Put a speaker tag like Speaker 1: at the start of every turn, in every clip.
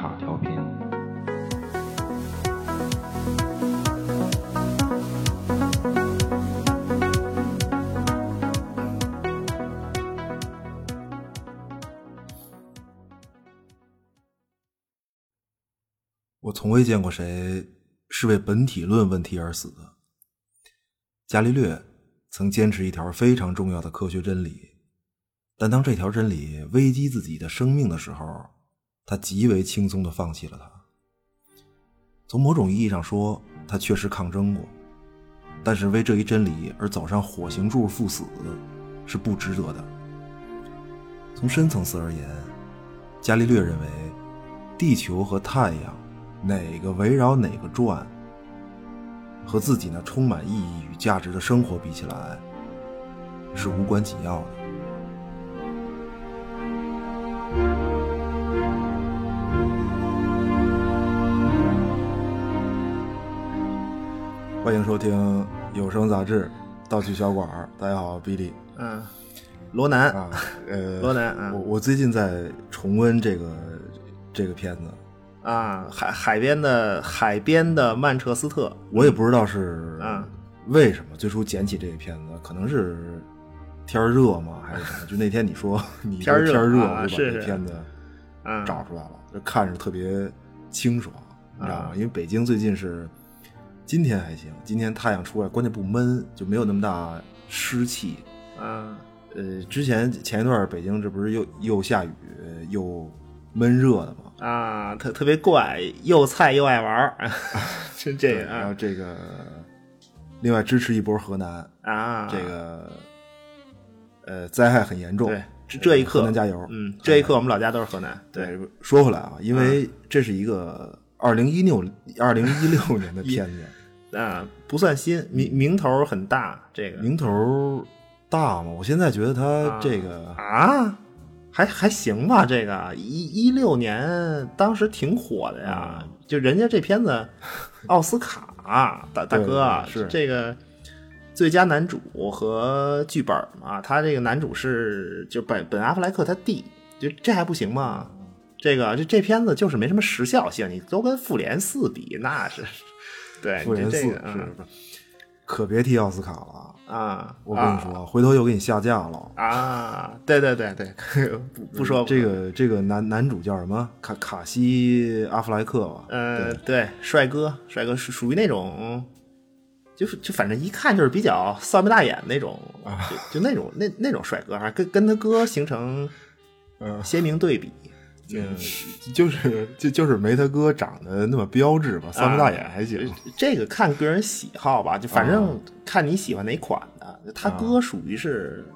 Speaker 1: 塔调频。
Speaker 2: 我从未见过谁是为本体论问题而死的。伽利略曾坚持一条非常重要的科学真理，但当这条真理危及自己的生命的时候，他极为轻松地放弃了它。从某种意义上说，他确实抗争过，但是为这一真理而走上火刑柱赴死是不值得的。从深层次而言，伽利略认为，地球和太阳哪个围绕哪个转，和自己那充满意义与价值的生活比起来，是无关紧要的。欢迎收听有声杂志《盗趣小馆儿》，大家好，我是比利
Speaker 3: 嗯，罗南，
Speaker 2: 啊，呃，
Speaker 3: 罗南啊
Speaker 2: 我我最近在重温这个这个片子，
Speaker 3: 啊，海海边的海边的曼彻斯特，
Speaker 2: 我也不知道是
Speaker 3: 啊
Speaker 2: 为什么最初捡起这个片子，可能是天儿热嘛，还是什么？就那天你说 你说
Speaker 3: 天儿热
Speaker 2: 天儿热，
Speaker 3: 啊
Speaker 2: 我就把
Speaker 3: 是
Speaker 2: 这
Speaker 3: 是
Speaker 2: 片子
Speaker 3: 啊，
Speaker 2: 找出来了，就看着特别清爽，你知道吗？
Speaker 3: 啊
Speaker 2: 因为北京最近是今天还行，今天太阳出来，关键不闷，就没有那么大湿气。
Speaker 3: 啊，
Speaker 2: 呃，之前前一段北京这不是又又下雨呃又闷热的嘛，
Speaker 3: 啊，特特别怪，又菜又爱玩儿， 是这
Speaker 2: 对
Speaker 3: 个
Speaker 2: 然后
Speaker 3: 啊
Speaker 2: 这个另外支持一波河南，
Speaker 3: 啊，
Speaker 2: 这个呃灾害很严重，
Speaker 3: 对这这一刻
Speaker 2: 河南加油，
Speaker 3: 嗯，这一刻我们老家都是河南，对，嗯
Speaker 2: 对。说回来啊，因为这是一个二零一六二零一六年的片 子，
Speaker 3: 啊，不算新，名名头很大，这个
Speaker 2: 名头大嘛，我现在觉得它
Speaker 3: 啊
Speaker 2: 这个
Speaker 3: 啊。还还行吧，这个一一六年当时挺火的呀，就人家这 片子奥斯卡，大大
Speaker 2: 对
Speaker 3: 哥啊
Speaker 2: 对是
Speaker 3: 这个最佳男主和剧本嘛，他这个男主是就本本阿弗莱克他弟，就这还不行吗？这个这这片子就是没什么时效性，你都跟复联四比 那是，对，
Speaker 2: 复联
Speaker 3: 你
Speaker 2: 四
Speaker 3: 哎这
Speaker 2: 是
Speaker 3: 这个嗯
Speaker 2: 不是可别提奥斯卡了，
Speaker 3: 啊，
Speaker 2: 我跟你说，回头又给你下架了。
Speaker 3: 啊啊，对对对 对，不不说
Speaker 2: 这个这个男男主叫什么？卡卡西阿弗莱克吧？
Speaker 3: 呃，对，帅哥，帅哥是属于那种，就是就反正一看就是比较扫眉大眼那种，
Speaker 2: 啊
Speaker 3: 就就那种那那种帅哥，反正跟跟他哥形成
Speaker 2: 嗯
Speaker 3: 鲜明 对比。
Speaker 2: 嗯，就是就就是没他哥长得那么标致吧，三不
Speaker 3: 啊
Speaker 2: 大眼还行。啊
Speaker 3: 这个看个人喜好吧，就反正看你喜欢哪款的。他哥属于是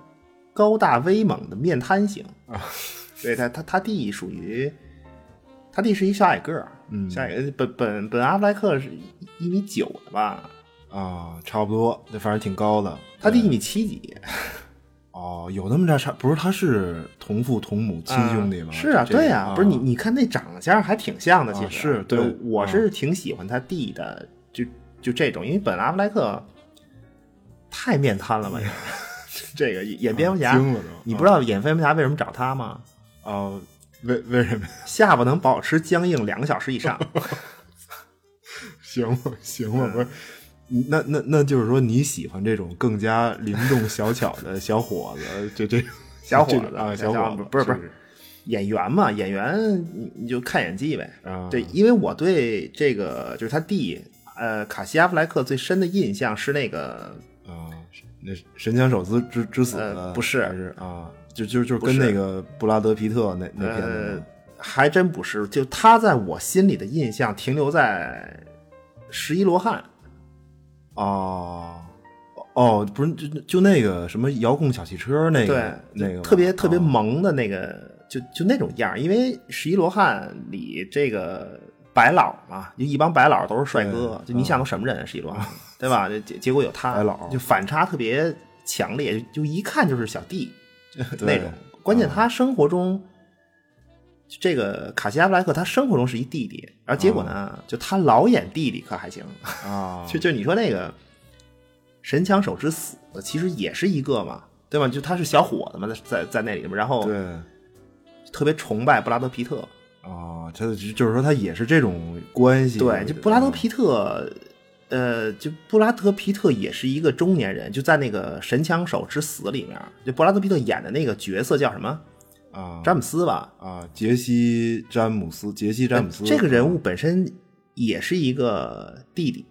Speaker 3: 高大威猛的面瘫型，
Speaker 2: 啊
Speaker 3: 对他他他弟属于他弟是一小矮个儿，
Speaker 2: 嗯
Speaker 3: 小矮个本本本阿弗莱克是一米九的吧，
Speaker 2: 啊，差不多，那反正挺高的。
Speaker 3: 他弟一米七几。
Speaker 2: 哦，有那么点差，不是他是同父同母亲兄弟吗？
Speaker 3: 啊是啊，
Speaker 2: 这个
Speaker 3: 对啊，不是你，你看那长相还挺像的，
Speaker 2: 啊
Speaker 3: 其实嗯
Speaker 2: 是对
Speaker 3: 我是挺喜欢他弟的，就就这种，因为本阿弗莱克太面瘫了吧， 这个演蝙蝠侠
Speaker 2: 惊了都，
Speaker 3: 你不知道演蝙蝠侠为什么找他吗？
Speaker 2: 啊，为为什么？
Speaker 3: 下巴能保持僵硬两个小时以 上，
Speaker 2: 行吗？行
Speaker 3: 嗯
Speaker 2: 吗？不是。那那那就是说你喜欢这种更加灵动小巧的小伙子，这这
Speaker 3: 小伙
Speaker 2: 这
Speaker 3: 子
Speaker 2: 个啊，
Speaker 3: 小
Speaker 2: 小伙子
Speaker 3: 不是不
Speaker 2: 是
Speaker 3: 是演员嘛，演员你你就看演技呗。
Speaker 2: 啊
Speaker 3: 对，因为我对这个就是他弟，呃，卡西阿弗莱克最深的印象是那个
Speaker 2: 啊，那神枪手之之之死
Speaker 3: 呃
Speaker 2: 的
Speaker 3: 不是
Speaker 2: 还是啊，就就就是
Speaker 3: 不
Speaker 2: 跟
Speaker 3: 是
Speaker 2: 那个布拉德皮特那那片子
Speaker 3: 呃
Speaker 2: 吗，
Speaker 3: 还真不是，就他在我心里的印象停留在十一罗汉呃
Speaker 2: 哦哦，不是就就那个什么遥控小汽车那个
Speaker 3: 对
Speaker 2: 那个
Speaker 3: 特别
Speaker 2: 吗
Speaker 3: 特别
Speaker 2: 啊
Speaker 3: 萌的那个，
Speaker 2: 哦
Speaker 3: 就就那种样儿因为十一罗汉里这个白老嘛，就一帮白老都是帅哥，
Speaker 2: 对嗯
Speaker 3: 就你想都什么人啊？十一罗汉 对吧？这结结果有他
Speaker 2: 白老
Speaker 3: 就反差特别强烈，就就一看就是小弟
Speaker 2: 对
Speaker 3: 那种。关键他生活中。就这个卡西阿布莱克，他生活中是一弟弟，然后结果呢，
Speaker 2: 嗯
Speaker 3: 就他老演弟弟，可还行，
Speaker 2: 啊，
Speaker 3: 就就你说那个神枪手之死，其实也是一个嘛，对吧？就他是小伙子嘛，在在在那里面，然后
Speaker 2: 对
Speaker 3: 特别崇拜布拉德皮特，
Speaker 2: 啊，他就是说他也是这种关系。
Speaker 3: 对，就布拉德
Speaker 2: 嗯
Speaker 3: 皮特，呃，就布拉德皮特也是一个中年人，就在那个《神枪手之死》里面，就布拉德皮特演的那个角色叫什么？
Speaker 2: 啊，
Speaker 3: 詹姆斯吧？
Speaker 2: 啊，杰西·詹姆斯，杰西·詹姆斯
Speaker 3: 这个人物本身也是一个弟弟。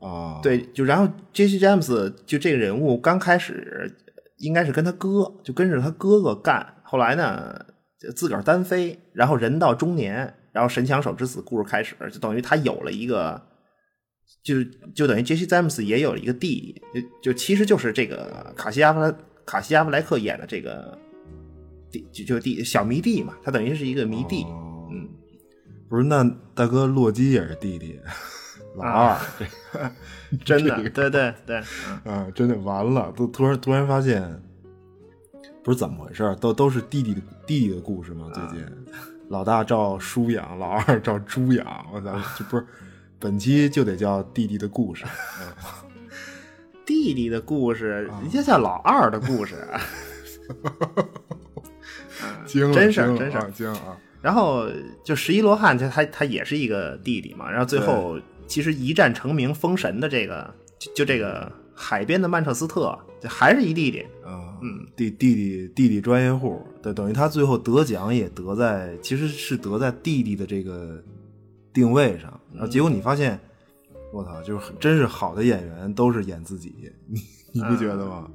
Speaker 2: 啊，
Speaker 3: 对，就然后杰西·詹姆斯就这个人物刚开始应该是跟他哥，就跟着他哥哥干，后来呢就自个儿单飞，然后人到中年，然后神枪手之死故事开始，就等于他有了一个，就就等于杰西·詹姆斯也有了一个弟弟，就就其实就是这个卡西·阿弗拉卡西·阿弗莱克演的这个弟就就弟小迷弟嘛，他等于是一个迷弟，
Speaker 2: 哦
Speaker 3: 嗯，
Speaker 2: 不是那大哥洛基也是弟弟， 老二
Speaker 3: 啊，真的
Speaker 2: 这，个
Speaker 3: 对对对，嗯
Speaker 2: 啊，真的完了，都突然突然发现，不是怎么回事儿，都都是弟弟的弟弟的故事吗？最近、
Speaker 3: 啊
Speaker 2: 老大照叔养，老二照猪养，我操，这不是本期就得叫弟弟的故 事，
Speaker 3: 弟弟的故事，人家叫老二的故事。啊
Speaker 2: 惊了，
Speaker 3: 真是
Speaker 2: 惊了
Speaker 3: 真是
Speaker 2: 啊惊了啊！
Speaker 3: 然后就十一罗汉他，他他也是一个弟弟嘛。然后最后其实一战成名封神的这个，就就这个海边的曼彻斯特，就还是一弟弟。
Speaker 2: 嗯，弟弟弟弟弟专业户，对，等于他最后得奖也得在，其实是得在弟弟的这个定位上，然后结
Speaker 3: 嗯
Speaker 2: 果你发现，我操，就是很真是好的演员都是演自己，你你不觉得吗？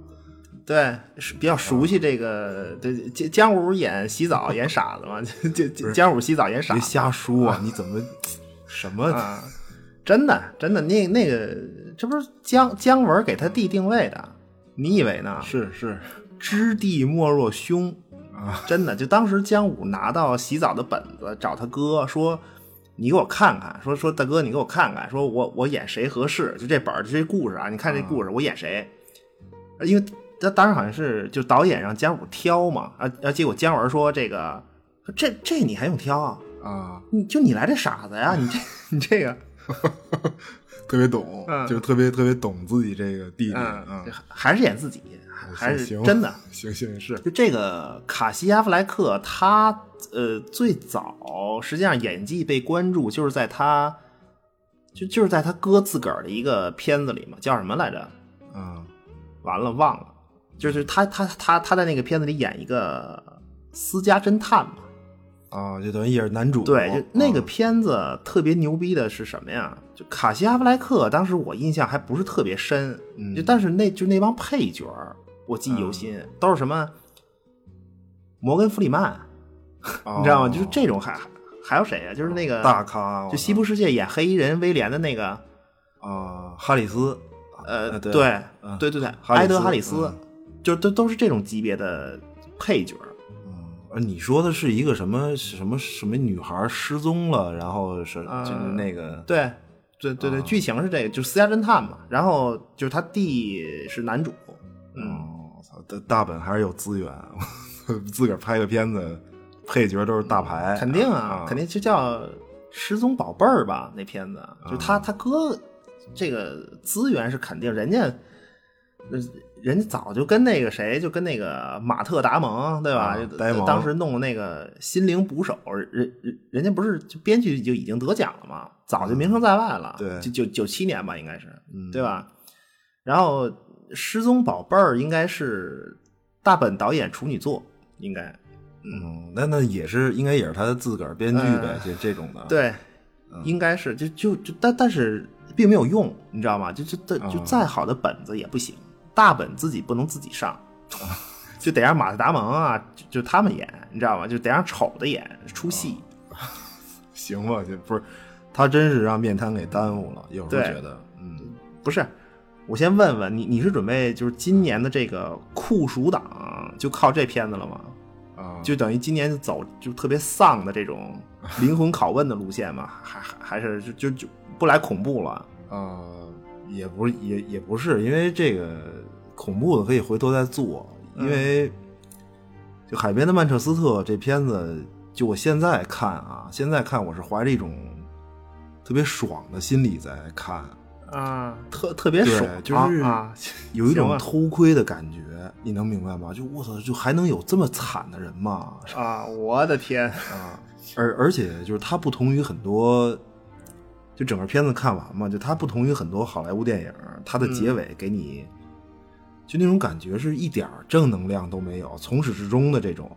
Speaker 3: 对，是比较熟悉这个。对，姜姜武演 洗澡演傻子嘛，就就姜武洗澡演傻
Speaker 2: 别
Speaker 3: 子。
Speaker 2: 瞎说啊，你怎么什么
Speaker 3: 啊，真的真的，那那个这不是姜姜文给他弟定位的？你以为呢？
Speaker 2: 是是
Speaker 3: 知弟莫若兄
Speaker 2: 啊！
Speaker 3: 真的，就当时姜武拿到洗澡的本子，找他哥说：“你给我看看，说说大哥，你给我看看，说我我演谁合适？就这本儿，就这故事啊，你看这故事，我演谁？”因为他当时好像是就导演让姜武挑嘛，啊啊，结果姜文说：“这个这这你还用挑啊？
Speaker 2: 啊，
Speaker 3: 你就你来这傻子呀？你这你这个，
Speaker 2: 特别懂，
Speaker 3: 嗯
Speaker 2: 就是特别特别懂自己这个弟弟
Speaker 3: 嗯
Speaker 2: 啊，，
Speaker 3: 这还是演自己，还还是
Speaker 2: 行
Speaker 3: 真的。”
Speaker 2: 行行是
Speaker 3: 就这个卡西·阿弗莱克，他呃最早实际上演技被关注，就是在他就就是在他哥自个儿的一个片子里嘛，叫什么来着？
Speaker 2: 啊
Speaker 3: 完了忘了，就是他他他他在那个片子里演一个私家侦探嘛。
Speaker 2: 啊，就等于也是男主
Speaker 3: 对，就那个
Speaker 2: 啊
Speaker 3: 片子特别牛逼的是什么呀？就卡西·阿弗莱克，当时我印象还不是特别深，
Speaker 2: 嗯
Speaker 3: 就但是那就那帮配角儿我记忆犹新，都是什么摩根·弗里曼。你知道吗？就是这种还还还有谁呀、就是那个
Speaker 2: 啊哦大咖，啊
Speaker 3: 就
Speaker 2: 我
Speaker 3: 西部世界演黑衣人威廉的那个，
Speaker 2: 啊，哈里斯，
Speaker 3: 呃，
Speaker 2: 啊对
Speaker 3: 对
Speaker 2: 嗯
Speaker 3: 对对对，
Speaker 2: 哈里斯
Speaker 3: 埃德哈里斯，就都都是这种级别的配角。
Speaker 2: 嗯，呃你说的是一个什么什么什么女孩失踪了，然后是
Speaker 3: 啊
Speaker 2: 就是那个
Speaker 3: 对对对
Speaker 2: 啊
Speaker 3: 对，剧情是这个，就是私家侦探嘛。然后就是他弟是男主，嗯，
Speaker 2: 哦，我操，大大本还是有资源， 自个儿拍个片子，配角都是大牌，
Speaker 3: 肯定啊，肯定就叫《失踪宝贝儿》吧，那片子就他他哥这个资源是肯定，人家呃人家早就跟那个谁，就跟那个马特达蒙对吧？
Speaker 2: 啊
Speaker 3: 就
Speaker 2: 呆萌
Speaker 3: 当时弄那个心灵捕手，人人人家不是就编剧就已经得奖了嘛，早就名声在外了，
Speaker 2: 对
Speaker 3: 就九九七年吧，应该是，
Speaker 2: 嗯
Speaker 3: 对吧？然后《失踪宝贝儿》应该是大本导演处女作，应该
Speaker 2: 嗯，那那也是应该也是他自个儿编剧呗，
Speaker 3: 嗯
Speaker 2: 这这种的，，
Speaker 3: 对，
Speaker 2: 嗯
Speaker 3: 应该是就就就但但是并没有用，你知道吗？就就就就
Speaker 2: 嗯
Speaker 3: 再好的本子也不行，大本自己不能自己上，
Speaker 2: 嗯
Speaker 3: 就得让马特达蒙啊，就就他们演，你知道吗？就得让丑的演出戏。
Speaker 2: 行吧，这不是他真是让面瘫给耽误了，有时候
Speaker 3: 对
Speaker 2: 觉得，嗯，
Speaker 3: 不是，我先问问你，你是准备就是今年的这个酷暑档就靠这片子了吗？
Speaker 2: 啊，
Speaker 3: 就等于今年就走就特别丧的这种灵魂拷问的路线吗？还还还是就就就不来恐怖了？
Speaker 2: 呃，也不是，也也不是，因为这个恐怖的可以回头再做，因
Speaker 3: 嗯
Speaker 2: 为就《海边的曼彻斯特》这片子，就我现在看啊，现在看我是怀着一种特别爽的心理在看，
Speaker 3: 啊，特特别
Speaker 2: 对
Speaker 3: 爽，
Speaker 2: 就是
Speaker 3: 啊，
Speaker 2: 有一
Speaker 3: 行
Speaker 2: 种
Speaker 3: 吧
Speaker 2: 偷窥的感觉，你能明白吗？就我操，就还能有这么惨的人吗？
Speaker 3: 啊！我的天，
Speaker 2: 啊，而而且就是它不同于很多，就整个片子看完嘛，就它不同于很多好莱坞电影，它的结尾给你、
Speaker 3: 嗯
Speaker 2: 就那种感觉是一点儿正能量都没有，从始至终的这种，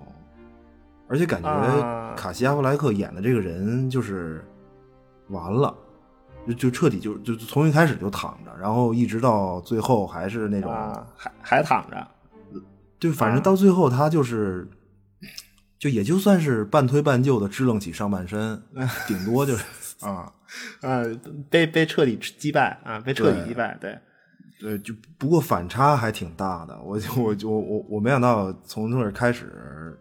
Speaker 2: 而且感
Speaker 3: 啊
Speaker 2: 觉卡西·阿弗莱克演的这个人就是完了。就就彻底就就就从一开始就躺着，然后一直到最后还是那种
Speaker 3: 啊，还还躺着，
Speaker 2: 对，反正
Speaker 3: 啊
Speaker 2: 到最后他就是，就也就算是半推半就的支棱起上半 身，顶多就是啊，
Speaker 3: 啊，被被彻底击败啊，被彻底
Speaker 2: 对
Speaker 3: 击败，对，
Speaker 2: 对，就不过反差还挺大的。我就我就我我我没想到从这儿开始，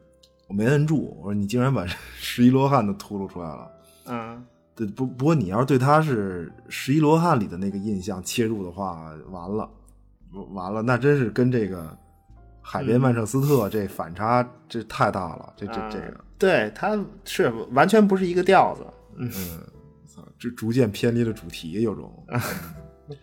Speaker 2: 我没摁住，我说你竟然把 十一罗汉都秃噜出来了。
Speaker 3: 嗯，
Speaker 2: 对，不不过你要是对他是十一罗汉里的那个印象切入的话，完了，完了，那真是跟这个海
Speaker 3: 嗯
Speaker 2: 边曼彻斯特这反差这太大了，这这这个。
Speaker 3: 啊对，他是完全不是一个调子，
Speaker 2: 操，这嗯啊逐渐偏离了主题，有种。嗯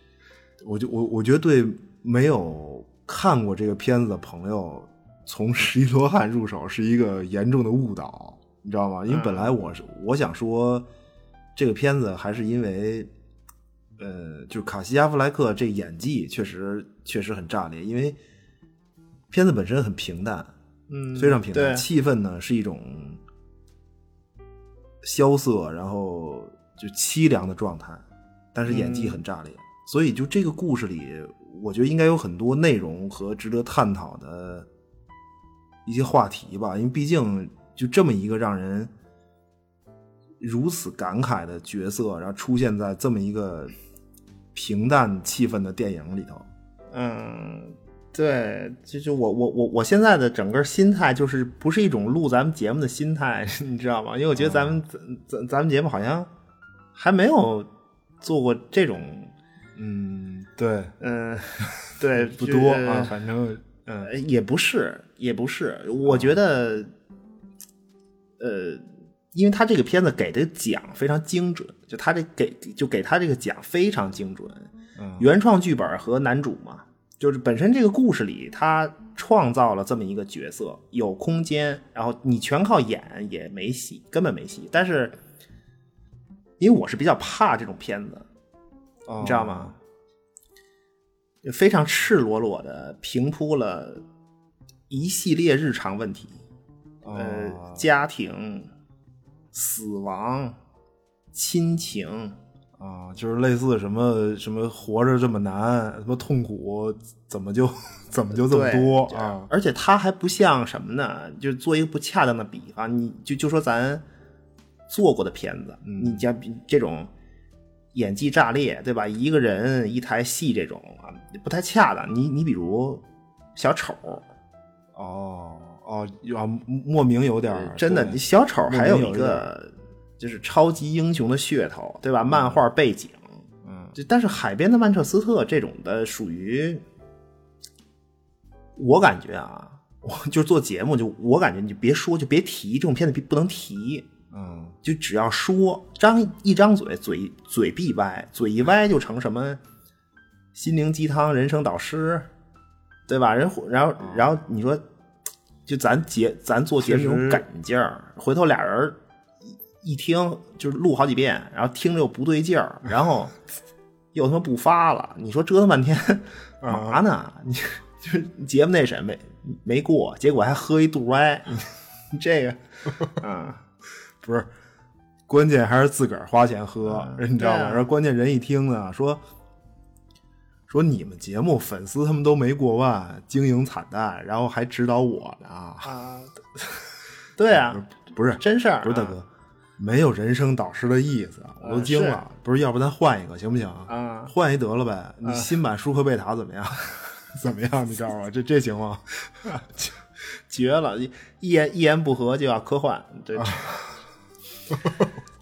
Speaker 2: 我就我我觉得对没有看过这个片子的朋友，从十一罗汉入手是一个严重的误导，你知道吗？因为本来我是我想说，这个片子还是因为，呃，就是卡西·阿弗莱克这演技确实确实很炸裂，因为片子本身很平淡，
Speaker 3: 嗯，
Speaker 2: 非常平
Speaker 3: 对
Speaker 2: 淡。，气氛呢是一种萧瑟，然后就凄凉的状态，但是演
Speaker 3: 嗯
Speaker 2: 技很炸裂。所以就这个故事里，我觉得应该有很多内容和值得探讨的一些话题吧，因为毕竟就这么一个让人如此感慨的角色，然后出现在这么一个平淡气氛的电影里头。
Speaker 3: 嗯，对，就就我我我我现在的整个心态就是不是一种录咱们节目的心态， 你知道吗？因为我觉得咱们、
Speaker 2: 哦
Speaker 3: 咱咱咱们节目好像还没有做过这种，
Speaker 2: 嗯，对，
Speaker 3: 嗯、对，
Speaker 2: 不
Speaker 3: 就是
Speaker 2: 多啊，反正嗯。
Speaker 3: 呃也不是，也不是，
Speaker 2: 啊
Speaker 3: 我觉得，呃，因为他这个片子给的奖非常精准，就他这给就给他这个奖非常精准，
Speaker 2: 嗯
Speaker 3: 原创剧本和男主嘛，就是本身这个故事里他创造了这么一个角色，有空间，然后你全靠演也没戏，根本没戏。但是，因为我是比较怕这种片子，
Speaker 2: 哦
Speaker 3: 你知道吗？非常赤裸裸的平铺了一系列日常问题，
Speaker 2: 哦？
Speaker 3: 呃，家庭、死亡、亲情，
Speaker 2: 啊，就是类似什么什么活着这么难，什么痛苦怎么就 怎么就这么
Speaker 3: 对
Speaker 2: 多
Speaker 3: 对
Speaker 2: 啊？
Speaker 3: 而且它还不像什么呢？就是做一个不恰当的比方，你就就说咱做过的片子，你像比这种演技炸裂，对吧？一个人一台戏这种啊，不太恰当。你你比如小丑，
Speaker 2: 哦哦，有啊，莫名有点儿
Speaker 3: 真的，
Speaker 2: 对
Speaker 3: 你小丑还有
Speaker 2: 莫名有
Speaker 3: 一
Speaker 2: 一
Speaker 3: 个就是超级英雄的噱头，对吧？漫画背景，
Speaker 2: 嗯
Speaker 3: 就但是海边的曼彻斯特这种的属于，我感觉啊，我就是做节目就我感觉你就别说就别提这种片子不能提，
Speaker 2: 嗯
Speaker 3: 就只要说张一张嘴嘴嘴必歪，嘴一歪就成什么心灵鸡汤、人生导师，对吧？人然
Speaker 2: 嗯
Speaker 3: 后然后你说，就咱节咱做节
Speaker 2: 确
Speaker 3: 目
Speaker 2: 实
Speaker 3: 有梗劲儿，回头俩人一一听就是录好几遍，然后听着又不对劲儿，然后又他妈不发了，你说折腾半天
Speaker 2: 嗯
Speaker 3: 干嘛呢？你 就是节目那审没没过，结果还喝一肚歪，你这个，嗯。
Speaker 2: 不是，关键还是自个儿花钱喝， 你知道吗？
Speaker 3: 对啊
Speaker 2: 然后关键人一听呢，说说你们节目粉丝他们都没过万，经营惨淡，然后还指导我呢，
Speaker 3: 啊，对啊，
Speaker 2: 不是
Speaker 3: 真事儿、啊，
Speaker 2: 不是大哥，没有人生导师的意思，我都
Speaker 3: 啊
Speaker 2: 惊
Speaker 3: 是
Speaker 2: 了。不是，要不咱换一个行不行？
Speaker 3: 啊
Speaker 2: 换一得了呗。你新版舒克贝塔怎么样？ 怎么样？你知道 吗？这这行吗？
Speaker 3: 绝了！一一言一言不合就要科幻， 对，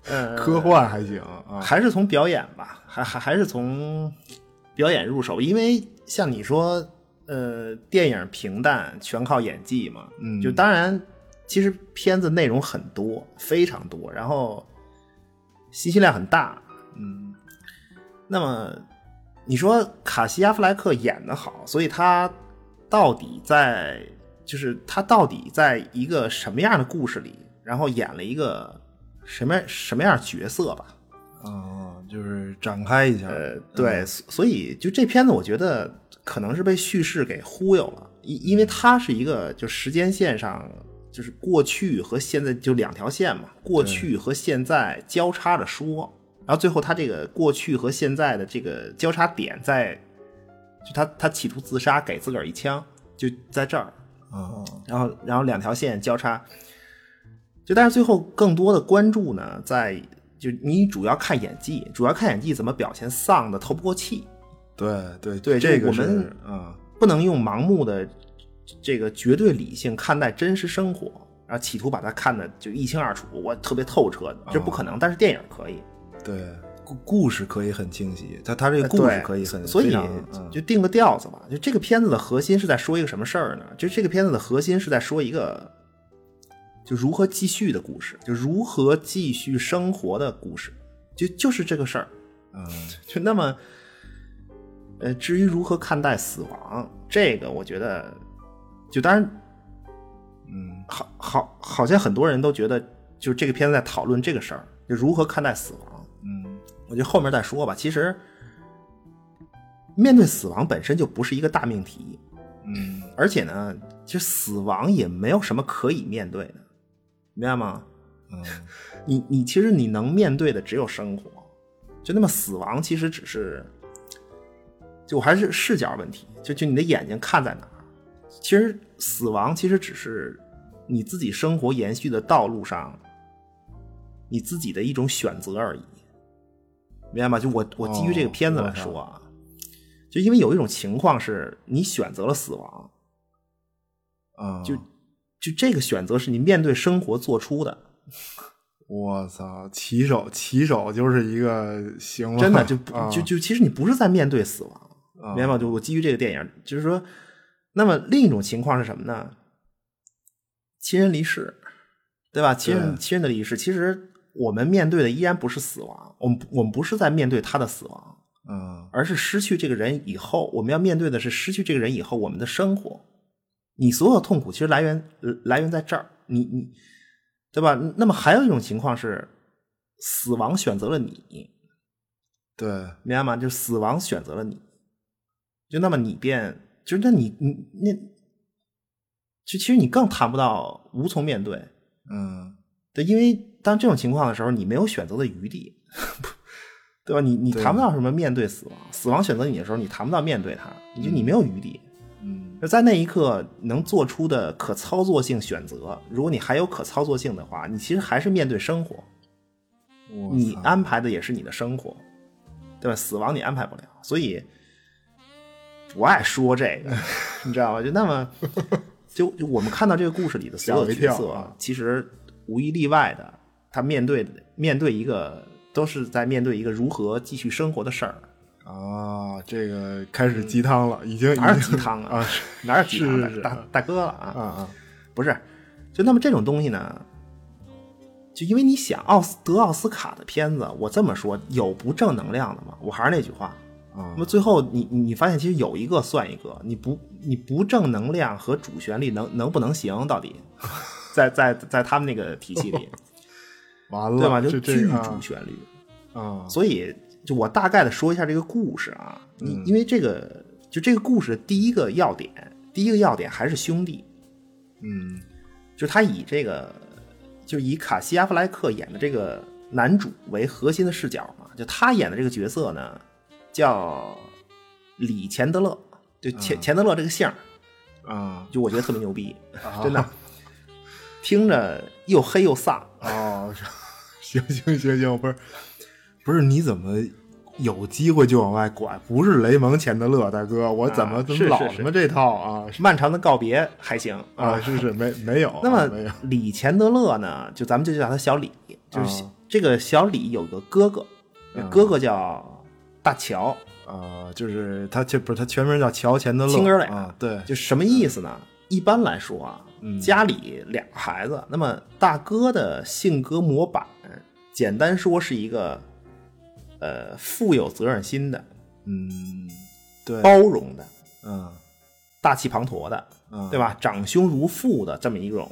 Speaker 3: 嗯，
Speaker 2: 科幻还行啊。
Speaker 3: 还是从表演吧，还还还是从表演入手，因为像你说，呃，电影平淡，全靠演技嘛，
Speaker 2: 嗯
Speaker 3: 就当然，其实片子内容很多，非常多，然后信息量很大，
Speaker 2: 嗯
Speaker 3: 那么你说卡西·阿弗莱克演的好，所以他到底在就是他到底在一个什么样的故事里，然后演了一个什么什么样角色吧。
Speaker 2: 啊，就是展开一下。
Speaker 3: 呃，对，所所以就这片子，我觉得可能是被叙事给忽悠了，因因为它是一个就时间线上就是过去和现在就两条线嘛，过去和现在交叉着说，然后最后他这个过去和现在的这个交叉点在，就他他企图自杀，给自个儿一枪，就在这儿，
Speaker 2: 啊，
Speaker 3: 然后然后两条线交叉，就但是最后更多的关注呢，在就你主要看演技，主要看演技怎么表现丧的透不过气，
Speaker 2: 对对
Speaker 3: 对，
Speaker 2: 这
Speaker 3: 就
Speaker 2: 个
Speaker 3: 我
Speaker 2: 是嗯
Speaker 3: 们啊、不能用盲目的这个绝对理性看待真实生活，然后企图把它看得就一清二楚，我特别透彻，这不可能，但是电影可以，
Speaker 2: 对故故事可以很清晰，他他这个故
Speaker 3: 对
Speaker 2: 事可以很
Speaker 3: 所以
Speaker 2: 非常嗯
Speaker 3: 就定个调子吧。就这个片子的核心是在说一个什么事儿呢？就这个片子的核心是在说一个，就如何继续的故事，就如何继续生活的故事，就就是这个事儿。
Speaker 2: 嗯
Speaker 3: 就那么，呃，至于如何看待死亡，这个我觉得，就当然
Speaker 2: 嗯
Speaker 3: 好好好像很多人都觉得，就这个片子在讨论这个事儿，就如何看待死亡。
Speaker 2: 嗯
Speaker 3: 我觉得后面再说吧。其实，面对死亡本身就不是一个大命题，
Speaker 2: 嗯
Speaker 3: 而且呢，其实死亡也没有什么可以面对的，明白吗？
Speaker 2: 嗯
Speaker 3: 你你其实你能面对的只有生活，就那么死亡其实只是，就我还是视角问题，就就你的眼睛看在哪儿。其实死亡其实只是你自己生活延续的道路上，你自己的一种选择而已，明白吗？就我我基于这个片子来说啊，就因为有一种情况是你选择了死亡，
Speaker 2: 啊，
Speaker 3: 就就这个选择是你面对生活做出的。
Speaker 2: 我操，骑手骑手就是一个行了，
Speaker 3: 真的就不
Speaker 2: 啊
Speaker 3: 就就其实你不是在面对死亡，
Speaker 2: 啊
Speaker 3: 明白吗？就我基于这个电影，就是说，那么另一种情况是什么呢？亲人离世，对吧？亲人
Speaker 2: 对
Speaker 3: 亲人的离世，其实我们面对的依然不是死亡，我们不我们不是在面对他的死亡，
Speaker 2: 嗯
Speaker 3: 而是失去这个人以后，我们要面对的是失去这个人以后我们的生活。你所有痛苦其实来源呃来源在这儿，你你对吧？那么还有一种情况是，死亡选择了你，
Speaker 2: 对
Speaker 3: 明白吗？就是死亡选择了你，就那么你便就是那你你那，就其实你更谈不到无从面对，
Speaker 2: 嗯
Speaker 3: 对，因为当这种情况的时候，你没有选择的余地， 对吧？你你
Speaker 2: 对
Speaker 3: 谈不到什么面对死亡，死亡选择你的时候，你谈不到面对它，你就你没有余地。
Speaker 2: 嗯
Speaker 3: 就在那一刻能做出的可操作性选择，如果你还有可操作性的话，你其实还是面对生活，
Speaker 2: 我
Speaker 3: 你
Speaker 2: 操
Speaker 3: 安排的也是你的生活，对吧？死亡你安排不了，所以不爱说这 个，你知道吗？就那么，就就我们看到这个故事里的所
Speaker 2: 吓我
Speaker 3: 有
Speaker 2: 一
Speaker 3: 角
Speaker 2: 跳
Speaker 3: 色
Speaker 2: 啊，
Speaker 3: 其实无一例外的，他面对面对一个都是在面对一个如何继续生活的事儿，
Speaker 2: 啊，这个开始鸡汤了，已经已
Speaker 3: 哪有
Speaker 2: 经
Speaker 3: 鸡汤啊？哪有鸡
Speaker 2: 是
Speaker 3: 汤
Speaker 2: 是
Speaker 3: 的
Speaker 2: 是
Speaker 3: 大大哥了啊
Speaker 2: 啊？啊
Speaker 3: 不是，就那么这种东西呢，就因为你想奥斯得奥斯卡的片子，我这么说有不正能量的吗？我还是那句话，
Speaker 2: 啊
Speaker 3: 那么最后你你你发现其实有一个算一个，你不你不正能量和主旋律能能不能行？到底在在在他们那个体系 里，
Speaker 2: 完了
Speaker 3: 对吧？就
Speaker 2: 这这
Speaker 3: 巨
Speaker 2: 个
Speaker 3: 主
Speaker 2: 啊
Speaker 3: 旋律。
Speaker 2: 啊
Speaker 3: 所以就我大概的说一下这个故事啊，你
Speaker 2: 嗯
Speaker 3: 因为这个就这个故事的第一个要点，第一个要点还是兄弟，
Speaker 2: 嗯
Speaker 3: 就是他以这个，就以卡西·阿弗莱克演的这个男主为核心的视角嘛，就他演的这个角色呢，叫里钱德勒，就钱、
Speaker 2: 嗯
Speaker 3: 钱德勒这个姓儿，
Speaker 2: 啊
Speaker 3: 就我觉得特别牛逼，真的，听着又黑又丧，
Speaker 2: 哦， 行行行行，不是不是，你怎么有机会就往外拐？不是雷蒙钱德勒大哥，我怎么、
Speaker 3: 啊
Speaker 2: 怎
Speaker 3: 是
Speaker 2: 么老
Speaker 3: 是是
Speaker 2: 他妈这套啊？
Speaker 3: 漫长的告别还行
Speaker 2: 啊，是是没没有，
Speaker 3: 那
Speaker 2: 啊
Speaker 3: 么
Speaker 2: 没有，
Speaker 3: 里钱德勒呢，就咱们就叫他小李，就是
Speaker 2: 啊
Speaker 3: 这个小李有个哥哥，
Speaker 2: 啊
Speaker 3: 哥哥叫大乔，
Speaker 2: 啊，就是他这不是他全名叫乔钱德勒，
Speaker 3: 亲哥俩
Speaker 2: 啊，对，
Speaker 3: 就什么意思呢？一般来说啊，
Speaker 2: 嗯
Speaker 3: 家里两个孩子，那么大哥的性格模板，简单说是一个，呃，富有责任心的、
Speaker 2: 嗯，对，
Speaker 3: 包容的、
Speaker 2: 嗯
Speaker 3: 大气滂沱的，
Speaker 2: 嗯，
Speaker 3: 对吧？长兄如父的这么一种，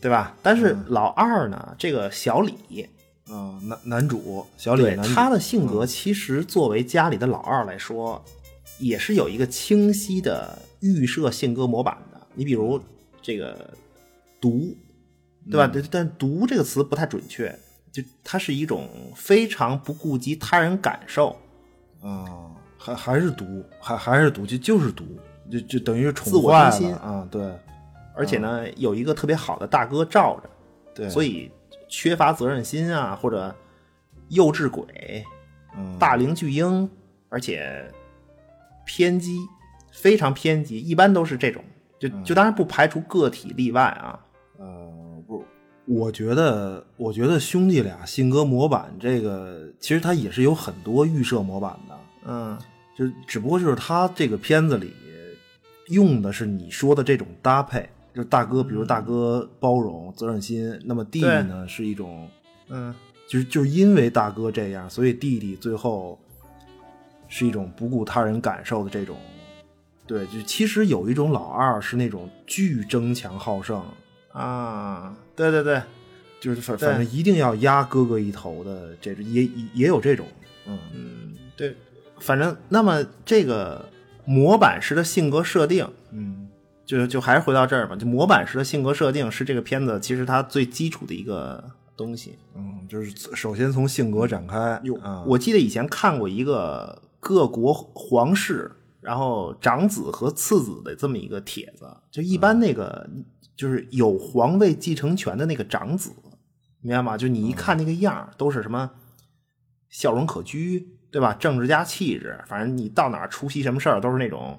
Speaker 3: 对吧？但是老二呢，这个小李，
Speaker 2: 啊，男男主小李
Speaker 3: 对
Speaker 2: 男主，
Speaker 3: 他的性格，其实作为家里的老二来说，也是有一个清晰的预设性格模板的。你比如这个毒，对吧？但但毒这个词不太准确，就它是一种非常不顾及他人感受、
Speaker 2: 啊，还还是毒，还还是毒，就就是毒，就就等于是
Speaker 3: 自
Speaker 2: 宠
Speaker 3: 我
Speaker 2: 坏
Speaker 3: 中心
Speaker 2: 了啊，对
Speaker 3: 而且呢，有一个特别好的大哥罩着，
Speaker 2: 对，
Speaker 3: 所以缺乏责任心啊，或者幼稚鬼、
Speaker 2: 嗯
Speaker 3: 大龄巨婴，而且偏激，非常偏激，一般都是这种。就就当然不排除个体例外啊，
Speaker 2: 呃，不，我觉得，我觉得兄弟俩性格模板这个，其实他也是有很多预设模板的，
Speaker 3: 嗯，
Speaker 2: 就是只不过就是他这个片子里用的是你说的这种搭配，就是大哥，比如大哥包容、责任心，那么弟弟
Speaker 3: 对
Speaker 2: 呢是一种，
Speaker 3: 嗯，
Speaker 2: 就是就是因为大哥这样，所以弟弟最后是一种不顾他人感受的这种。对，就其实有一种老二是那种巨争强好胜，
Speaker 3: 啊，对对对，
Speaker 2: 就是反
Speaker 3: 对
Speaker 2: 反正一定要压哥哥一头的这种，也也也有这种，嗯，
Speaker 3: 嗯，对，反正那么这个模板式的性格设定，
Speaker 2: 嗯
Speaker 3: 就就还是回到这儿吧，就模板式的性格设定是这个片子其实它最基础的一个东西。
Speaker 2: 嗯，就是首先从性格展开，
Speaker 3: 有
Speaker 2: 啊，
Speaker 3: 我记得以前看过一个各国皇室，然后长子和次子的这么一个帖子，就一
Speaker 2: 嗯
Speaker 3: 般那个、就是有皇位继承权的那个长子，明白吗？就你一
Speaker 2: 嗯
Speaker 3: 看那个样儿，都是什么笑容可掬，对吧？政治家气质，反正你到哪儿出席什么事儿，都是那种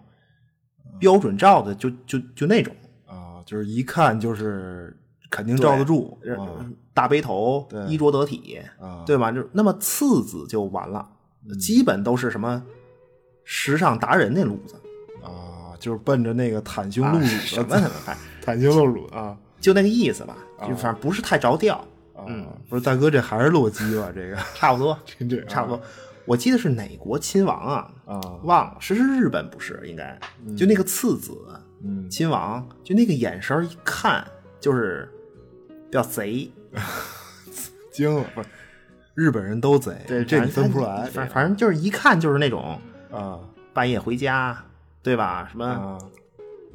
Speaker 2: 嗯
Speaker 3: 标准照的，就就就那种。
Speaker 2: 啊，就是一看就是肯定罩得住啊
Speaker 3: 呃大背头
Speaker 2: 对，
Speaker 3: 衣着得体，
Speaker 2: 啊，
Speaker 3: 对吧？就那么次子就完了，基本都是什么时尚达人那路子，
Speaker 2: 啊，就是奔着那个袒胸
Speaker 3: 啊
Speaker 2: 露乳的
Speaker 3: 什么什么，反正
Speaker 2: 袒胸露乳啊
Speaker 3: 就那个意思吧，
Speaker 2: 啊
Speaker 3: 就反正不是太着调，
Speaker 2: 啊
Speaker 3: 嗯，
Speaker 2: 不是大哥这还是洛基吧？ 这个啊
Speaker 3: 差不多，
Speaker 2: 真这
Speaker 3: 差不多。我记得是哪国亲王啊？
Speaker 2: 啊，
Speaker 3: 忘了，是是日本不是？应该就那个次子
Speaker 2: 嗯
Speaker 3: 亲王，就那个眼神儿一看就是比较 贼，
Speaker 2: 惊了，不是日本人都贼，
Speaker 3: 对，
Speaker 2: 这
Speaker 3: 反
Speaker 2: 你
Speaker 3: 正
Speaker 2: 分不出
Speaker 3: 他
Speaker 2: 来，
Speaker 3: 反反正就是一看就是那种
Speaker 2: 啊
Speaker 3: 半夜回家，对吧？什么。
Speaker 2: 啊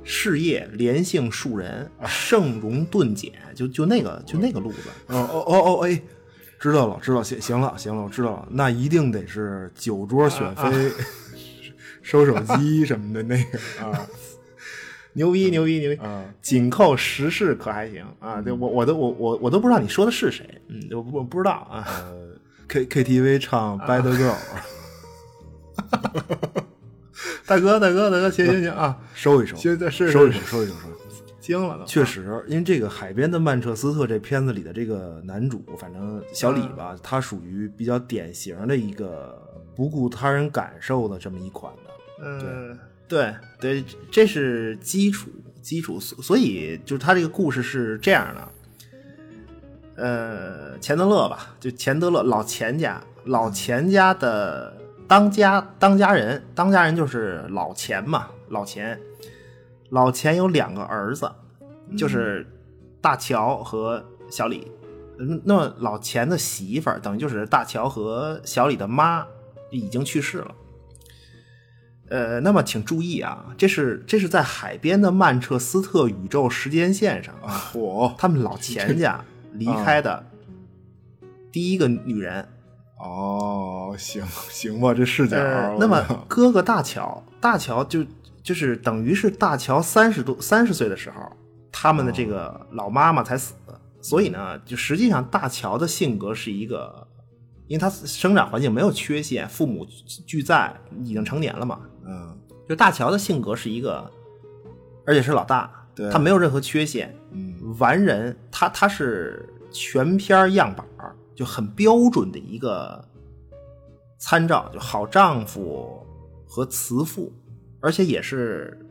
Speaker 3: 事业连性树人，盛容顿减，就就那个就那个路子。
Speaker 2: 哦哦哦哦，哎，知道了，知道，行行了，行了，我知道了，那一定得是酒桌
Speaker 3: 啊
Speaker 2: 选妃、收手机什么的那个啊
Speaker 3: 牛逼牛逼牛逼！
Speaker 2: 啊
Speaker 3: 紧扣时事可还行啊？对我我都我我我都不知道你说的是谁， 嗯，我不我不知道啊。
Speaker 2: 呃，K K T V 唱《Bad Girl》
Speaker 3: 大哥大哥大哥，行行行啊，
Speaker 2: 收一收，
Speaker 3: 行，这是
Speaker 2: 收一
Speaker 3: 是啊
Speaker 2: 收，收一收，收一收。
Speaker 3: 惊了都。
Speaker 2: 确实，因为这个《海边的曼彻斯特》这片子里的这个男主，反正小
Speaker 3: 嗯
Speaker 2: 李吧，他属于比较典型的一个不顾他人感受的这么一款的。
Speaker 3: 嗯，对对，这是基础基础，所所以就是他这个故事是这样的，呃，钱德勒吧，就钱德勒老钱家，老钱家的当家当家人，当家人就是老钱嘛，老钱，老钱有两个儿子，就是大乔和小李。嗯那么老钱的媳妇儿等于就是大乔和小李的妈已经去世了，呃，那么请注意啊，这是这是在海边的曼彻斯特宇宙时间线上，啊
Speaker 2: 嚯！
Speaker 3: 他们老钱家离开的第一个女人。
Speaker 2: 哦，行行吧，这视角
Speaker 3: 呃，那么哥哥大乔，大乔就就是等于是大乔三十多三十岁的时候，他们的这个老妈妈才死，所以呢，就实际上大乔的性格是一个，因为他生长环境没有缺陷，父母俱在，已经成年了嘛，
Speaker 2: 嗯
Speaker 3: 就大乔的性格是一个，而且是老大，
Speaker 2: 对
Speaker 3: 他没有任何缺陷，
Speaker 2: 嗯
Speaker 3: 完人，他他是全片儿样板儿，就很标准的一个参照，就好丈夫和慈父，而且也是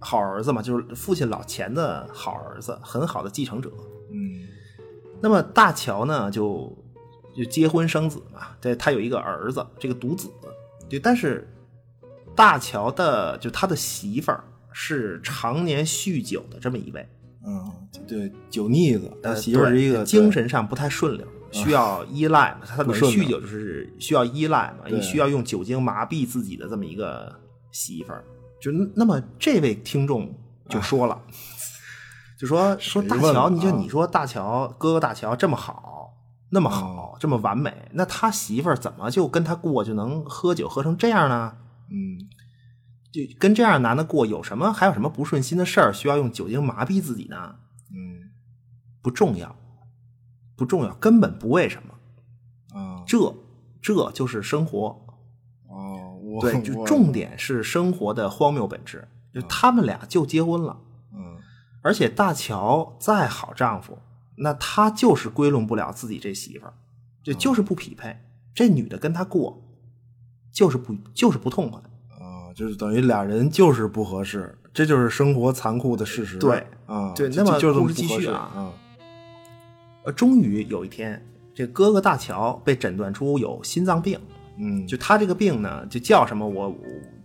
Speaker 3: 好儿子嘛，就是父亲老钱的好儿子，很好的继承者。
Speaker 2: 嗯
Speaker 3: 那么大乔呢，就就结婚生子嘛，对，他有一个儿子，这个独子，对，但是大乔的就他的媳妇儿是常年酗酒的这么一位，
Speaker 2: 嗯，对，酒腻子，他
Speaker 3: 呃
Speaker 2: 媳妇儿是
Speaker 3: 对啊
Speaker 2: 一个
Speaker 3: 精，神上不太顺溜，需要依赖嘛，他
Speaker 2: 不
Speaker 3: 等于
Speaker 2: 顺溜
Speaker 3: 酗酒就是需要依赖嘛，
Speaker 2: 对
Speaker 3: 也需要用酒精麻痹自己的这么一个媳妇儿。啊就那么这位听众就说 了，就说说大
Speaker 2: 问了
Speaker 3: 乔，你就
Speaker 2: 啊
Speaker 3: 你说大乔哥哥大乔这么好，那么好，这么完美，那他媳妇儿怎么就跟他过就能喝酒喝成这样呢？
Speaker 2: 嗯，
Speaker 3: 就跟这样的男的过有什么还有什么不顺心的事儿需要用酒精麻痹自己呢？
Speaker 2: 嗯
Speaker 3: 不重要，不重要，根本不为什么。
Speaker 2: 啊
Speaker 3: 这这就是生活，
Speaker 2: 哦， 我
Speaker 3: 对，就
Speaker 2: 我
Speaker 3: 重点是生活的荒谬本质。就他们俩就结婚了，
Speaker 2: 嗯
Speaker 3: 而且大乔再好丈夫，那他就是归拢不了自己这媳妇儿，这就是不匹配。这女的跟他过，就是不就是不痛快。
Speaker 2: 啊，就是等于俩人就是不合适，这就是生活残酷的事实。
Speaker 3: 对
Speaker 2: 啊，
Speaker 3: 对
Speaker 2: 就
Speaker 3: 那么
Speaker 2: 就就这么
Speaker 3: 故事继
Speaker 2: 不合
Speaker 3: 续
Speaker 2: 适
Speaker 3: 啊
Speaker 2: 啊，
Speaker 3: 呃，终于有一天，这哥哥大乔被诊断出有心脏病，
Speaker 2: 嗯，
Speaker 3: 就他这个病呢，就叫什么我我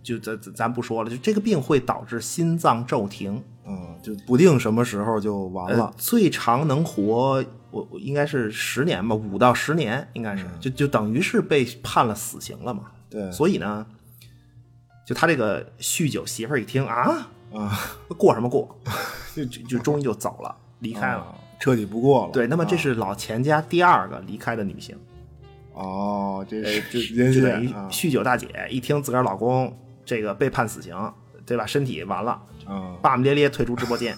Speaker 3: 就咱咱咱不说了，就这个病会导致心脏骤停，
Speaker 2: 嗯，就不定什么时候就完
Speaker 3: 呃
Speaker 2: 了，。
Speaker 3: 最长能活我我应该是十年吧，五到十年应该是，就就等于是被判了死刑了嘛。
Speaker 2: 嗯对，
Speaker 3: 所以呢，就他这个酗酒媳妇儿一听啊，
Speaker 2: 啊，
Speaker 3: 过什么 过，就就就终于就走了，离开了。
Speaker 2: 啊彻底不过了。
Speaker 3: 对，那么这是老钱家第二个离开的女性，
Speaker 2: 哦，这
Speaker 3: 呃，就是
Speaker 2: 人
Speaker 3: 就等于
Speaker 2: 性啊
Speaker 3: 酗酒大姐一听自个儿老公这个被判死刑，对吧？身体完了，
Speaker 2: 啊，
Speaker 3: 爸爸咧咧退出直播间。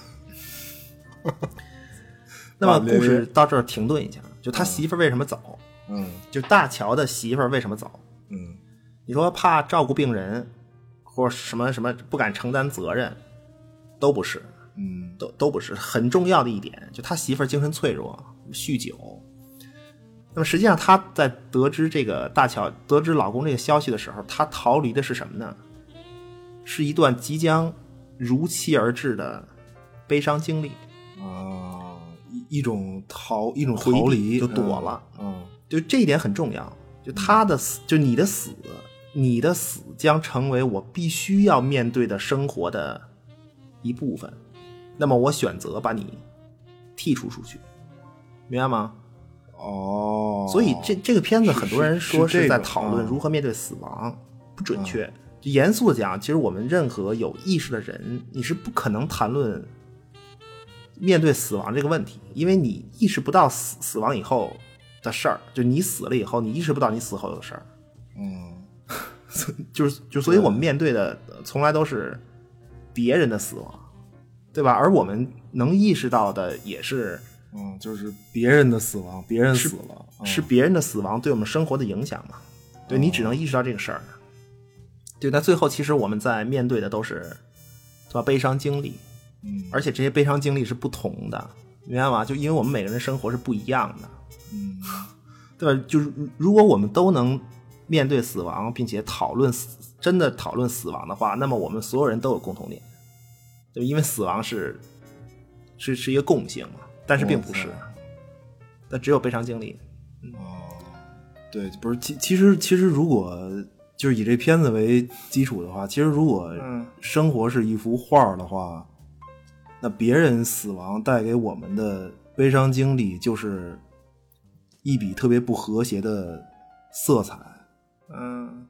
Speaker 3: 那么故事到这儿停顿一下，就他媳妇儿为什么走？
Speaker 2: 嗯
Speaker 3: 就大乔的媳妇儿为什么走？
Speaker 2: 嗯
Speaker 3: 你说怕照顾病人，或者什么什么不敢承担责任，都不是，
Speaker 2: 嗯
Speaker 3: 都都不是很重要的一点。就他媳妇儿精神脆弱，酗酒。那么实际上，她在得知这个大乔得知老公这个消息的时候，她逃离的是什么呢？是一段即将如期而至的悲伤经历。
Speaker 2: 啊，一一种逃，一种
Speaker 3: 回避
Speaker 2: 逃离，
Speaker 3: 就躲了
Speaker 2: 嗯。嗯
Speaker 3: 就这一点很重要。就他的死，就你的死，你的死将成为我必须要面对的生活的一部分。那么我选择把你剔除出去，明白吗？
Speaker 2: 哦，
Speaker 3: 所以这这个片子很多人说
Speaker 2: 是是这
Speaker 3: 在
Speaker 2: 种
Speaker 3: 讨论
Speaker 2: 啊
Speaker 3: 如何面对死亡，不准确。就严肃的讲，其实我们任何有意识的人，你是不可能谈论面对死亡这个问题，因为你意识不到死死亡以后的事儿，就你死了以后，你意识不到你死后的事儿，
Speaker 2: 嗯
Speaker 3: 就是就所以我们面对的呃从来都是别人的死亡，对吧？而我们能意识到的也是
Speaker 2: 嗯，就是别人的死亡，别人死了，嗯
Speaker 3: 是别人的死亡对我们生活的影响嘛？对你只
Speaker 2: 哦
Speaker 3: 能意识到这个事儿。对，但最后其实我们在面对的都是，对吧？悲伤经历，
Speaker 2: 嗯
Speaker 3: 而且这些悲伤经历是不同的，明白吗？就因为我们每个人生活是不一样的，
Speaker 2: 嗯
Speaker 3: 对吧？就是如如果我们都能面对死亡，并且讨论死，真的讨论死亡的话，那么我们所有人都有共同点，对吧，因为死亡是是是一个共性嘛，但是并不是
Speaker 2: 哇塞，
Speaker 3: 但只有悲伤经历，
Speaker 2: 哦，对，不是其其实其实如果就是以这片子为基础的话，其实如果
Speaker 3: 嗯
Speaker 2: 生活是一幅画儿的话，那别人死亡带给我们的悲伤经历就是一笔特别不和谐的色彩，
Speaker 3: 嗯。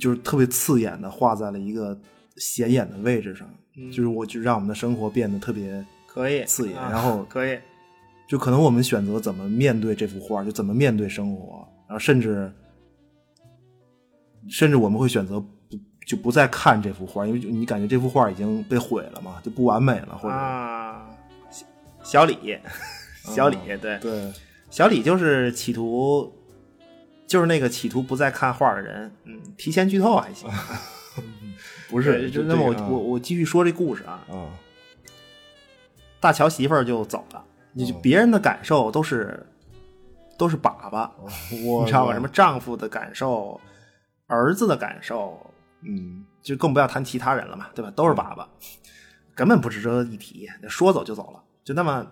Speaker 2: 就是特别刺眼的画在了一个显眼的位置上，就是我就让我们的生活变得特别。
Speaker 3: 嗯可以
Speaker 2: 刺眼
Speaker 3: 啊
Speaker 2: 然后
Speaker 3: 可以，
Speaker 2: 就可能我们选择怎么面对这幅画，就怎么面对生活，然后甚至甚至我们会选择不就不再看这幅画，因为就你感觉这幅画已经被毁了嘛，就不完美了，或者、
Speaker 3: 啊，小李，小李，对，
Speaker 2: 对，啊
Speaker 3: 小李就是企图，就是那个企图不再看画的人，嗯，提前剧透还 行，
Speaker 2: 不
Speaker 3: 不
Speaker 2: 是，
Speaker 3: 就啊
Speaker 2: 就
Speaker 3: 那么
Speaker 2: 这
Speaker 3: 我
Speaker 2: 个
Speaker 3: 我我继续说这故事啊，
Speaker 2: 啊
Speaker 3: 大乔媳妇儿就走了，你就
Speaker 2: 嗯
Speaker 3: 别人的感受都是都是粑粑，
Speaker 2: 啊，我
Speaker 3: 你知道吧？什么丈夫的感受，儿子的感受，
Speaker 2: 嗯
Speaker 3: 就更不要谈其他人了嘛，对吧？都是粑粑，根本不值得一提，说走就走了。就那么，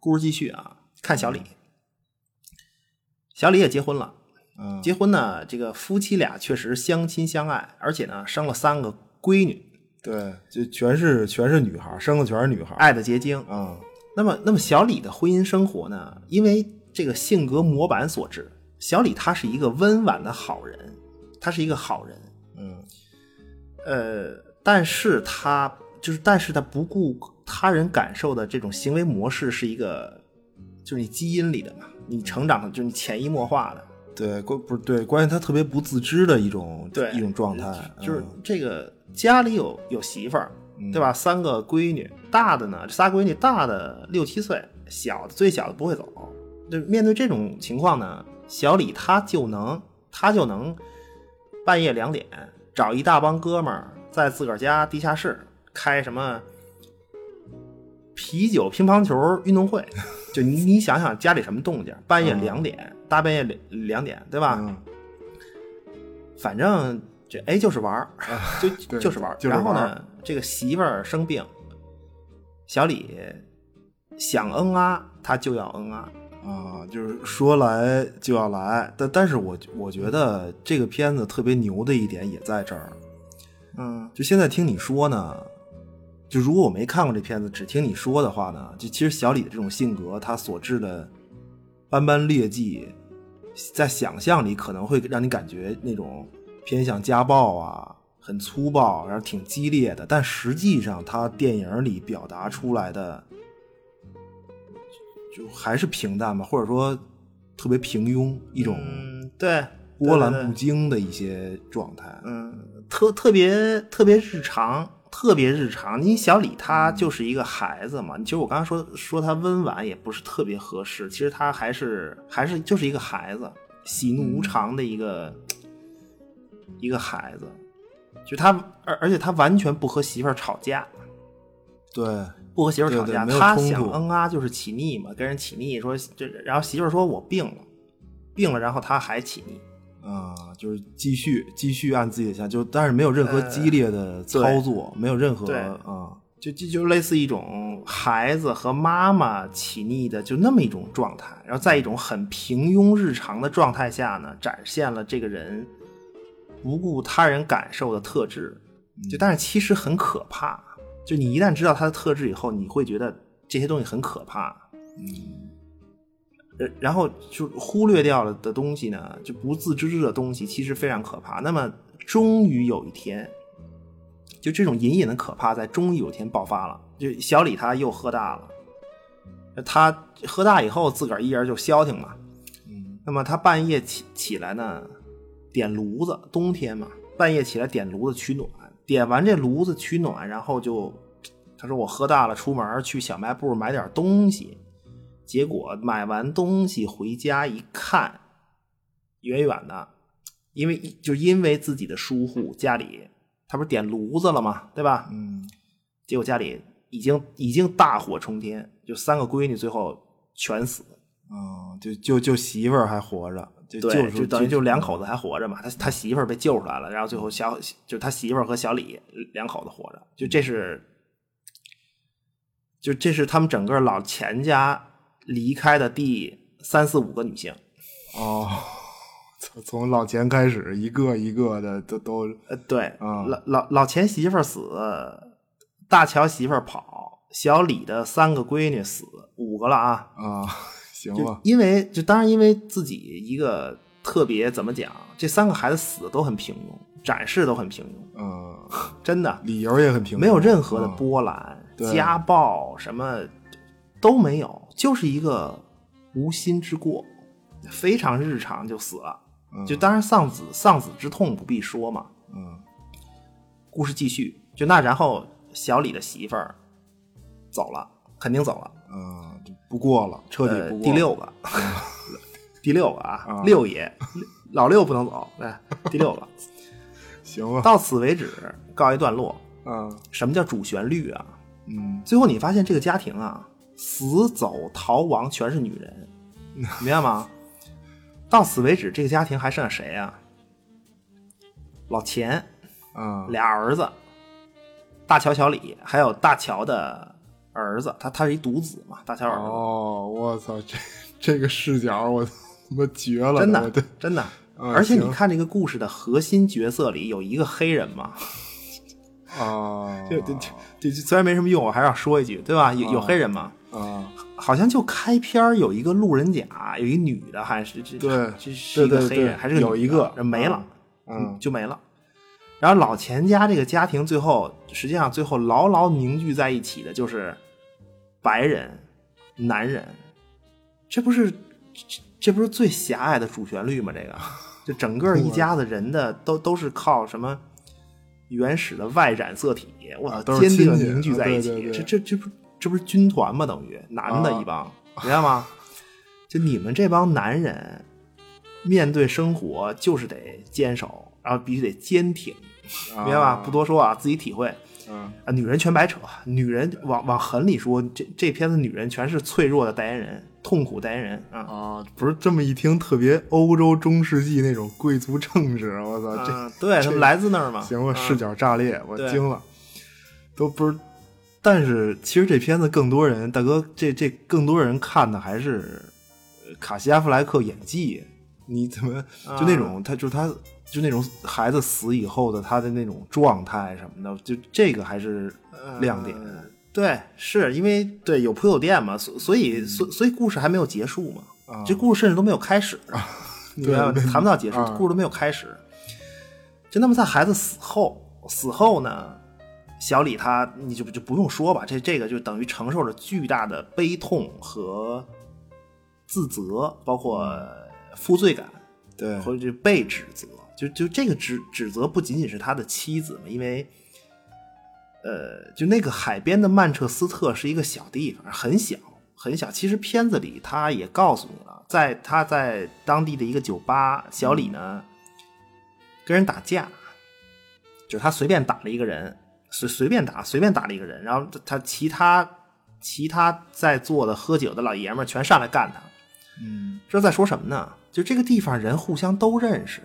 Speaker 3: 故事继续啊，看小李，小李也结婚了。
Speaker 2: 嗯
Speaker 3: 结婚呢，这个夫妻俩确实相亲相爱，而且呢，生了三个闺女，
Speaker 2: 对，就全是全是女孩儿，生的全是女孩儿。
Speaker 3: 爱的结晶。
Speaker 2: 啊，
Speaker 3: 那么，那么小李的婚姻生活呢？因为这个性格模板所致，小李他是一个温婉的好人，他是一个好人。
Speaker 2: 嗯，
Speaker 3: 呃，但是他就是，但是他不顾他人感受的这种行为模式是一个，就是你基因里的嘛，你成长的就是你潜移默化的。
Speaker 2: 对，关不是对，关键他特别不自知的一种
Speaker 3: 对
Speaker 2: 一种状态，
Speaker 3: 就是
Speaker 2: 嗯
Speaker 3: 这个家里有有媳妇儿，对吧？三个闺女，大的呢，这仨闺女大的六七岁，小的最小的不会走。就面对这种情况呢，小李他就能他就能半夜两点找一大帮哥们儿在自个儿家地下室开什么啤酒乒乓球运 动会，就你你想想家里什么动静，半夜两点，大半夜两两点，对吧？
Speaker 2: 嗯
Speaker 3: 反正这哎就是玩儿， 就
Speaker 2: 对
Speaker 3: 就是玩儿。
Speaker 2: 就是
Speaker 3: 然后
Speaker 2: 玩
Speaker 3: 呢，这个媳妇儿生病，小李想嗯啊，他就要嗯啊。
Speaker 2: 啊，就是说来就要来，但但是我我觉
Speaker 3: 呃
Speaker 2: 得这个片子特别牛的一点也在这儿，
Speaker 3: 嗯
Speaker 2: 就现在听你说呢，就如果我没看过这片子，只听你说的话呢，就其实小李的这种性格，他所致的斑斑劣迹，在想象里可能会让你感觉那种偏向家暴啊，很粗暴，然后挺激烈的，但实际上他电影里表达出来的，就还是平淡吧，或者说特别平庸，一种
Speaker 3: 嗯，对，
Speaker 2: 波
Speaker 3: 对
Speaker 2: 澜
Speaker 3: 对
Speaker 2: 不
Speaker 3: 对
Speaker 2: 惊的一些状态。
Speaker 3: 嗯，特特别特别日常，特别日常。你小李他
Speaker 2: 嗯
Speaker 3: 就是一个孩子嘛，其实我刚才说说他温婉也不是特别合适，其实他还是还是就是一个孩子，喜
Speaker 2: 嗯
Speaker 3: 怒无常的一个、一个孩子，就他而而且他完全不和媳妇儿吵架，
Speaker 2: 对，
Speaker 3: 不和媳妇儿吵架，
Speaker 2: 对对没有
Speaker 3: 他
Speaker 2: 冲
Speaker 3: 想
Speaker 2: 突
Speaker 3: 嗯啊就是起腻嘛，跟人起腻说这，然后媳妇儿说我病了，病了，然后他还起腻。
Speaker 2: 啊、就是继续继续按自己的想，就但是没有任何激烈的操作，没有任何
Speaker 3: 对
Speaker 2: 啊、
Speaker 3: 就就就类似一种孩子和妈妈起腻的就那么一种状态，然后在一种很平庸日常的状态下呢，展现了这个人不顾他人感受的特质，就但是其实很可怕。就你一旦知道他的特质以后，你会觉得这些东西很可怕。呃然后就忽略掉了的东西呢，就不自知的东西，其实非常可怕。那么终于有一天，就这种隐隐的可怕在终于有一天爆发了。就小李他又喝大了，他喝大以后自个儿一人就消停嘛。
Speaker 2: 嗯
Speaker 3: 那么他半夜起起来呢，点炉子，冬天嘛，半夜起来点炉子取暖，点完这炉子取暖，然后就他说我喝大了，出门去小卖部买点东西，结果买完东西回家一看，远远的，因为就因为自己的疏忽，家里他不是点炉子了嘛，对吧？
Speaker 2: 嗯，
Speaker 3: 结果家里已经已经大火冲天，就三个闺女最后全死。
Speaker 2: 啊，就就就媳妇儿还活着，就
Speaker 3: 对，
Speaker 2: 就是
Speaker 3: 就等于就两口子还活着嘛，他他媳妇儿被救出来了，然后最后小就他媳妇儿和小李两口子活着，就这是，就这是他们整个老钱家离开的第三四五个女性，
Speaker 2: 哦，从从老钱开始，一个一个的都都
Speaker 3: 呃，对，
Speaker 2: 啊
Speaker 3: 老老老钱媳妇儿死，大乔媳妇儿跑，小李的三个闺女死，五个了啊，
Speaker 2: 啊，行
Speaker 3: 就
Speaker 2: 吧，
Speaker 3: 因为就当然因为自己一个特别怎么讲，这三个孩子死得都很平庸，展示都很平庸，
Speaker 2: 嗯，
Speaker 3: 真的。
Speaker 2: 理由也很平，
Speaker 3: 没有任何的
Speaker 2: 啊
Speaker 3: 波澜、
Speaker 2: 对
Speaker 3: 家暴什么都没有，就是一个无心之过，非常日常就死了。就当然丧子丧子之痛不必说嘛。
Speaker 2: 嗯，
Speaker 3: 故事继续，就那然后小李的媳妇儿走了，肯定走了。
Speaker 2: 啊，就不过了，彻底
Speaker 3: 呃
Speaker 2: 不过了、
Speaker 3: 第六个，第六个啊
Speaker 2: 啊，
Speaker 3: 六爷老六不能走，来第六个，
Speaker 2: 行吧，
Speaker 3: 到此为止告一段落。
Speaker 2: 嗯
Speaker 3: 什么叫主旋律啊？
Speaker 2: 嗯，
Speaker 3: 最后你发现这个家庭啊，死走逃亡全是女人，明白吗？到此为止，这个家庭还剩下谁啊？老钱、
Speaker 2: 啊，
Speaker 3: 俩儿子，大乔、小李，还有大乔的儿子，他他是一独子嘛，大乔儿子、
Speaker 2: 哦，我操，这这个视角我他妈绝了，
Speaker 3: 真
Speaker 2: 我
Speaker 3: 的
Speaker 2: 这
Speaker 3: 真的。
Speaker 2: 嗯
Speaker 3: 而且你
Speaker 2: 行
Speaker 3: 看这个故事的核心角色里有一个黑人嘛，
Speaker 2: 啊，
Speaker 3: 就就就就虽然没什么用，我还是要说一句，对吧？有有黑人嘛？
Speaker 2: 啊，
Speaker 3: 好像就开篇儿有一个路人甲，有一女的，还是这
Speaker 2: 对
Speaker 3: 这是一个啊
Speaker 2: 对对
Speaker 3: 黑
Speaker 2: 对
Speaker 3: 人，还是
Speaker 2: 有
Speaker 3: 女
Speaker 2: 一
Speaker 3: 的
Speaker 2: 个
Speaker 3: 然后没了，
Speaker 2: 嗯
Speaker 3: 就没了。然后老钱家这个家庭最后实际上最后牢牢凝聚在一起的就是白人、男人，这不是这这不是最狭隘的主旋律吗？这个就整个一家子人的都都是靠什么原始的外染色体，哇
Speaker 2: 啊，都是
Speaker 3: 坚定地
Speaker 2: 亲戚
Speaker 3: 凝聚在一起，
Speaker 2: 啊对对对
Speaker 3: 这这这不这不是军团吗？等于男的
Speaker 2: 啊
Speaker 3: 一帮，你知道吗？就你们这帮男人，面对生活就是得坚守，然后必须得坚挺，
Speaker 2: 啊
Speaker 3: 明白吧？不，多说啊，自己体会
Speaker 2: 嗯
Speaker 3: 啊。女人全白扯，女人往往狠里说，这这片子女人全是脆弱的代言人，痛苦代言人啊。
Speaker 2: 啊，不是这么一听特别欧洲中世纪那种贵族政治，我操，这
Speaker 3: 啊，对，他们来自那儿嘛。
Speaker 2: 行，我
Speaker 3: 啊
Speaker 2: 视角炸裂，我
Speaker 3: 对
Speaker 2: 惊了，都不是。但是其实这片子更多人，大哥，这这更多人看的还是呃卡西·阿弗莱克演技。你怎么
Speaker 3: 啊
Speaker 2: 就那种、他就他就那种孩子死以后的他的那种状态什么的，就这个还是亮点。
Speaker 3: 呃对，是因为对有铺有垫嘛，所所以所所以故事还没有结束嘛，
Speaker 2: 嗯啊
Speaker 3: 这故事甚至都没有开始，
Speaker 2: 对
Speaker 3: 对吧？
Speaker 2: 没
Speaker 3: 谈不到结束，
Speaker 2: 啊
Speaker 3: 故事都没有开始。就那么在孩子死后，死后呢，小李他你就就不用说吧，这这个就等于承受着巨大的悲痛和自责，包括负罪感，
Speaker 2: 对，
Speaker 3: 或者就被指责，就就这个指指责不仅仅是他的妻子嘛，因为，呃，就那个海边的曼彻斯特是一个小地方，很小很小。其实片子里他也告诉你了，在他在当地的一个酒吧，小李呢、跟人打架，就是他随便打了一个人，随随便打随便打了一个人，然后他其他其他在座的喝酒的老爷们儿全上来干他。
Speaker 2: 嗯，
Speaker 3: 这在说什么呢？就这个地方人互相都认识，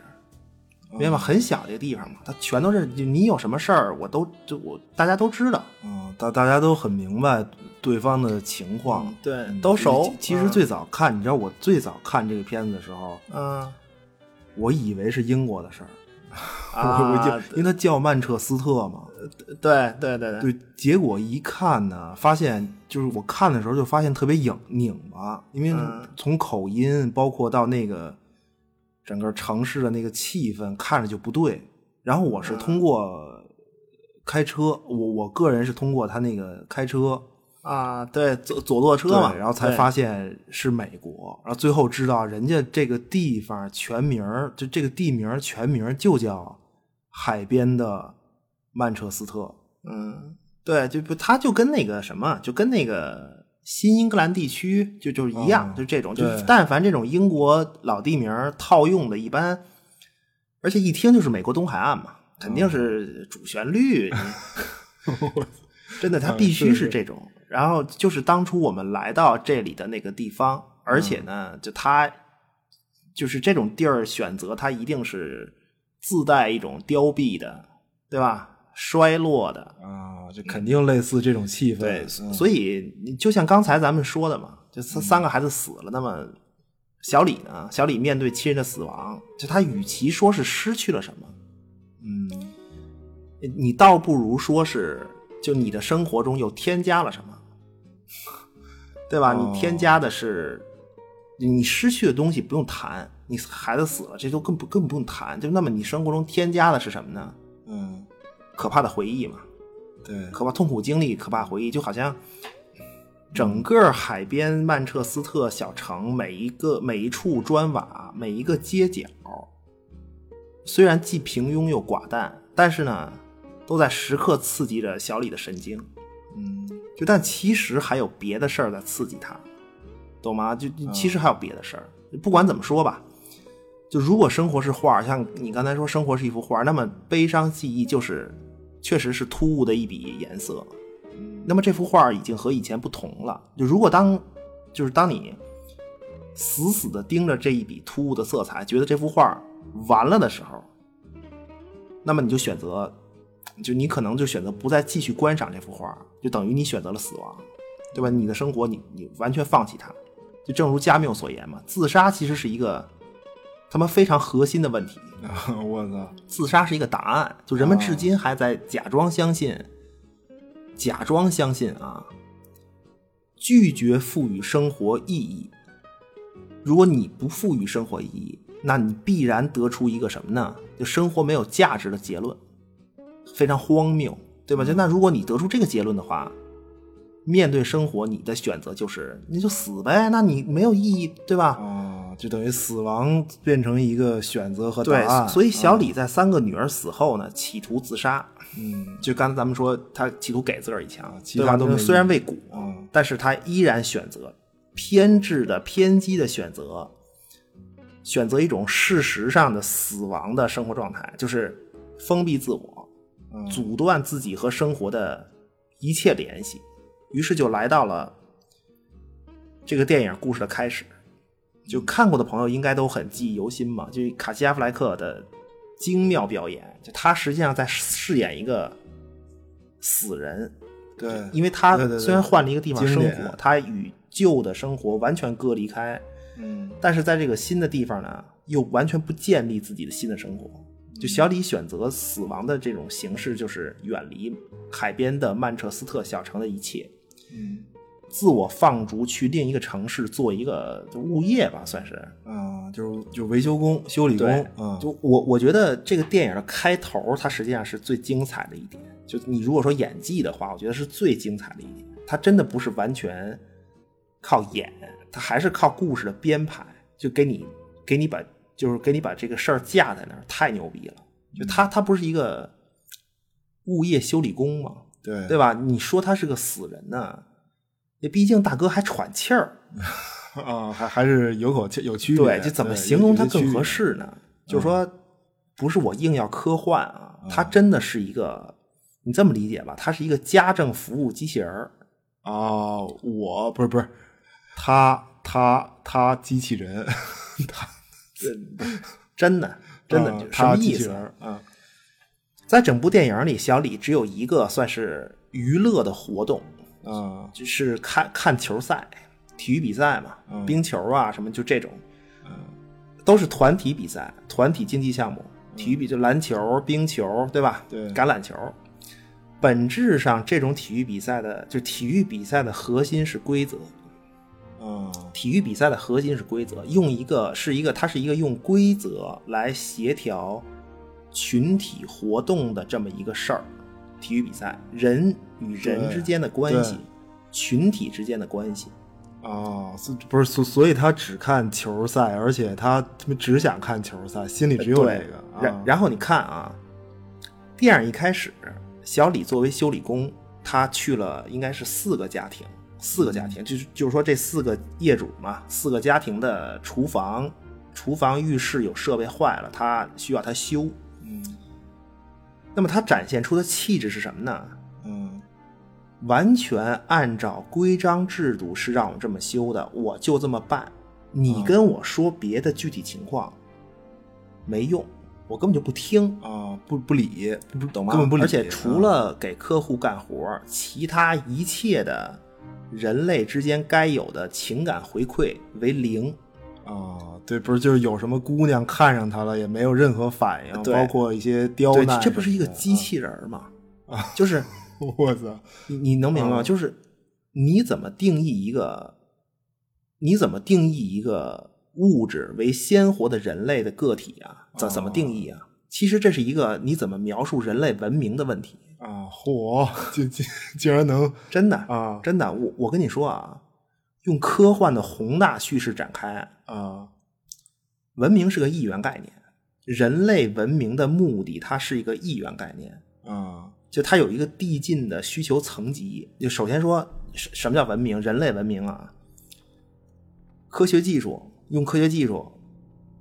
Speaker 2: 哦
Speaker 3: 明白吗？很小的一个地方嘛，他全都认识。就你有什么事儿，我都就我大家都知道，
Speaker 2: 啊，大大家都很明白对方的情况，
Speaker 3: 对
Speaker 2: 嗯
Speaker 3: 都熟
Speaker 2: 其。其实最早看，你知道我最早看这个片子的时候，
Speaker 3: 嗯
Speaker 2: 我以为是英国的事儿， 我我
Speaker 3: 啊
Speaker 2: 就，因为它叫曼彻斯特嘛，
Speaker 3: 对对对对
Speaker 2: 对，结果一看呢，发现就是我看的时候就发现特别拧拧巴，因为
Speaker 3: 嗯
Speaker 2: 从口音包括到那个整个城市的那个气氛看着就不对。然后我是通过开车，我我个人是通过他那个开车
Speaker 3: 啊，对左左舵车嘛，
Speaker 2: 对然后才
Speaker 3: 对
Speaker 2: 发现是美国，然后最后知道人家这个地方全名儿，就这个地名儿全名儿就叫海边的曼彻斯特。
Speaker 3: 嗯，对，就不他就跟那个什么，就跟那个新英格兰地区就就是一
Speaker 2: 嗯
Speaker 3: 样，就这种，就是
Speaker 2: 对
Speaker 3: 但凡这种英国老地名儿套用的，一般，而且一听就是美国东海岸嘛，肯定是主旋律。你真的，它
Speaker 2: 嗯
Speaker 3: 必
Speaker 2: 是
Speaker 3: 须
Speaker 2: 是
Speaker 3: 是这种。然后就是当初我们来到这里的那个地方，而且呢，就它就是这种地儿选择，它一定是自带一种凋敝的，对吧？衰落的，
Speaker 2: 啊，这肯定类似这种气氛。
Speaker 3: 对，
Speaker 2: 嗯
Speaker 3: 所以你就像刚才咱们说的嘛，就三三个孩子死了，那么小李呢？小李面对亲人的死亡，就他与其说是失去了什么，
Speaker 2: 嗯
Speaker 3: 你倒不如说是就你的生活中又添加了什么， 对吧？
Speaker 2: 哦
Speaker 3: 你添加的是你失去的东西不用谈，你孩子死了这都更不更不用谈，就那么你生活中添加的是什么呢？
Speaker 2: 嗯，
Speaker 3: 可怕的回忆嘛，
Speaker 2: 对，
Speaker 3: 可怕痛苦经历，可怕回忆，就好像整个海边曼彻斯特小城每一个每一处砖瓦，每一个街角，虽然既平庸又寡淡，但是呢，都在时刻刺激着小李的神经。
Speaker 2: 嗯
Speaker 3: 就但其实还有别的事儿在刺激他，懂吗？就就其实还有别的事儿。不管怎么说吧，就如果生活是画儿，像你刚才说生活是一幅画儿，那么悲伤记忆就是确实是突兀的一笔颜色。那么这幅画儿已经和以前不同了。就如果当就是当你死死的盯着这一笔突兀的色彩，觉得这幅画儿完了的时候，那么你就选择，就你可能就选择不再继续观赏这幅画，就等于你选择了死亡，对吧？你的生活你你完全放弃它，就正如加缪所言嘛，自杀其实是一个他妈非常核心的问题。
Speaker 2: 我操，
Speaker 3: 自杀是一个答案，就人们至今还在假装相信，假装相信啊，拒绝赋予生活意义。如果你不赋予生活意义，那你必然得出一个什么呢？就生活没有价值的结论，非常荒谬，对吧？就那如果你得出这个结论的话，面对生活，你的选择就是那就死呗，那你没有意义，对吧？
Speaker 2: 啊，就等于死亡变成一个选择和答
Speaker 3: 对，
Speaker 2: 案。
Speaker 3: 所以小
Speaker 2: 啊，
Speaker 3: 李在三个女儿死后呢，企图自杀。
Speaker 2: 嗯
Speaker 3: 就刚才咱们说，他企图给自个儿一枪，
Speaker 2: 其
Speaker 3: 对吧
Speaker 2: 他都没
Speaker 3: 虽然未果，
Speaker 2: 啊，
Speaker 3: 但是他依然选择偏执的、偏激的选择，选择一种事实上的死亡的生活状态，就是封闭自我，
Speaker 2: 嗯
Speaker 3: 阻断自己和生活的一切联系，于是就来到了这个电影故事的开始。就看过的朋友应该都很记忆犹新嘛，就卡西·阿弗莱克的精妙表演，就他实际上在饰演一个死人，
Speaker 2: 对，
Speaker 3: 因为他
Speaker 2: 对对对
Speaker 3: 虽然换了一个地方
Speaker 2: 经
Speaker 3: 生
Speaker 2: 典
Speaker 3: 活，他与旧的生活完全割离开，
Speaker 2: 嗯
Speaker 3: 但是在这个新的地方呢，又完全不建立自己的新的生活。就小李选择死亡的这种形式，就是远离海边的曼彻斯特小城的一切，
Speaker 2: 嗯
Speaker 3: 自我放逐去另一个城市做一个物业吧，算是。
Speaker 2: 啊，就是就维修工、修理工
Speaker 3: 对
Speaker 2: 啊，
Speaker 3: 就我我觉得这个电影的开头，它实际上是最精彩的一点。就你如果说演技的话，我觉得是最精彩的一点。它真的不是完全靠演，它还是靠故事的编排，就给你给你把就是给你把这个事儿架在那儿，太牛逼了。就他他不是一个物业修理工吗？
Speaker 2: 对
Speaker 3: 对吧？你说他是个死人呢、也毕竟大哥还喘气儿，
Speaker 2: 啊，还还是有口气有区别，
Speaker 3: 对，就怎么
Speaker 2: 对
Speaker 3: 形容它
Speaker 2: 有有些区别
Speaker 3: 更
Speaker 2: 嗯
Speaker 3: 合适呢？就是说，不是我硬要科幻啊，
Speaker 2: 嗯
Speaker 3: 它真的是一个，你这么理解吧，它是一个家政服务机器人儿。
Speaker 2: 啊？我不是不是，他他他机器人，
Speaker 3: 真的， 真的，
Speaker 2: 啊
Speaker 3: 就什
Speaker 2: 他
Speaker 3: 么
Speaker 2: 机
Speaker 3: 意
Speaker 2: 器
Speaker 3: 思
Speaker 2: 人
Speaker 3: 啊？
Speaker 2: 儿啊？
Speaker 3: 在整部电影里，小李只有一个算是娱乐的活动，
Speaker 2: 啊，
Speaker 3: 就是看看球赛、体育比赛嘛，
Speaker 2: 嗯
Speaker 3: 冰球啊什么，就这种
Speaker 2: 嗯
Speaker 3: 都是团体比赛、团体竞技项目。体育比就篮球、冰球，对吧？
Speaker 2: 对
Speaker 3: 橄榄球。本质上，这种体育比赛的就体育比赛的核心是规则。
Speaker 2: 啊，
Speaker 3: 体育比赛的核心是规则，用一个是一个，它是一个用规则来协调群体活动的这么一个事儿。体育比赛，人与人
Speaker 2: 对
Speaker 3: 之间的关系
Speaker 2: 对，
Speaker 3: 群体之间的关系，
Speaker 2: 哦，所不是所，所以他只看球赛，而且他他妈只想看球赛，心里只有这
Speaker 3: 对
Speaker 2: 个。
Speaker 3: 然然后你看啊，电影一开始，小李作为修理工，他去了应该是四个家庭，四个家庭，就是就是说这四个业主嘛，四个家庭的厨房、厨房浴室有设备坏了，他需要他修。
Speaker 2: 嗯
Speaker 3: 那么他展现出的气质是什么呢？
Speaker 2: 嗯
Speaker 3: 完全按照规章制度是让我这么修的，我就这么办。你
Speaker 2: 嗯
Speaker 3: 跟我说别的具体情况、没用，我根本就不听。
Speaker 2: 啊，不不理，不
Speaker 3: 懂吗？
Speaker 2: 根本不理。啊
Speaker 3: 而且除了给客户干活，其他一切的人类之间该有的情感回馈为零。
Speaker 2: 啊，对，不是就是有什么姑娘看上他了，也没有任何反应，
Speaker 3: 对
Speaker 2: 包括一些刁
Speaker 3: 对
Speaker 2: 难什么，的。
Speaker 3: 这不是一个机器人儿吗？就是
Speaker 2: 啊？ 我操！
Speaker 3: 你你能明白吗？
Speaker 2: 嗯
Speaker 3: 就是你怎么定义一个，你怎么定义一个物质为鲜活的人类的个体啊？
Speaker 2: 哦
Speaker 3: 怎怎么定义啊？其实这是一个你怎么描述人类文明的问题。
Speaker 2: 啊，嚯，竟竟竟然能
Speaker 3: 真的
Speaker 2: 啊
Speaker 3: 真的，我我跟你说啊，用科幻的宏大叙事展开，
Speaker 2: 啊
Speaker 3: 文明是个意愿概念，人类文明的目的它是一个意愿概念，
Speaker 2: 啊
Speaker 3: 就它有一个递进的需求层级。就首先说什什么叫文明？人类文明啊，科学技术用科学技术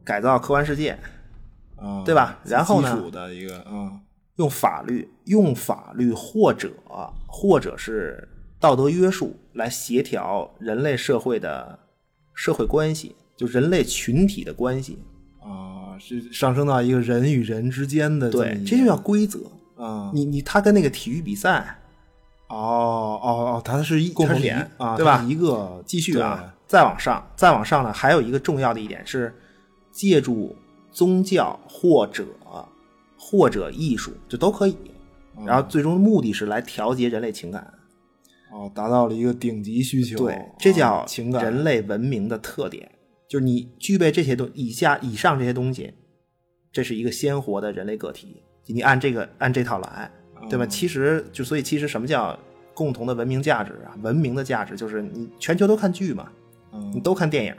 Speaker 3: 改造客观世界，
Speaker 2: 啊，
Speaker 3: 对吧然后呢
Speaker 2: 基础的一个啊
Speaker 3: 用法律，用法律或者或者是道德约束来协调人类社会的社会关系，就人类群体的关系。
Speaker 2: 啊，是上升到一个人与人之间的么
Speaker 3: 对，
Speaker 2: 一
Speaker 3: 这就叫规则。
Speaker 2: 个啊。
Speaker 3: 你你他跟那个体育比赛
Speaker 2: 哦哦哦，它是一
Speaker 3: 共
Speaker 2: 它
Speaker 3: 同
Speaker 2: 是一
Speaker 3: 点
Speaker 2: 啊，
Speaker 3: 对吧
Speaker 2: 它是一个
Speaker 3: 啊继续啊，再往上，再往上呢，还有一个重要的一点是，借助宗教或者或者艺术，就都可以。然后最终目的是来调节人类情感，
Speaker 2: 哦，达到了一个顶级需求。
Speaker 3: 对，这叫
Speaker 2: 啊情感
Speaker 3: 人类文明的特点，就是你具备这些东以下以上这些东西，这是一个鲜活的人类个体。你按这个按这套来，对吧？
Speaker 2: 嗯
Speaker 3: 其实就所以其实什么叫共同的文明价值啊？文明的价值就是你全球都看剧嘛，
Speaker 2: 嗯
Speaker 3: 你都看电影，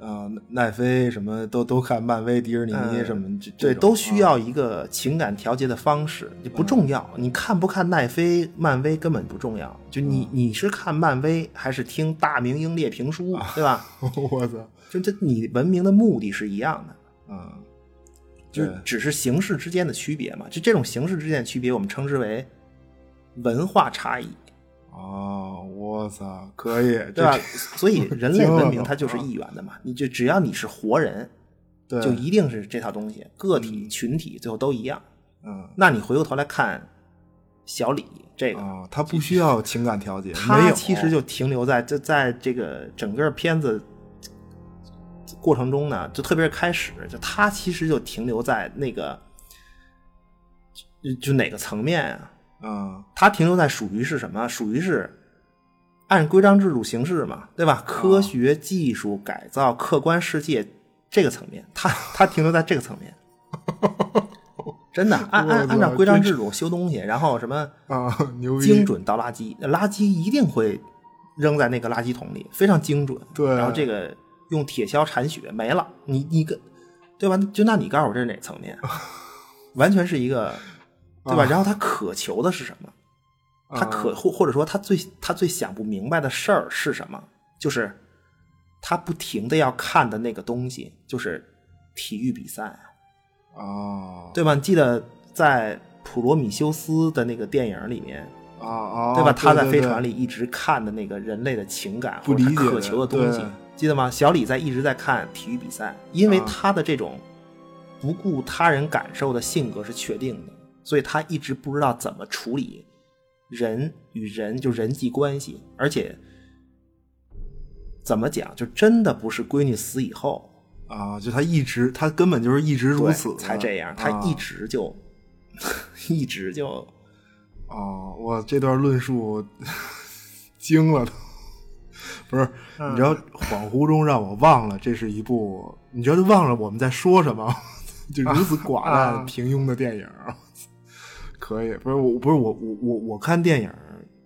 Speaker 2: 啊，奈飞什么都都看，漫威、迪士尼
Speaker 3: 嗯
Speaker 2: 什么这，这种
Speaker 3: 对，
Speaker 2: 啊嗯
Speaker 3: 都需要一个情感调节的方式，就不重要。你看不看奈飞、漫威根本不重要，就你、
Speaker 2: 嗯
Speaker 3: 你是看漫威还是听大明英烈 评书，对吧？
Speaker 2: 啊 我操，
Speaker 3: 就这你文明的目的是一样的，
Speaker 2: 嗯，
Speaker 3: 就
Speaker 2: 对
Speaker 3: 只是形式之间的区别嘛。就这种形式之间的区别，我们称之为文化差异，
Speaker 2: 啊，我操，可以，
Speaker 3: 对吧
Speaker 2: 这？
Speaker 3: 所以人类文明它就是
Speaker 2: 惊了
Speaker 3: 一元的嘛，你就只要你是活人，
Speaker 2: 对，
Speaker 3: 就一定是这套东西，个体、群体最后都一样。
Speaker 2: 嗯
Speaker 3: 那你回过头来看小李这个，
Speaker 2: 啊，他不需要情感调节，没
Speaker 3: 他
Speaker 2: 有，
Speaker 3: 其实就停留在就在这个整个片子过程中呢，就特别是开始，就他其实就停留在那个就就哪个层面啊？
Speaker 2: 嗯
Speaker 3: 他停留在属于是什么？属于是按规章制度行事嘛，对
Speaker 2: 哦
Speaker 3: 吧？科学技术改造、客观世界这个层面， 他他停留在这个层面。真的，按按按照规章制度修东西，然后什么
Speaker 2: 啊， 牛逼，
Speaker 3: 精准倒垃圾，垃圾一定会扔在那个垃圾桶里，非常精准。
Speaker 2: 对
Speaker 3: 然后这个用铁锹铲雪没了，你你个对吧？就那你告诉我这是哪层面？完全是一个对吧？然后他渴求的是什么？
Speaker 2: 啊
Speaker 3: 他可或或者说他最他最想不明白的事儿是什么？就是他不停的要看的那个东西，就是体育比赛。
Speaker 2: 啊，
Speaker 3: 对吧？你记得在普罗米修斯的那个电影里面，
Speaker 2: 啊啊，
Speaker 3: 对吧？他在
Speaker 2: 对
Speaker 3: 飞船，
Speaker 2: 对
Speaker 3: 里一直看的那个人类的情感
Speaker 2: 不
Speaker 3: 或者他
Speaker 2: 理解
Speaker 3: 渴
Speaker 2: 的
Speaker 3: 求的东西
Speaker 2: 对，
Speaker 3: 记得吗？小李在一直在看体育比赛，因为
Speaker 2: 啊
Speaker 3: 他的这种不顾他人感受的性格是确定的，所以他一直不知道怎么处理人与人就人际关系，而且怎么讲，就真的不是闺女死以后
Speaker 2: 对啊，就他一直，他根本就是一直如
Speaker 3: 对
Speaker 2: 此的
Speaker 3: 才这样，他
Speaker 2: 啊
Speaker 3: 一直就、 一直就。
Speaker 2: 哦，我这段论述 惊了都，不是，你知道，恍惚中让我忘了这是一部，你知道就忘了我们在说什么， 就如此寡淡、
Speaker 3: 啊
Speaker 2: 平庸的电影， 可以，不是我，不是我，我我我看电影，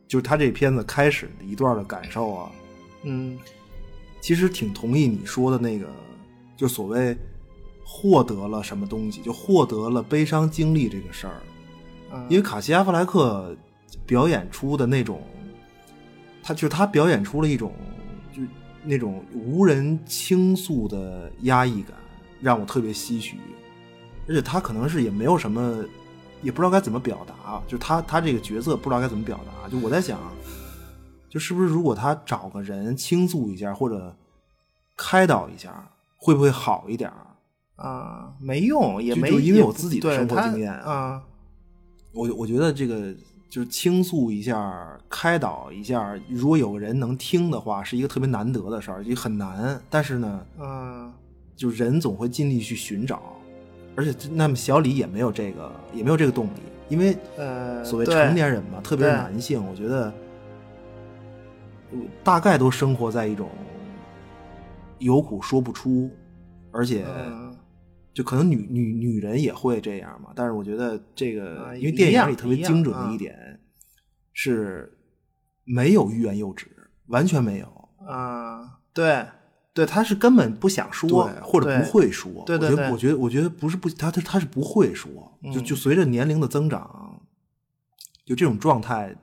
Speaker 2: 就他这片子开始的一段的感受啊，
Speaker 3: 嗯，
Speaker 2: 其实挺同意你说的那个，就所谓获得了什么东西，就获得了悲伤经历这个事儿。
Speaker 3: 嗯
Speaker 2: 因为卡西·阿弗莱克表演出的那种，他就是他表演出了一种就那种无人倾诉的压抑感，让我特别唏嘘。而且他可能是也没有什么，也不知道该怎么表达，啊就他他这个角色不知道该怎么表达。就我在想，就是不是如果他找个人倾诉一下，或者开导一下，会不会好一点儿？
Speaker 3: 啊，没用，也
Speaker 2: 就
Speaker 3: 没
Speaker 2: 就因为
Speaker 3: 也
Speaker 2: 我
Speaker 3: 不
Speaker 2: 自己的
Speaker 3: 对
Speaker 2: 生活
Speaker 3: 他
Speaker 2: 经验
Speaker 3: 啊，
Speaker 2: 我我觉得这个就是倾诉一下、开导一下，如果有个人能听的话，是一个特别难得的事儿，也很难。但是呢，
Speaker 3: 嗯，
Speaker 2: 就人总会尽力去寻找，而且这那么小李也没有这个，也没有这个动力，因为
Speaker 3: 呃，
Speaker 2: 所谓
Speaker 3: 对
Speaker 2: 成年人嘛，特别是
Speaker 3: 对
Speaker 2: 男性，我觉得呃大概都生活在一种有苦说不出，而且。
Speaker 3: 嗯
Speaker 2: 就可能女女女人也会这样嘛，但是我觉得这个，
Speaker 3: 啊
Speaker 2: 因为
Speaker 3: 一
Speaker 2: 电影
Speaker 3: 样
Speaker 2: 里特别
Speaker 3: 一样
Speaker 2: 精准的
Speaker 3: 啊
Speaker 2: 一点、是没有欲言又止，完全没有，
Speaker 3: 啊，对对，他是根本不想说，
Speaker 2: 或者不
Speaker 3: 对，
Speaker 2: 会说。
Speaker 3: 对对对
Speaker 2: 我觉得我觉得我觉得不是不，他他他是不会说，就
Speaker 3: 嗯
Speaker 2: 就随着年龄的增长，就这种状态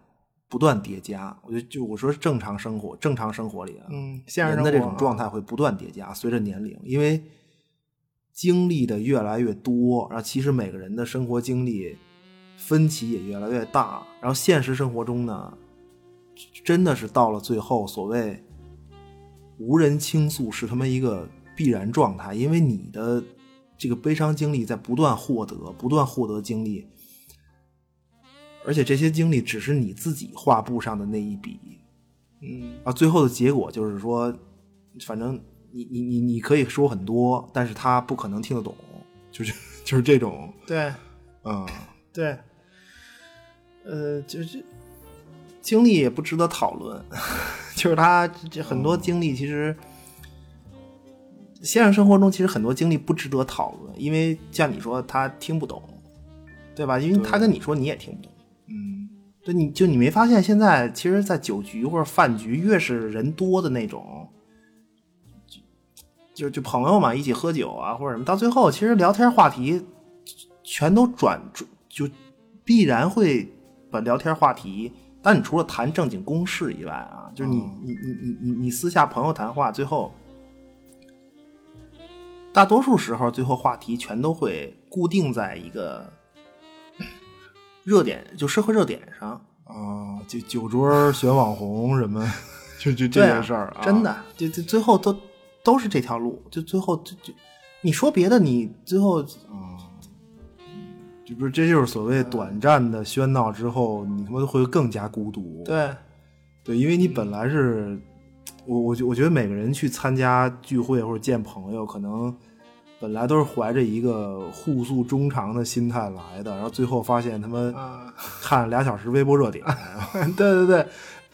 Speaker 2: 不断叠加。我觉得就我说正常生活，正常生活里啊，
Speaker 3: 嗯，现实
Speaker 2: 人的这
Speaker 3: 生活
Speaker 2: 种状态会不断叠加，随着年龄，因为经历的越来越多，然后其实每个人的生活经历分歧也越来越大，然后现实生活中呢，真的是到了最后，所谓无人倾诉是他妈一个必然状态，因为你的这个悲伤经历在不断获得，不断获得经历。而且这些经历只是你自己画布上的那一笔，
Speaker 3: 嗯
Speaker 2: 啊，最后的结果就是说，反正
Speaker 3: 你你你你可以说很多，但是他不可能听得懂，就是就是这种，
Speaker 4: 对
Speaker 3: 嗯，
Speaker 4: 对，呃，就是
Speaker 3: 经历也不值得讨论， 就是他这很多经历其实。现实生活中，其实很多经历不值得讨论，因为像你说，他听不懂，对吧？因为他跟你说，你也听不懂。
Speaker 2: 嗯，
Speaker 3: 对，你就你没发现现在，其实，在酒局或者饭局，越是人多的那种，就就朋友嘛，一起喝酒啊，或者什么，到最后，其实聊天话题全都转，就必然会把聊天话题。但你除了谈正经公事以外啊，就是你、
Speaker 2: 嗯
Speaker 3: 你你你你你私下朋友谈话，最后大多数时候，最后话题全都会固定在一个热点，就社会热点上。
Speaker 2: 啊，酒酒桌选网红什么，就就这
Speaker 3: 对
Speaker 2: 些事儿、
Speaker 3: 啊，真，的，就就最后都都是这条路，就最后就就你说别的，你最后
Speaker 2: 嗯就不是这就是所谓短暂的喧闹之后，你他妈会更加孤独。
Speaker 3: 对
Speaker 2: 对，因为你本来是，我我觉我觉得每个人去参加聚会或者见朋友，可能本来都是怀着一个互诉衷肠的心态来的，然后最后发现他们
Speaker 3: 啊，
Speaker 2: 看了俩小时微博热点，
Speaker 3: 对对对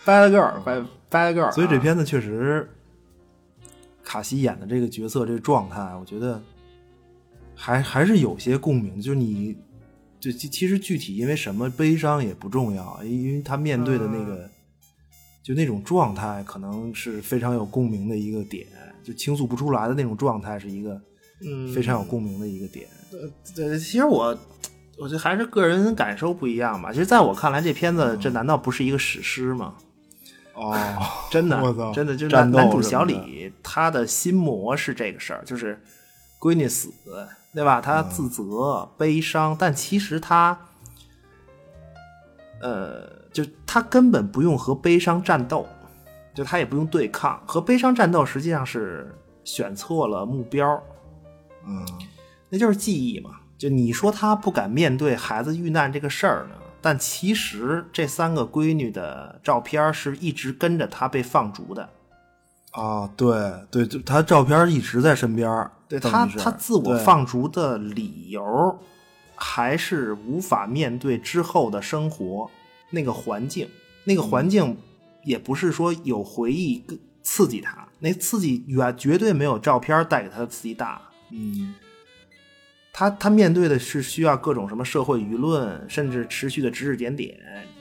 Speaker 3: ，bad girl，bad bad girl，
Speaker 2: 所以这
Speaker 3: 啊
Speaker 2: 片子确实，卡西演的这个角色这个状态，我觉得还还是有些共鸣。就是你，就其其实具体因为什么悲伤也不重要，因因为他面对的那
Speaker 3: 嗯
Speaker 2: 个、就那种状态，可能是非常有共鸣的一个点。就倾诉不出来的那种状态，是一个
Speaker 3: 嗯呃
Speaker 2: 非常有共鸣的一个点。
Speaker 3: 对，其实我我觉得还是个人感受不一样吧。其实在我看来，这片子
Speaker 2: 嗯
Speaker 3: 这难道不是一个史诗吗？
Speaker 2: 哦，
Speaker 3: 真
Speaker 2: 我操
Speaker 3: 的，真的就是
Speaker 2: 战
Speaker 3: 男
Speaker 2: 斗
Speaker 3: 男主
Speaker 2: 什么
Speaker 3: 小
Speaker 2: 的
Speaker 3: 李他的心魔是这个事儿，就是闺女死，对吧？他
Speaker 2: 嗯
Speaker 3: 自责、悲伤，但其实他，呃，就他根本不用和悲伤战斗，就他也不用对抗，和悲伤战斗实际上是选错了目标，
Speaker 2: 嗯，
Speaker 3: 那就是记忆嘛。就你说他不敢面对孩子遇难这个事儿呢，但其实这三个闺女的照片是一直跟着他被放逐的。
Speaker 2: 啊，对对，就他照片一直在身边儿，
Speaker 3: 对
Speaker 2: 等于
Speaker 3: 他，
Speaker 2: 是
Speaker 3: 他自我
Speaker 2: 对
Speaker 3: 放逐的理由还是无法面对之后的生活那个环境，那
Speaker 2: 嗯
Speaker 3: 个环境也不是说有回忆更刺激他，那刺激远绝对没有照片带给他的刺激大。
Speaker 2: 嗯
Speaker 3: 他他面对的是需要各种什么社会舆论，甚至持续的指指点点，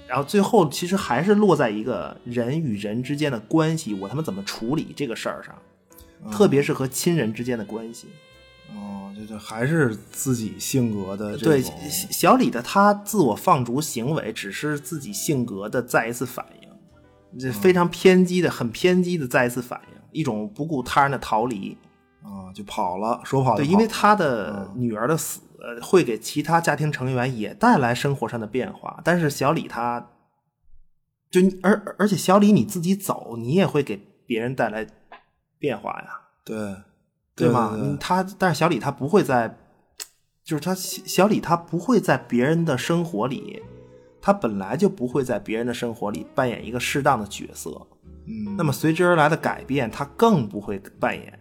Speaker 3: 然后最后其实还是落在一个人与人之间的关系，我他妈怎么处理这个事儿上，
Speaker 2: 嗯
Speaker 3: 特别是和亲人之间的关系。
Speaker 2: 哦，这这还是自己性格的这
Speaker 3: 对，
Speaker 2: 种
Speaker 3: 小小李的他自我放逐行为只是自己性格的再一次反应，
Speaker 2: 嗯
Speaker 3: 这非常偏激的、很偏激的再一次反应，一种不顾他人的逃离。
Speaker 2: 啊、就跑了，说跑就
Speaker 3: 对，
Speaker 2: 跑
Speaker 3: 因为他的
Speaker 2: 嗯
Speaker 3: 女儿的死、呃会给其他家庭成员也带来生活上的变化，但是小李他，就你而而且小李你自己走，你也会给别人带来变化呀。
Speaker 2: 对对
Speaker 3: 对吗？
Speaker 2: 对对
Speaker 3: 嗯他但是小李他不会在，就是他小小李他不会在别人的生活里，他本来就不会在别人的生活里扮演一个适当的角色。
Speaker 2: 嗯，
Speaker 3: 那么随之而来的改变，他更不会扮演。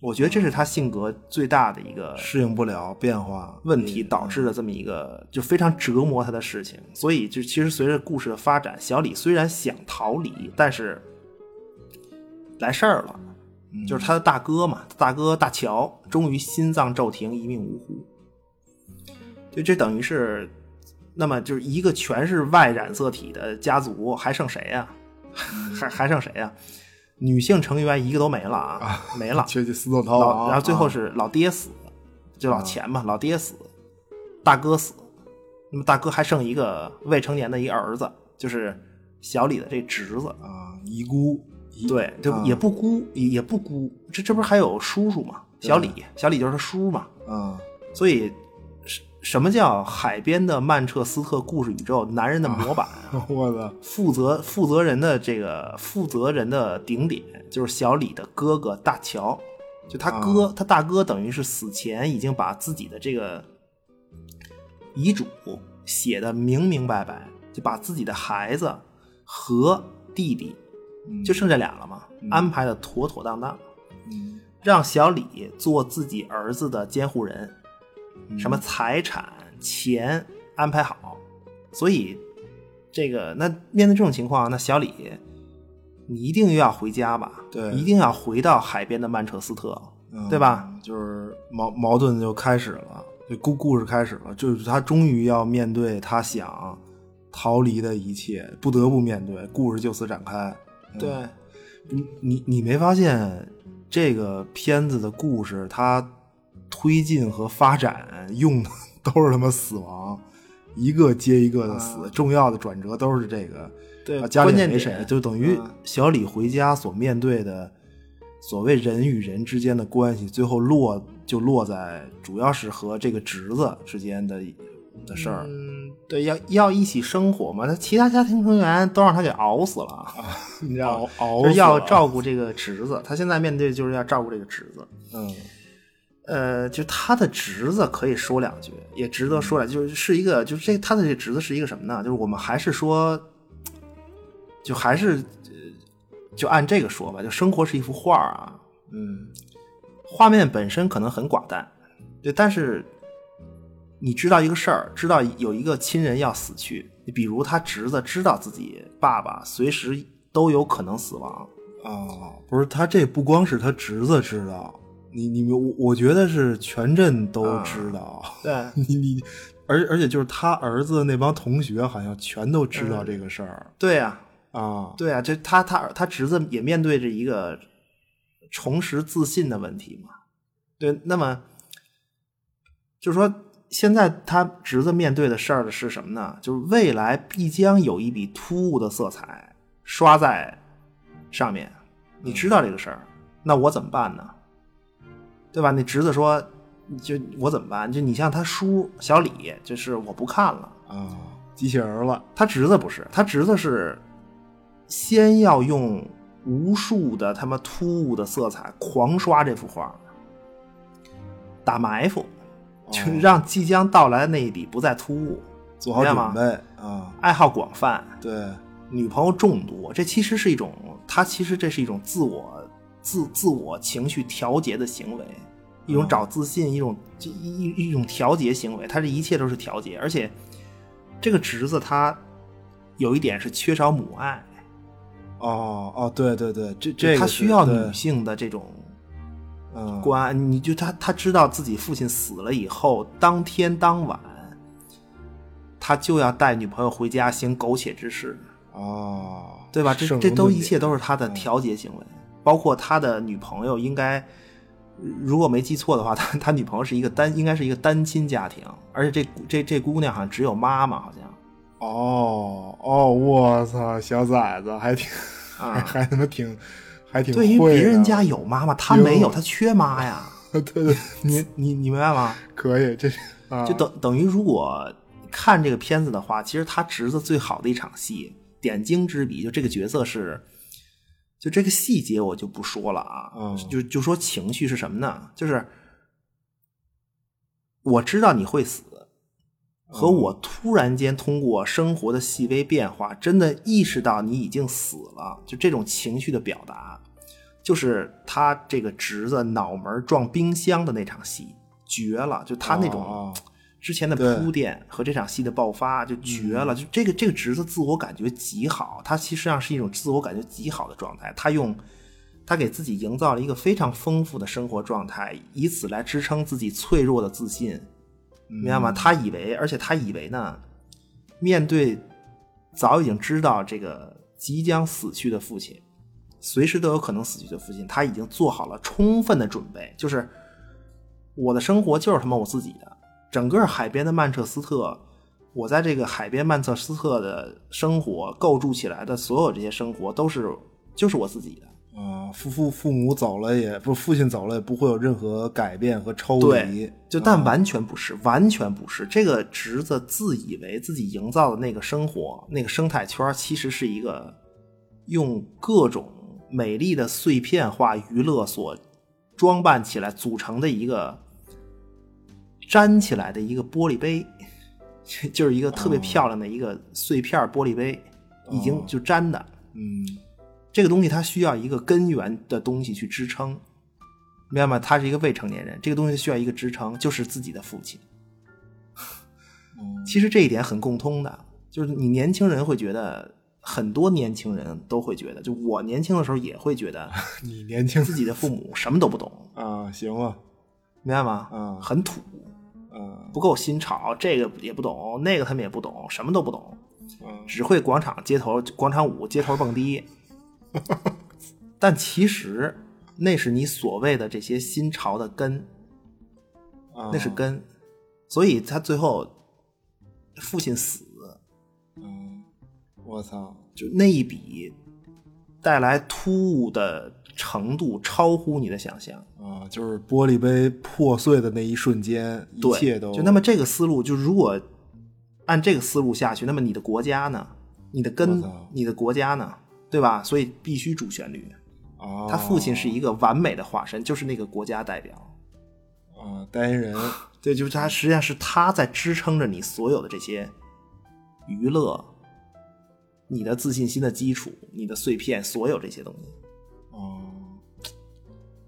Speaker 3: 我觉得这是他性格最大的一个
Speaker 2: 适应不了变化
Speaker 3: 问题导致的这么一个就非常折磨他的事情。所以就其实随着故事的发展，小李虽然想逃离，但是来事儿了，
Speaker 2: 嗯
Speaker 3: 就是他的大哥嘛，大哥大乔终于心脏骤停，一命呜呼。就这等于是，那么就是一个全是外染色体的家族，还剩谁呀、 还还剩谁呀、女性成员一个都没了啊，没了，
Speaker 2: 缺去死走逃
Speaker 3: 老啊
Speaker 2: 亡，
Speaker 3: 然后最后
Speaker 2: 啊
Speaker 3: 是老爹死，就老钱嘛，老爹死，大哥死，那么大哥还剩一个未成年的一个儿子，就是小李的这侄子，
Speaker 2: 啊遗孤遗
Speaker 3: 对，就
Speaker 2: 啊
Speaker 3: 也不姑也也不姑，这这不是还有叔叔嘛？小李，小李就是他叔嘛，
Speaker 2: 啊
Speaker 3: 所以什什么叫海边的曼彻斯特故事宇宙男人的模板啊？
Speaker 2: 我操
Speaker 3: 负责负责人的这个负责人的顶点就是小李的哥哥大乔，就他哥、他大哥等于是死前已经把自己的这个遗嘱写的明明白白，就把自己的孩子
Speaker 2: 嗯
Speaker 3: 嗯和弟弟就剩这俩了嘛，安排的妥妥当当。
Speaker 2: 嗯
Speaker 3: 让小李做自己儿子的监护人，什么财产、钱安排好。所以，这个那面对这种情况，那小李，你一定要回家吧？
Speaker 2: 对
Speaker 3: 一定要回到海边的曼彻斯特，
Speaker 2: 嗯
Speaker 3: 对吧？
Speaker 2: 就是矛矛盾就开始了，这故故事开始了，就是他终于要面对他想逃离的一切，不得不面对，故事就此展开。嗯
Speaker 3: 对，
Speaker 2: 你你你没发现这个片子的故事，它推进和发展用的都是他妈死亡，一个接一个的死，重要的转折都是这个。
Speaker 3: 啊对
Speaker 2: 啊家里
Speaker 3: 关键
Speaker 2: 没
Speaker 3: 点
Speaker 2: 谁，就等于
Speaker 3: 嗯
Speaker 2: 小李回家所面对的所谓人与人之间的关系，最后落就落在主要是和这个侄子之间的的事儿。
Speaker 3: 嗯，对，要要一起生活嘛。那其他家庭成员都让他给熬死了，你知道吗？
Speaker 2: 熬熬
Speaker 3: 就是
Speaker 2: 死
Speaker 3: 嗯要
Speaker 2: 了
Speaker 3: 照顾这个侄子，他现在面对就是要照顾这个侄子。
Speaker 2: 嗯，
Speaker 3: 呃，就他的侄子可以说两句，也值得说两句，就是是一个，就是这他的这侄子是一个什么呢？就是我们还是说，就还是呃就按这个说吧，就生活是一幅画儿啊，
Speaker 2: 嗯，
Speaker 3: 画面本身可能很寡淡，对，但是你知道一个事儿，知道有一个亲人要死去，你比如他侄子知道自己爸爸随时都有可能死亡，
Speaker 2: 哦，不是，他这不光是他侄子知道，你你我我觉得是全镇都
Speaker 3: 啊
Speaker 2: 知道，
Speaker 3: 对，
Speaker 2: 你你，而而且就是他儿子那帮同学好像全都知
Speaker 3: 嗯
Speaker 2: 道这个事儿、
Speaker 3: 对啊，
Speaker 2: 啊。
Speaker 3: 对啊，这他他他侄子也面对着一个重拾自信的问题嘛。对，那么就是说，现在他侄子面对的事儿的是什么呢？就是未来必将有一笔突兀的色彩刷在上面。你知道这个事儿，那我怎么办呢？对吧？你侄子说，就我怎么办？就你像他叔小李，就是我不看了。
Speaker 2: 啊，机器人了，
Speaker 3: 他侄子不是，他侄子是先要用无数的他妈突兀的色彩狂刷这幅画，打埋伏，就让即将到来的那一笔不再突兀。
Speaker 2: 做好
Speaker 3: 明白
Speaker 2: 准
Speaker 3: 吗
Speaker 2: 备啊。
Speaker 3: 爱好广泛，
Speaker 2: 对，
Speaker 3: 女朋友众多，这其实是一种他其实这是一种自我自自我情绪调节的行为，一
Speaker 2: 嗯
Speaker 3: 种找自信，一种一一一种调节行为，他这一切都是调节，而且这个侄子他有一点是缺少母爱，
Speaker 2: 哦哦，对对对，这这个
Speaker 3: 他
Speaker 2: 是
Speaker 3: 需要
Speaker 2: 对
Speaker 3: 女性的这种
Speaker 2: 嗯
Speaker 3: 关爱，你就他他知道自己父亲死了以后，当天当晚。他就要带女朋友回家行苟且之事，
Speaker 2: 哦，
Speaker 3: 对吧？这
Speaker 2: 圣
Speaker 3: 这
Speaker 2: 龙
Speaker 3: 都
Speaker 2: 论
Speaker 3: 一
Speaker 2: 点
Speaker 3: 切都是嗯他的调节行为，包括他的女朋友应该，如果没记错的话，他他女朋友是一个单，应该是一个单亲家庭，而且这这这姑娘好像只有妈妈，好像
Speaker 2: 哦哦，我操，小崽子还挺、还
Speaker 3: 啊，
Speaker 2: 还他妈挺还挺
Speaker 3: 对，因为
Speaker 2: 会
Speaker 3: 别人
Speaker 2: 的
Speaker 3: 家有妈妈，他没
Speaker 2: 哟
Speaker 3: 有，他缺妈呀，
Speaker 2: 对对
Speaker 3: 你你你明白吗？
Speaker 2: 可以，这是啊
Speaker 3: 就等等于如果看这个片子的话，其实他侄子最好的一场戏，点睛之笔，就这个角色是，就这个细节我就不说了啊，
Speaker 2: 嗯
Speaker 3: 就就说情绪是什么呢？就是我知道你会死，
Speaker 2: 嗯
Speaker 3: 和我突然间通过生活的细微变化，真的意识到你已经死了，就这种情绪的表达，就是他这个侄子脑门撞冰箱的那场戏绝了，就他那种。
Speaker 2: 哦
Speaker 3: 之前的
Speaker 2: 对
Speaker 3: 铺垫和这场戏的爆发就绝了，就这个这个侄子自我感觉极好，他其实上是一种自我感觉极好的状态，他用他给自己营造了一个非常丰富的生活状态，以此来支撑自己脆弱的自信，明白吗？他以为，而且他以为呢，面对早已经知道这个即将死去的父亲，随时都有可能死去的父亲，他已经做好了充分的准备，就是我的生活就是他妈我自己的，整个海边的曼彻斯特，我在这个海边曼彻斯特的生活构筑起来的所有这些生活都是就是我自己的，
Speaker 2: 啊，父父父母走了也不，父亲走了也不会有任何改变和抽离啊
Speaker 3: 对，，就但完全不是，完全不是。这个侄子自以为自己营造的那个生活、那个生态圈儿，其实是一个用各种美丽的碎片化娱乐所装扮起来组成的一个粘起来的一个玻璃杯， 就是一个特
Speaker 2: 啊
Speaker 3: 别漂亮的一个碎片玻璃杯，已经就粘的。
Speaker 2: 嗯
Speaker 3: 这个东西它需要一个根源的东西去支撑，明白吗？他是一个未成年人，这个东西需要一个支撑，就是自己的父亲。
Speaker 2: 嗯
Speaker 3: 其实这一点很共通的，就是你年轻人会觉得，很多年轻人都会觉得，就我年轻的时候也会觉得，
Speaker 2: 你年轻
Speaker 3: 自己的父母什么都不懂，
Speaker 2: 啊，行啊，
Speaker 3: 明白吗？
Speaker 2: 嗯
Speaker 3: 很土，
Speaker 2: 嗯
Speaker 3: 不够新潮，这个也不懂，那个他们也不懂，什么都不懂，
Speaker 2: 嗯
Speaker 3: 只会广场街头广场舞、街头蹦迪。但其实那是你所谓的这些新潮的根，
Speaker 2: 啊，
Speaker 3: 那是根，所以他最后父亲死，
Speaker 2: 嗯，我操，
Speaker 3: 就那一笔带来突兀的程度超乎你的想象。
Speaker 2: 啊，就是玻璃杯破碎的那一瞬间，一
Speaker 3: 对，
Speaker 2: 切都
Speaker 3: 就那么这个思路，就如果按这个思路下去，那么你的国家呢？你的根
Speaker 2: 我操，
Speaker 3: 你的国家呢？对吧？所以必须主旋律。
Speaker 2: 啊，
Speaker 3: 他父亲是一个完美的化身，就是那个国家代表。嗯
Speaker 2: 啊代 言人，
Speaker 3: 对，就是他，实际上是他在支撑着你所有的这些娱乐、你的自信心的基础、你的碎片，所有这些东西。
Speaker 2: 哦，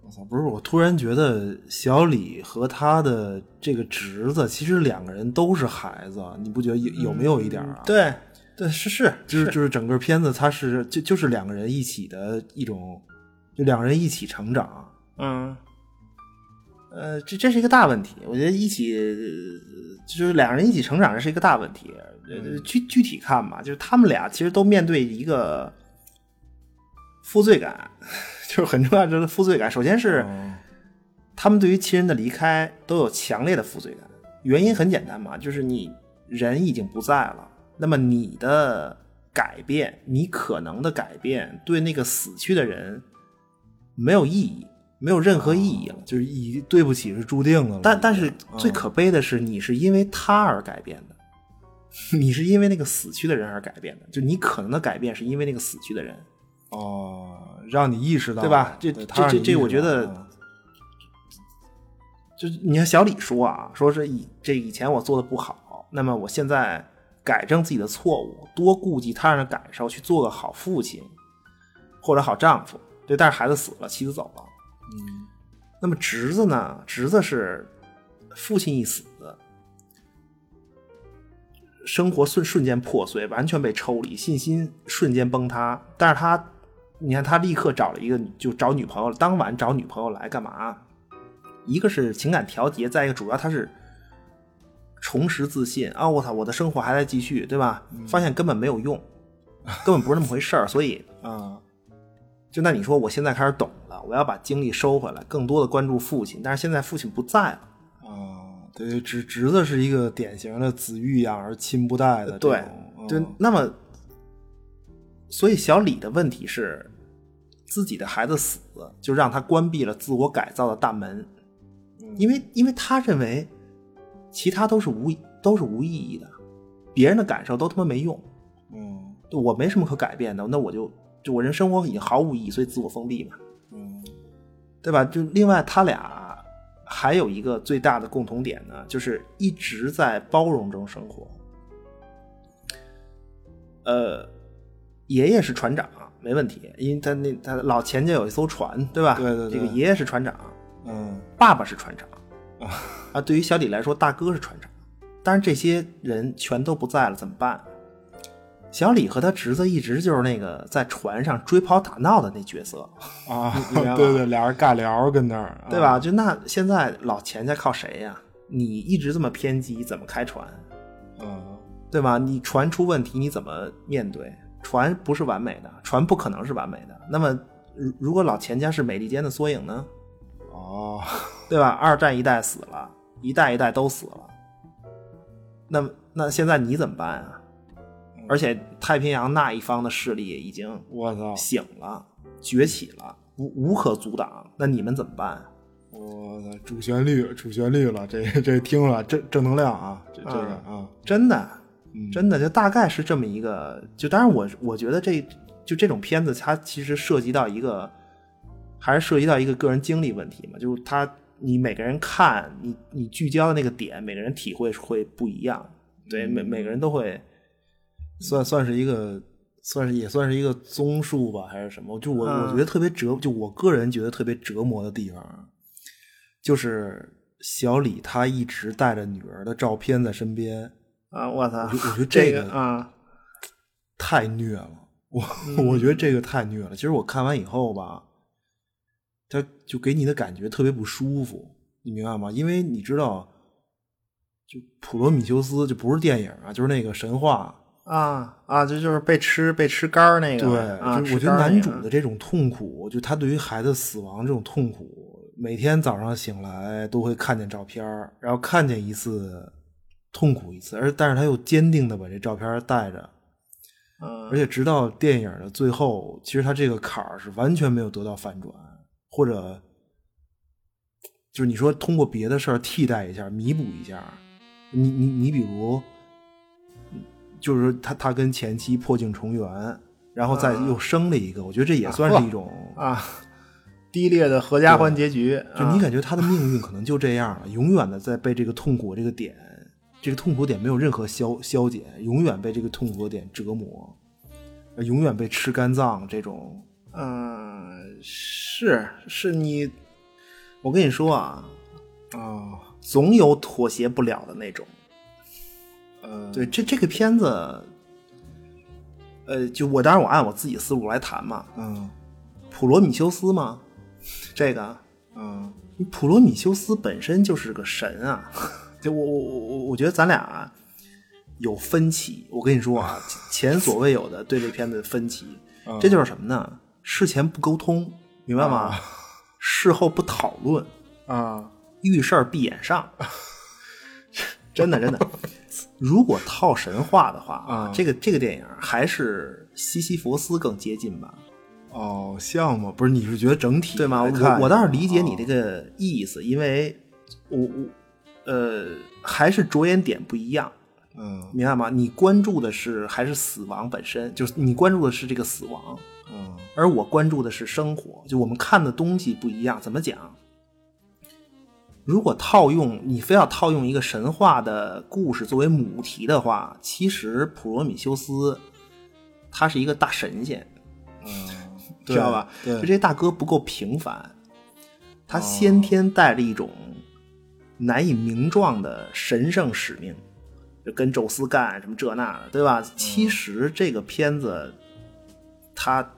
Speaker 2: 我操！不是，我突然觉得小李和他的这个侄子，其实两个人都是孩子，啊你不觉得有有没有一点儿啊？，
Speaker 3: 嗯对，对，是是，
Speaker 2: 就是就是整个片子，他是就就是两个人一起的一种，就两个人一起成长。
Speaker 3: 嗯，呃，这这是一个大问题。我觉得一起呃就是两人一起成长，这是一个大问题。呃具具体看吧，就是他们俩其实都面对一个负罪感， 就是很重要，就是负罪感。首先是
Speaker 2: 哦
Speaker 3: 他们对于亲人的离开都有强烈的负罪感，原因很简单嘛，就是你人已经不在了，那么你的改变，你可能的改变，对那个死去的人没有意义，没有任何意义了。
Speaker 2: 就是以对不起是注定的了。啊
Speaker 3: 但但是最可悲的是，你是因为他而改变的， 你是因为那个死去的人而改变的，就你可能的改变是因为那个死去的人。
Speaker 2: 哦，让你意识到
Speaker 3: 对吧
Speaker 2: 了
Speaker 3: 这
Speaker 2: 对
Speaker 3: 这
Speaker 2: 他让
Speaker 3: 这
Speaker 2: 你
Speaker 3: 这
Speaker 2: 意识
Speaker 3: 我觉
Speaker 2: 到
Speaker 3: 得
Speaker 2: 了
Speaker 3: 就是你看小李说啊，说是以这以前我做的不好，那么我现在改正自己的错误，多顾及他人的感受，去做个好父亲或者好丈夫。对，但是孩子死了，妻子走了，嗯，那么侄子呢？侄子是父亲一死，生活瞬瞬间破碎，完全被抽离，信心瞬间崩塌。但是他，你看他立刻找了一个女就找女朋友了，当晚找女朋友来干嘛？一个是情感调节，再一个主要他是重拾自信啊！我操，我的生活还在继续，对吧？发现根本没有用，根本不是那么回事儿，所以
Speaker 2: 啊，
Speaker 3: 就那你说，我现在开始懂了，我要把精力收回来，更多的关注父亲。但是现在父亲不在了，
Speaker 2: 啊，对，侄侄子是一个典型的子欲养而亲不待的这
Speaker 3: 对
Speaker 2: 种，
Speaker 3: 对
Speaker 2: 嗯，
Speaker 3: 那么，所以小李的问题是，自己的孩子死，就让他关闭了自我改造的大门，因为因为他认为其他都是无都是无意义的，别人的感受都他妈没用，
Speaker 2: 嗯
Speaker 3: 我没什么可改变的，那我就就我人生活已经毫无意义，所以自我封闭嘛，
Speaker 2: 嗯
Speaker 3: 对吧？就另外他俩还有一个最大的共同点呢，就是一直在包容中生活。呃，爷爷是船长，没问题，因为他那他老钱家有一艘船，对吧？
Speaker 2: 对对对
Speaker 3: 这个爷爷是船长，
Speaker 2: 嗯
Speaker 3: 爸爸是船长啊。对于小李来说，大哥是船长，但是这些人全都不在了，怎么办？啊小李和他侄子一直就是那个在船上追跑打闹的那角色，
Speaker 2: 啊
Speaker 3: 你明白，吗
Speaker 2: 对对，俩人尬聊跟那儿，啊
Speaker 3: 对吧？就那现在老钱家靠谁呀、你一直这么偏激，怎么开船？
Speaker 2: 嗯？
Speaker 3: 对吧？你船出问题，你怎么面对？船不是完美的，船不可能是完美的。那么，如如果老钱家是美利坚的缩影呢？
Speaker 2: 嗯，哦，
Speaker 3: 对吧？二战一代死了，一代一代都死了。那么，那现在你怎么办啊？而且太平洋那一方的势力已经
Speaker 2: 我操，
Speaker 3: 醒了，崛起了，无无可阻挡。那你们怎么办啊、
Speaker 2: 我操，主旋律，主旋律了，这 这听了正正能量啊，这这个啊，
Speaker 3: 真的
Speaker 2: 嗯，
Speaker 3: 真的就大概是这么一个。就当然我我觉得这就这种片子，它其实涉及到一个，还是涉及到一个个人经历问题嘛，就是它你每个人看你你聚焦的那个点，每个人体会会不一样，对，每每个人都会。
Speaker 2: 嗯算算是一个，算是也算是一个综述吧，还是什么？就我、
Speaker 3: 嗯
Speaker 2: 我觉得特别折，就我个人觉得特别折磨的地方，啊就是小李他一直带着女儿的照片在身边，
Speaker 3: 啊，我操！
Speaker 2: 我觉得
Speaker 3: 这
Speaker 2: 这个
Speaker 3: 啊，
Speaker 2: 太虐了。我
Speaker 3: 嗯
Speaker 2: 我觉得这个太虐了。其实我看完以后吧，他就给你的感觉特别不舒服，你明白吗？因为你知道，就普罗米修斯就不是电影啊，就是那个神话。
Speaker 3: 啊啊，这就是被吃被吃干儿那个，
Speaker 2: 对，
Speaker 3: 啊、
Speaker 2: 就是我
Speaker 3: 吃
Speaker 2: 觉得
Speaker 3: 干儿
Speaker 2: 男
Speaker 3: 那
Speaker 2: 主
Speaker 3: 个
Speaker 2: 的这种痛苦，就他对于孩子死亡这种痛苦，每天早上醒来都会看见照片儿，然后看见一次痛苦一次，而但是他又坚定的把这照片儿带着，
Speaker 3: 嗯
Speaker 2: 而且直到电影的最后，其实他这个坎儿是完全没有得到反转，或者就是你说通过别的事儿替代一下、弥补一下，你你你比如，就是他他跟前妻破镜重圆，然后再
Speaker 3: 啊
Speaker 2: 又生了一个，我觉得这也算是一 种，
Speaker 3: 啊，低劣的合家欢结局，
Speaker 2: 就
Speaker 3: 啊
Speaker 2: 你感觉他的命运可能就这样了，永远的在被这个痛苦这个点，这个痛苦点没有任何消消减，永远被这个痛苦的点折磨，呃永远被吃肝脏这种。
Speaker 3: 嗯，是是你，我跟你说啊，
Speaker 2: 啊，
Speaker 3: 总有妥协不了的那种。
Speaker 2: 呃，
Speaker 3: 对，这这个片子，呃，就我当然我按我自己思路来谈嘛，
Speaker 2: 嗯
Speaker 3: 普罗米修斯嘛，这个
Speaker 2: 嗯
Speaker 3: 普罗米修斯本身就是个神啊， 就我我我我我觉得咱俩啊有分歧，我跟你说啊，前所未有的对这片子的分歧，这就是什么呢？事前不沟通，明白吗？事后不讨论，
Speaker 2: 啊，
Speaker 3: 遇事儿必眼上。真的真的，如果套神话的话
Speaker 2: 啊
Speaker 3: 这个这个电影还是西西弗斯更接近吧，
Speaker 2: 哦，像吗？不是，你是觉得整体
Speaker 3: 对吗？
Speaker 2: 来看
Speaker 3: 我我倒是理解你这
Speaker 2: 哦
Speaker 3: 个意思，因为我我呃还是着眼点不一样，
Speaker 2: 嗯
Speaker 3: 明白吗？你关注的是还是死亡本身，就是你关注的是这个死亡，
Speaker 2: 嗯
Speaker 3: 而我关注的是生活，就我们看的东西不一样。怎么讲？如果套用你非要套用一个神话的故事作为母题的话，其实普罗米修斯他是一个大神仙，
Speaker 2: 嗯，
Speaker 3: 知道吧？
Speaker 2: 对，
Speaker 3: 就这大哥不够平凡，他先天带着一种难以名状的神圣使命，就跟宙斯干什么这那的，对吧？其
Speaker 2: 嗯
Speaker 3: 实这个片子，它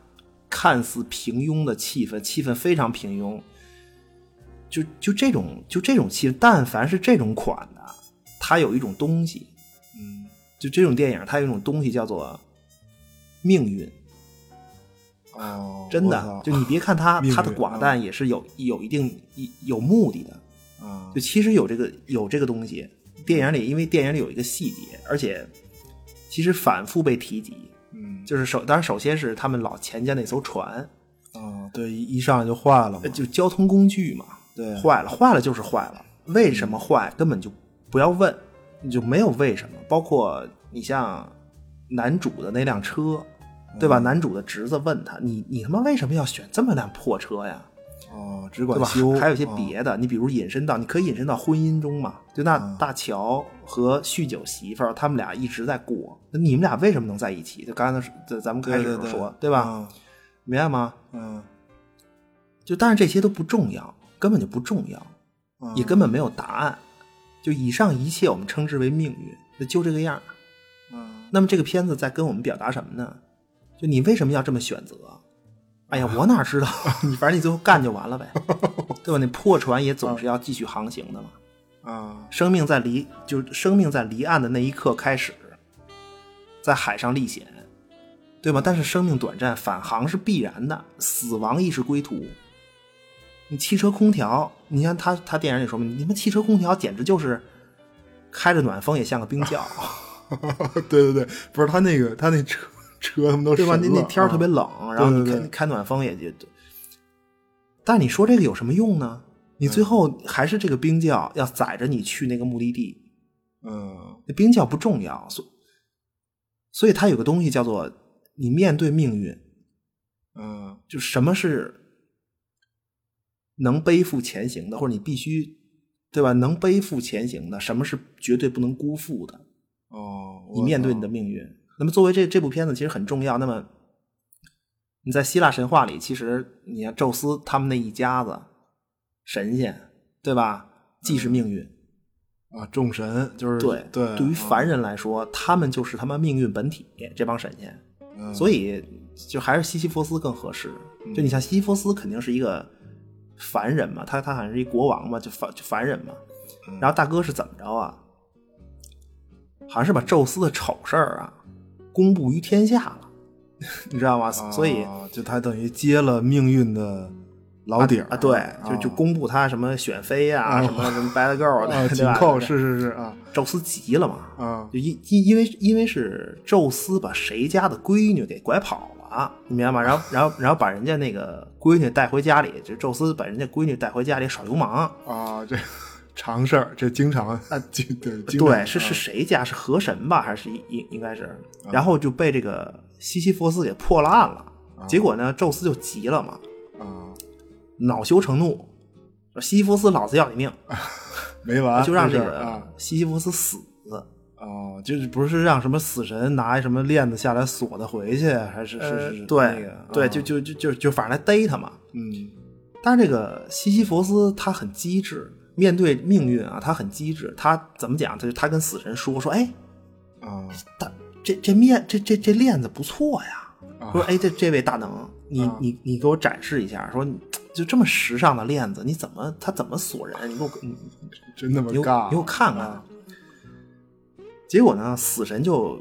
Speaker 3: 看似平庸的气氛，气氛非常平庸。就就这种就这种气氛，但凡是这种款的，它有一种东西，
Speaker 2: 嗯
Speaker 3: 就这种电影，它有一种东西叫做命运。
Speaker 2: 哦，
Speaker 3: 真的
Speaker 2: 我，操
Speaker 3: 就你别看他
Speaker 2: 命运
Speaker 3: 他的寡淡也是有有一定一有目的的，
Speaker 2: 啊
Speaker 3: 就其实有这个有这个东西。电影里因为电影里有一个细节，而且其实反复被提及，
Speaker 2: 嗯
Speaker 3: 就是首当然首先是他们老钱家那艘船，
Speaker 2: 啊，对，一一上来就坏了嘛
Speaker 3: 呃，就交通工具嘛，
Speaker 2: 对，
Speaker 3: 坏了坏了就是坏了，为什么坏根本就不要问，你就没有为什么。包括你像男主的那辆车，对
Speaker 2: 嗯
Speaker 3: 吧？男主的侄子问他，你你他妈为什么要选这么辆破车呀？
Speaker 2: 哦，只
Speaker 3: 呃对
Speaker 2: 管
Speaker 3: 吧
Speaker 2: 修，？
Speaker 3: 还有一些
Speaker 2: 啊
Speaker 3: 别的，你比如引申到，你可以引申到婚姻中嘛，就那
Speaker 2: 嗯
Speaker 3: 大乔和酗酒媳妇儿，他们俩一直在过，那你们俩为什么能在一起？就刚才是咱咱们开
Speaker 2: 对
Speaker 3: 始
Speaker 2: 对
Speaker 3: 的
Speaker 2: 对，
Speaker 3: 时候说，对吧？
Speaker 2: 啊？
Speaker 3: 明白吗？
Speaker 2: 嗯，
Speaker 3: 就但是这些都不重要，根本就不重要，
Speaker 2: 嗯
Speaker 3: 也根本没有答案。就以上一切，我们称之为命运，那就这个样儿。
Speaker 2: 嗯
Speaker 3: 那么这个片子在跟我们表达什么呢？就你为什么要这么选择？哎呀，我哪知道？ 你反正你最后干就完了呗，对吧？那破船也总是要继续航行的嘛。
Speaker 2: 啊
Speaker 3: 生命在离就是生命在离岸的那一刻开始，在海上历险，对吧？但是生命短暂，返航是必然的，死亡亦是归途。你汽车空调，你看他他电影里说嘛，你们汽车空调简直就是开着暖风也像个冰窖，
Speaker 2: 对对对，不是他那个他那车车他们都
Speaker 3: 对吧？
Speaker 2: 神
Speaker 3: 那那
Speaker 2: 了
Speaker 3: 天儿特别
Speaker 2: 啊
Speaker 3: 冷，然后你
Speaker 2: 对
Speaker 3: 开
Speaker 2: 对对
Speaker 3: 开暖风也就，但你说这个有什么用呢？你最后还是这个冰窖要载着你去那个目的地，
Speaker 2: 嗯
Speaker 3: 那冰窖不重要，所所以它有个东西叫做你面对命运，
Speaker 2: 嗯
Speaker 3: 就什么是能背负前行的，或者你必须对吧？能背负前行的，什么是绝对不能辜负的？
Speaker 2: 哦，
Speaker 3: 你
Speaker 2: 我
Speaker 3: 面对
Speaker 2: 操
Speaker 3: 你的命运。那么作为这这部片子其实很重要。那么你在希腊神话里，其实你看宙斯他们那一家子神仙，对吧？既是命运，
Speaker 2: 啊，众神就是
Speaker 3: 对
Speaker 2: 对，嗯啊
Speaker 3: 对于凡人来说，他们就是他妈命运本体，这帮神仙。
Speaker 2: 嗯
Speaker 3: 所以就还是西西弗斯更合适。就你像西西弗斯肯定是一个凡人嘛，他他好像是一国王嘛，就凡就凡人嘛。然后大哥是怎么着啊？好像是把宙斯的丑事儿啊公布于天下了，你知道吗？
Speaker 2: 啊
Speaker 3: 所以
Speaker 2: 就他等于接了命运的老底儿
Speaker 3: 啊，对，
Speaker 2: 哦
Speaker 3: 就就公布他什么选妃呀、
Speaker 2: 啊
Speaker 3: 什么什么 bad
Speaker 2: 啊，
Speaker 3: girl 的，
Speaker 2: 紧
Speaker 3: 对吧？
Speaker 2: 扣是是是啊
Speaker 3: 宙斯急了嘛，
Speaker 2: 啊
Speaker 3: 就因因因为因为是宙斯把谁家的闺女给拐跑了，你明白吗？然后然后然后把人家那个闺女带回家里，就宙斯把人家闺女带回家里耍流氓。
Speaker 2: 啊，这常事儿，这经常啊，经对经常啊
Speaker 3: 对，是是谁家？是河神吧？还是应应该是？
Speaker 2: 嗯
Speaker 3: 然后就被这个西西弗斯给破了案了。
Speaker 2: 嗯
Speaker 3: 结果呢，宙斯就急了嘛，
Speaker 2: 啊，
Speaker 3: 恼羞成怒，说西西弗斯老子要你命，
Speaker 2: 没完
Speaker 3: 就让这
Speaker 2: 事儿啊
Speaker 3: 个西西弗斯死。
Speaker 2: 哦，就是不是让什么死神拿一什么链子下来锁他回去，还是是
Speaker 3: 呃
Speaker 2: 是是那
Speaker 3: 对
Speaker 2: 个
Speaker 3: 对，
Speaker 2: 啊
Speaker 3: 就就就就就反正来逮他嘛。
Speaker 2: 嗯
Speaker 3: 但是这个西西弗斯他很机智，面对命运啊，他很机智。他怎么讲？他就他跟死神说说，哎，
Speaker 2: 啊
Speaker 3: 大这这面这这这链子不错呀。
Speaker 2: 啊
Speaker 3: 说哎，这这位大能，你、
Speaker 2: 啊
Speaker 3: 你你给我展示一下。说你就这么时尚的链子，你怎么他怎么锁人？你给我你
Speaker 2: 真那么
Speaker 3: 你给我
Speaker 2: 尬，
Speaker 3: 你给我看看。结果呢，死神就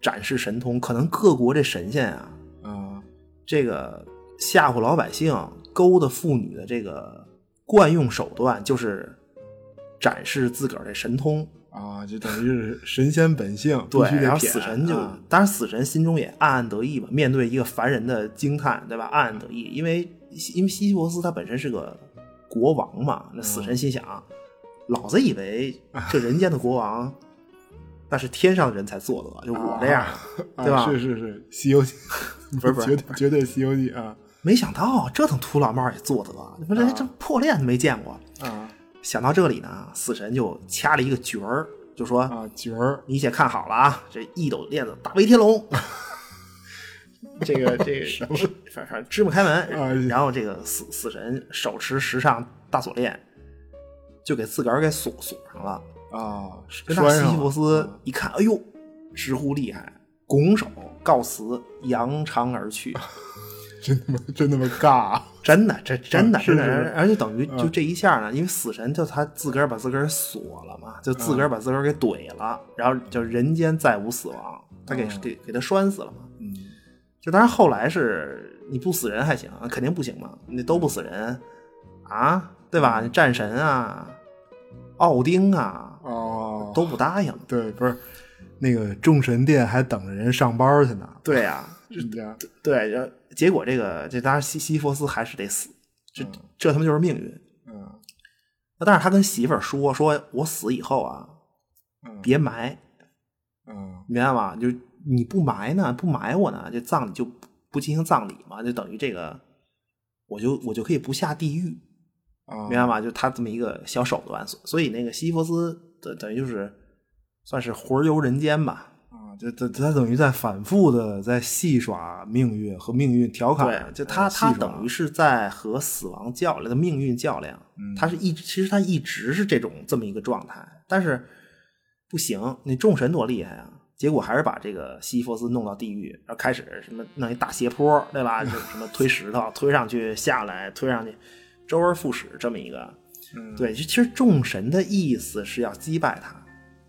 Speaker 3: 展示神通，可能各国这神仙啊，
Speaker 2: 啊
Speaker 3: 这个吓唬老百姓、勾搭妇女的这个惯用手段，就是展示自个儿的神通。
Speaker 2: 啊，就等于是神仙本性，必
Speaker 3: 对
Speaker 2: 须，得
Speaker 3: 然后
Speaker 2: 舔
Speaker 3: 死神就，
Speaker 2: 啊
Speaker 3: 当然死神心中也暗暗得意吧，面对一个凡人的惊叹，对吧？暗暗得意，因为因为西西弗斯他本身是个国王嘛，那
Speaker 2: 嗯
Speaker 3: 死神心想，老子以为这人间的国 王，那是天上人才做的吧，就我这样，
Speaker 2: 啊
Speaker 3: 对吧
Speaker 2: 是是是，《西游记》
Speaker 3: 不是不是
Speaker 2: 绝对绝对《西游记》啊
Speaker 3: 没想到这等土老帽也做得，你说这这破链子没见过。
Speaker 2: 啊
Speaker 3: 想到这里呢，死神就掐了一个角儿，就说：“
Speaker 2: 啊，角儿
Speaker 3: 你且看好了啊，这一抖链子打威 天龙。这个这个反反正芝麻开
Speaker 2: 啊
Speaker 3: 门，然后这个死死神手持时尚大锁链，就给自个儿给锁锁上了。
Speaker 2: 啊，
Speaker 3: 这
Speaker 2: 拴
Speaker 3: 大西
Speaker 2: 上
Speaker 3: 西弗
Speaker 2: 了
Speaker 3: 斯一看，哎呦，直呼厉害，拱手告辞，扬长而去。
Speaker 2: 真他妈真他妈 尬，啊
Speaker 3: 真的，这真的，
Speaker 2: 是
Speaker 3: 真的嗯
Speaker 2: 是是
Speaker 3: 啊而而且等于就这一下呢，因为死神就他自个儿把自个儿锁了嘛，就自个儿把自个儿给怼了，然后就人间再无死亡，他给
Speaker 2: 嗯
Speaker 3: 给给他拴死了嘛。
Speaker 2: 嗯
Speaker 3: 就当然后来是你不死人还行，肯定不行嘛，你都不死人啊，对吧？你战神啊，奥丁啊，
Speaker 2: 哦，
Speaker 3: 都不答应。
Speaker 2: 对，不是那个众神殿还等着人上班去呢，嗯
Speaker 3: 对呀、
Speaker 2: 是这样
Speaker 3: 对，然后结果这个这当然西西西弗斯还是得死，这这他妈就是命运。
Speaker 2: 嗯
Speaker 3: 那但是他跟媳妇儿说，说我死以后啊，
Speaker 2: 嗯
Speaker 3: 别埋，
Speaker 2: 嗯
Speaker 3: 明白吗？就你不埋呢，不埋我呢，这葬礼就不不进行葬礼嘛，就等于这个，我就我就可以不下地狱，
Speaker 2: 啊，
Speaker 3: 明白吗？就他这么一个小手段，所所以那个西西弗斯等等于就是算是魂游人间吧，
Speaker 2: 啊，就他他等于在反复的在戏耍命运和命运调侃，
Speaker 3: 啊对，就他
Speaker 2: 呃
Speaker 3: 他
Speaker 2: 戏耍
Speaker 3: 等于是在和死亡较量，的命运较量。
Speaker 2: 嗯
Speaker 3: 他是一直其实他一直是这种这么一个状态，但是不行，你众神多厉害啊！结果还是把这个西西弗斯弄到地狱，然后开始什么弄一大斜坡，对吧？就什么推石头，推上去，下来，推上去，周而复始这么一个。
Speaker 2: 嗯
Speaker 3: 对，其其实众神的意思是要击败他，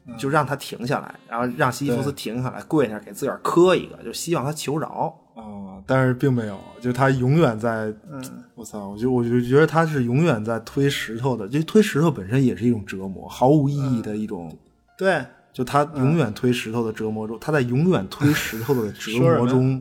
Speaker 2: 嗯
Speaker 3: 就让他停下来，然后让西西弗斯停下来，跪那儿给自个儿磕一个，就希望他求饶。
Speaker 2: 啊，但是并没有，就他永远在，
Speaker 3: 嗯
Speaker 2: 我操，我就我就觉得他是永远在推石头的，就推石头本身也是一种折磨，毫无意义
Speaker 3: 嗯
Speaker 2: 的一种，
Speaker 3: 对，
Speaker 2: 就他
Speaker 3: 嗯
Speaker 2: 永远推石头的折磨中，他在永远推石头的折
Speaker 3: 说什
Speaker 2: 磨
Speaker 3: 么
Speaker 2: 中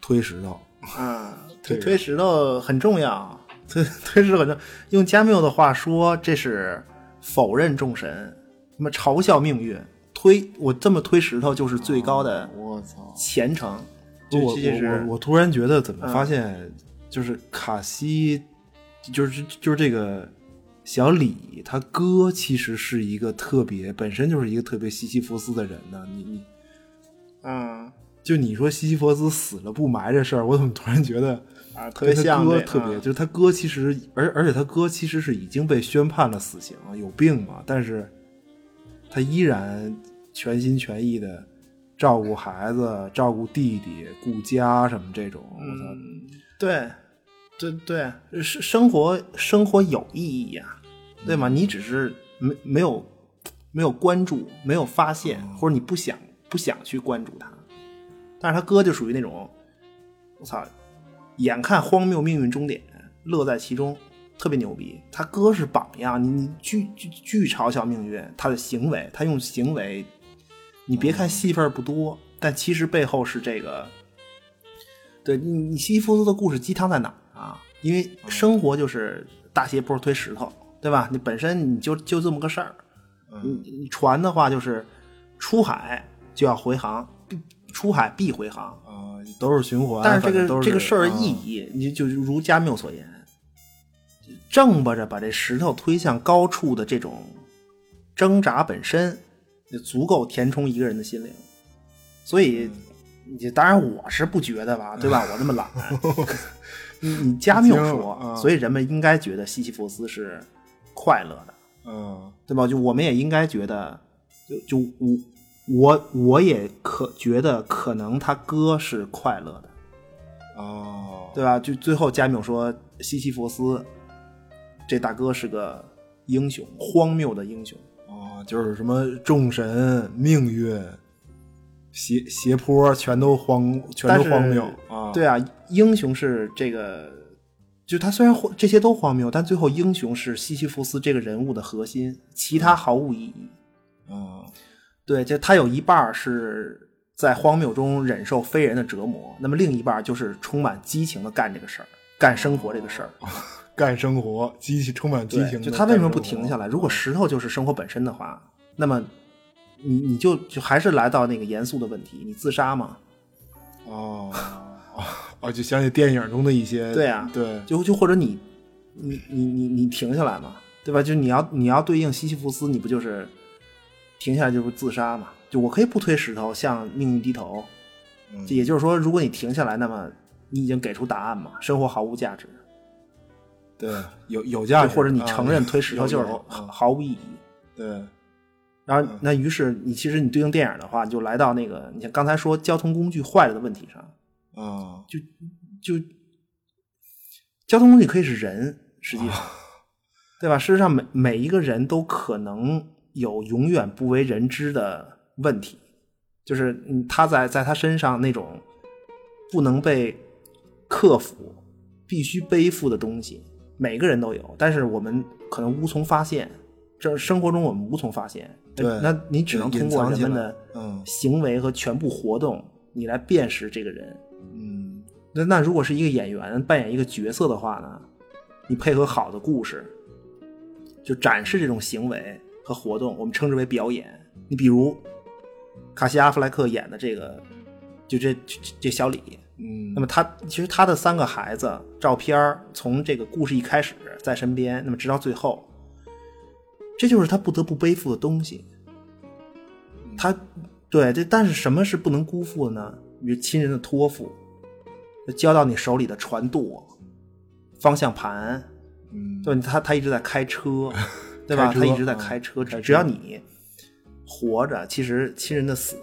Speaker 2: 推石头，
Speaker 3: 啊，
Speaker 2: 这
Speaker 3: 推
Speaker 2: 个
Speaker 3: 推石头很重要， 推推石头很重要。用加缪的话说，这是否认众神，那么嘲笑命运。推我这么推石头就是最高的
Speaker 2: 哦我操，
Speaker 3: 虔诚，
Speaker 2: 我
Speaker 3: 这
Speaker 2: 我
Speaker 3: 这
Speaker 2: 我
Speaker 3: 是
Speaker 2: 我突然觉得，怎么发现就是卡西，就是就是这个小李他哥，其实是一个特别本身就是一个特别西西弗斯的人呢、你你
Speaker 3: 嗯，
Speaker 1: 就你说西西弗斯死了不埋这事儿，我怎么突然觉得
Speaker 3: 啊，特
Speaker 1: 跟
Speaker 3: 别
Speaker 1: 他
Speaker 3: 像
Speaker 1: 哥
Speaker 3: 这
Speaker 1: 特别，
Speaker 3: 啊
Speaker 1: 就是他哥其实，而而且他哥其实是已经被宣判了死刑，有病嘛，但是他依然全心全意的照顾孩子、照顾弟弟、顾家什么这种，我操、
Speaker 3: 嗯对，对对，生生活生活有意义呀、对吗？你只是没没有没有关注，没有发现，或者你不想不想去关注他。但是他哥就属于那种，我操，眼看荒谬命运终点，乐在其中，特别牛逼。他哥是榜样，你你巨巨巨嘲笑命运，他的行为，他用行为，你别看戏份儿不多，但其实背后是这个对你，你西西弗斯的故事鸡汤在哪儿啊？因为生活就是大斜坡推石头，对吧？你本身你就就这么个事儿。你你船的话就是出海就要回航，必出海必回航。
Speaker 1: 啊，都是循环。
Speaker 3: 但是这
Speaker 1: 反正
Speaker 3: 个
Speaker 1: 都
Speaker 3: 这个事儿的
Speaker 1: 啊
Speaker 3: 意义，你就如加缪所言，正巴着把这石头推向高处的这种挣扎本身，就足够填充一个人的心灵。所以，
Speaker 1: 嗯
Speaker 3: 你当然我是不觉得吧，对吧？我这么 懒，你你加缪
Speaker 1: 啊
Speaker 3: 说，所以人们应该觉得西西弗斯是快乐的，
Speaker 1: 嗯
Speaker 3: 对吧？就我们也应该觉得，就就我我我也可觉得可能他哥是快乐的，
Speaker 1: 哦，
Speaker 3: 对吧？就最后加缪说西西弗斯这大哥是个英雄，荒谬的英雄。
Speaker 1: 哦，就是什么众神、命运、斜斜坡，全都荒，全
Speaker 3: 但
Speaker 1: 都
Speaker 3: 是
Speaker 1: 荒谬啊！
Speaker 3: 对啊，英雄是这个，就他虽然荒这些都荒谬，但最后英雄是西西弗斯这个人物的核心，其他毫无意义。
Speaker 1: 嗯，
Speaker 3: 对，就他有一半儿是在荒谬中忍受非人的折磨，那么另一半儿就是充满激情的干这个事儿，干生活这个事儿。
Speaker 1: 干生活，激情充满激
Speaker 3: 对，
Speaker 1: 情。
Speaker 3: 就他为什么不停下？来？如果石头就是生活本身的话，那么你你就就还是来到那个严肃的问题，你自杀吗？
Speaker 1: 哦，哦，就想起电影中的一些，
Speaker 3: 对啊
Speaker 1: 对，
Speaker 3: 就就或者你你你你你停下来嘛，对吧？就你要你要对应西西弗斯，你不就是停下来就是自杀嘛？就我可以不推石头向命运低头，
Speaker 1: 嗯
Speaker 3: 这也就是说，如果你停下来，那么你已经给出答案嘛，生活毫无价值，
Speaker 1: 对，有有价值，
Speaker 3: 或者你
Speaker 1: 啊
Speaker 3: 承认推石头
Speaker 1: 有
Speaker 3: 就是
Speaker 1: 有
Speaker 3: 毫
Speaker 1: 啊
Speaker 3: 毫无意义。
Speaker 1: 对，
Speaker 3: 然
Speaker 1: 嗯
Speaker 3: 后，那于是你其实你对应电影的话，你就来到那个你像刚才说交通工具坏了的问题上，
Speaker 1: 啊，
Speaker 3: 就就交通工具可以是人，实
Speaker 1: 哦
Speaker 3: 际上，对吧？事实上每，每一个人都可能有永远不为人知的问题，就是嗯他在在他身上那种不能被克服、必须背负的东西，每个人都有，但是我们可能无从发现。这生活中我们无从发现，
Speaker 1: 对
Speaker 3: 那你只能
Speaker 1: 隐
Speaker 3: 通过
Speaker 1: 藏
Speaker 3: 人
Speaker 1: 起
Speaker 3: 们
Speaker 1: 来
Speaker 3: 的
Speaker 1: 嗯
Speaker 3: 行为和全部活动，你来辨识这个人。
Speaker 1: 嗯
Speaker 3: 那那如果是一个演员扮演一个角色的话呢，你配合好的故事，就展示这种行为和活动，我们称之为表演。你比如卡西·阿弗莱克演的这个，就这这这小李，
Speaker 1: 嗯，
Speaker 3: 那么他其实他的三个孩子照片儿从这个故事一开始在身边，那么直到最后，这就是他不得不背负的东西。他对这，但是什么是不能辜负的呢？与亲人的托付，交到你手里的船舵、方向盘，
Speaker 1: 嗯
Speaker 3: 对吧他他一直在开 车，对吧？
Speaker 1: 开车
Speaker 3: 他一直在
Speaker 1: 嗯
Speaker 3: 开车，只
Speaker 1: 开车
Speaker 3: 只要你活着，其实亲人的死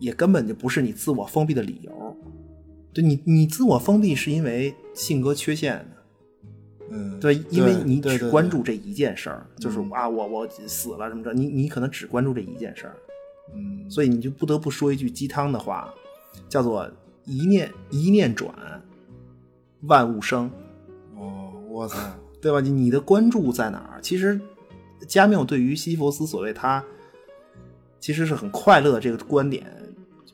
Speaker 3: 也根本就不是你自我封闭的理由。对你，你自我封闭是因为性格缺陷，
Speaker 1: 嗯，
Speaker 3: 对，因为你
Speaker 1: 对
Speaker 3: 只
Speaker 1: 对嗯
Speaker 3: 关
Speaker 1: 对
Speaker 3: 注这一件事儿，就是啊，我我死了什么的，你你可能只关注这一件事儿，
Speaker 1: 嗯
Speaker 3: 所以你就不得不说一句鸡汤的话，叫做一念一念转，万物生。
Speaker 1: 哦，我操，
Speaker 3: 对吧？你你的关注在哪儿？其实，加缪对于西西弗斯所谓他其实是很快乐的这个观点，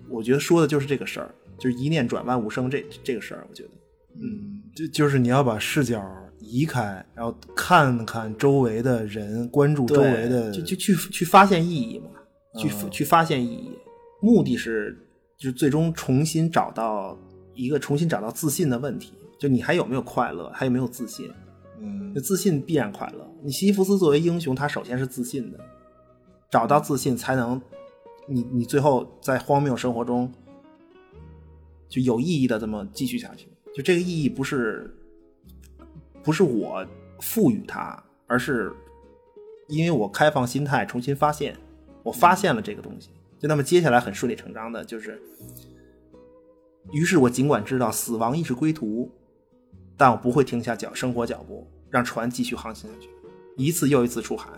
Speaker 3: 我觉得说的就是这个事儿，就是一念转万物生这这个事儿，我觉得。
Speaker 1: 嗯，就就是你要把视角移开，然后看看周围的人，关注周围的，
Speaker 3: 就就去去发现意义嘛，去、去发现意义，目的是就是最终重新找到一个重新找到自信的问题，就你还有没有快乐，还有没有自信？
Speaker 1: 嗯
Speaker 3: 那自信必然快乐。你西西弗斯作为英雄，他首先是自信的，找到自信才能你你最后在荒谬生活中就有意义的这么继续下去。就这个意义不是不是我赋予它，而是因为我开放心态重新发现，我发现了这个东西。就那么接下来很顺理成章的就是，于是我尽管知道死亡亦是归途，但我不会停下脚生活脚步，让船继续航行下去，一次又一次出海，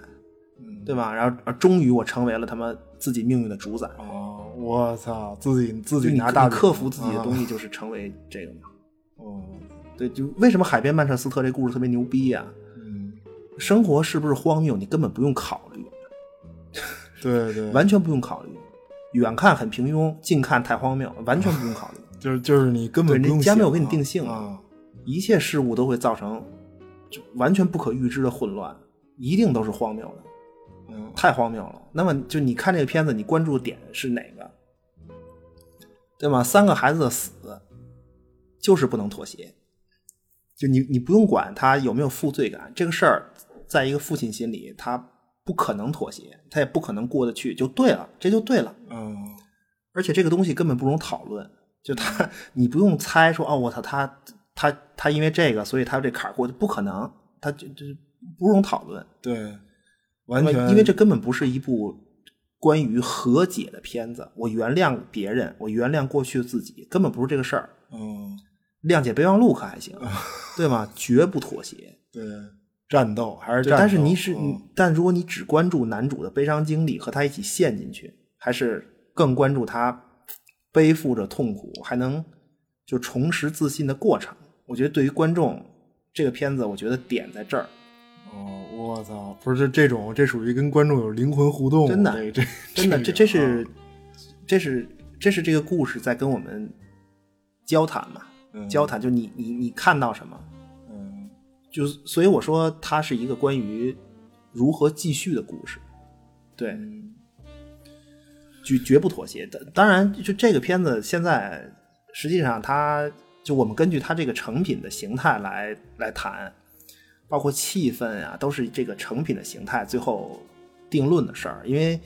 Speaker 1: 嗯
Speaker 3: 对吧？然后而终于我成为了他们自己命运的主宰。
Speaker 2: 哦，我操，自己自
Speaker 3: 就
Speaker 2: 己
Speaker 3: 你
Speaker 2: 拿大
Speaker 3: 你
Speaker 2: 饼
Speaker 3: 克服自己的东
Speaker 2: 啊
Speaker 3: 西，就是成为这个嘛。
Speaker 2: 哦，
Speaker 3: 对，就为什么《海边曼彻斯特》这故事特别牛逼呀、
Speaker 2: 嗯，
Speaker 3: 生活是不是荒谬，你根本不用考虑，
Speaker 2: 对对，
Speaker 3: 完全不用考虑。远看很平庸，近看太荒谬，完全不用考虑。
Speaker 2: 就是就是你根本
Speaker 3: 对
Speaker 2: 不用
Speaker 3: 人家没有
Speaker 2: 想
Speaker 3: 给你
Speaker 2: 啊
Speaker 3: 定性
Speaker 2: 啊，
Speaker 3: 一切事物都会造成就完全不可预知的混乱，一定都是荒谬的，
Speaker 2: 嗯
Speaker 3: 太荒谬了。那么就你看这个片子，你关注点是哪个？对吗？三个孩子的死，就是不能妥协。就你你不用管他有没有负罪感，这个事儿，在一个父亲心里，他不可能妥协，他也不可能过得去，就对了，这就对了。
Speaker 2: 嗯
Speaker 3: 而且这个东西根本不容讨论，就他你不用猜说哦，我操他他他因为这个，所以他这坎儿过去，不可能，他就就不容讨论，
Speaker 2: 对，完
Speaker 3: 因
Speaker 2: 全
Speaker 3: 为因为这根本不是一部关于和解的片子。我原谅别人，我原谅过去的自己，根本不是这个事儿。
Speaker 2: 嗯
Speaker 3: 谅解备忘录可 还行，对吗？绝不妥协。
Speaker 2: 对战斗还是
Speaker 3: 对
Speaker 2: 战斗，
Speaker 3: 但是你是，
Speaker 2: 嗯
Speaker 3: 但如果你只关注男主的悲伤经历和他一起陷进去，还是更关注他背负着痛苦还能就重拾自信的过程，我觉得对于观众这个片子，我觉得点在这儿，
Speaker 2: 哦，我操，不是这这种这属于跟观众有灵魂互动，
Speaker 3: 真的
Speaker 2: 这这
Speaker 3: 真的，这
Speaker 2: 这啊这
Speaker 3: 这是这是这是这个故事在跟我们交谈嘛？交谈就你你你看到什么？
Speaker 2: 嗯
Speaker 3: 就所以我说它是一个关于如何继续的故事，对，
Speaker 2: 嗯
Speaker 3: 绝绝不妥协的。当然，就这个片子现在实际上它就我们根据它这个成品的形态来来谈，包括气氛啊，都是这个成品的形态最后定论的事儿。因为，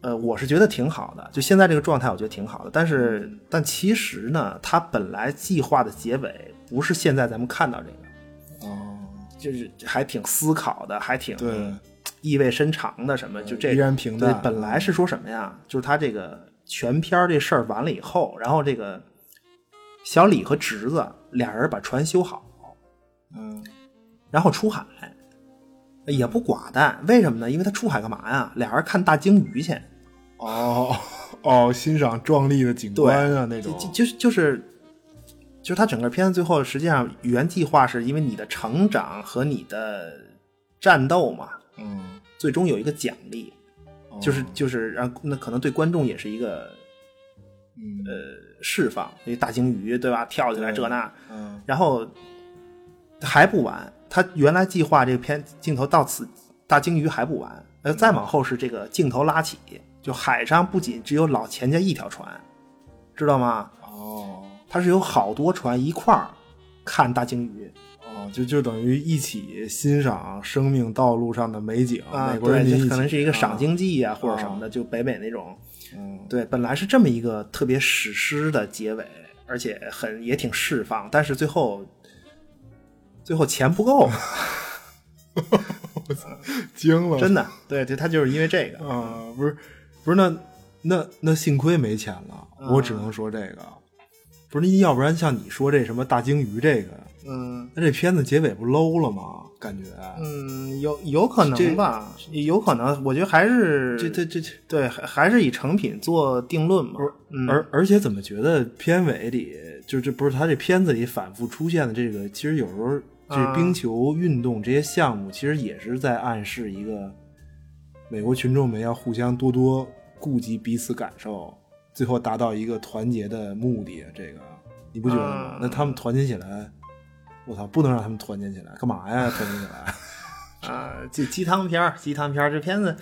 Speaker 3: 呃，我是觉得挺好的，就现在这个状态，我觉得挺好的。但是，但其实呢，它本来计划的结尾不是现在咱们看到这个。
Speaker 2: 哦
Speaker 3: 就是还挺思考的，还挺
Speaker 2: 对
Speaker 3: 意味深长的，什么就这
Speaker 2: 依嗯然平
Speaker 3: 对
Speaker 2: 淡，
Speaker 3: 本来是说什么呀？就是他这个全片儿这事儿完了以后，然后这个小李和侄子俩人把船修好，
Speaker 2: 嗯
Speaker 3: 然后出海，也不寡淡。为什么呢？因为他出海干嘛呀？俩人看大鲸鱼去。
Speaker 2: 哦哦，欣赏壮丽的景观啊那
Speaker 3: 就
Speaker 2: 种
Speaker 3: 就，就是就是，就是他整个片子最后实际上原计划是因为你的成长和你的战斗嘛，
Speaker 2: 嗯，
Speaker 3: 最终有一个奖励，
Speaker 2: 哦
Speaker 3: 就是就是让那可能对观众也是一个
Speaker 2: 嗯
Speaker 3: 呃释放，因为大鲸鱼对吧，跳起来
Speaker 2: 对
Speaker 3: 这那，
Speaker 2: 嗯
Speaker 3: 然后还不完，他原来计划这个片镜头到此大鲸鱼还不完，呃，再
Speaker 2: 嗯
Speaker 3: 往后是这个镜头拉起，就海上不仅只有老钱家一条船，知道吗？
Speaker 2: 哦
Speaker 3: 它是有好多船一块儿看大鲸鱼
Speaker 2: 哦，就就等于一起欣赏生命道路上的美景，
Speaker 3: 啊，
Speaker 2: 哦美国人
Speaker 3: 对，
Speaker 2: 民
Speaker 3: 这
Speaker 2: 起
Speaker 3: 可能是一个赏，
Speaker 2: 啊
Speaker 3: 鲸记啊或者什么的，就北美那种。
Speaker 2: 嗯
Speaker 3: 对，本来是这么一个特别史诗的结尾，而且很也挺释放，但是最后最后钱 不够，
Speaker 2: 惊了，
Speaker 3: 真的，对对，他就是因为这个，
Speaker 2: 啊，不是，不是，那那那幸亏没钱了，我
Speaker 3: 啊
Speaker 2: 只能说这个，不是，要不然像你说这什么大鲸鱼这个，
Speaker 3: 嗯
Speaker 2: 那这片子结尾不 low 了吗？感觉，
Speaker 3: 嗯，有有可
Speaker 2: 这
Speaker 3: 能吧，有可能，我觉得还是
Speaker 2: 这这这这，
Speaker 3: 对，还还是以成品做定论嘛，嗯，
Speaker 2: 而而且怎么觉得片尾里就这不是他这片子里反复出现的这个，其实有时候这
Speaker 3: 啊
Speaker 2: 冰球运动这些项目，其实也是在暗示一个美国群众们要互相多多顾及彼此感受，最后达到一个团结的目的。这个你不觉得吗？
Speaker 3: 啊
Speaker 2: 那他们团结起来，我操，不能让他们团结起来，干嘛呀？团结起来，
Speaker 3: 啊，这鸡汤片儿，鸡汤片儿，这片子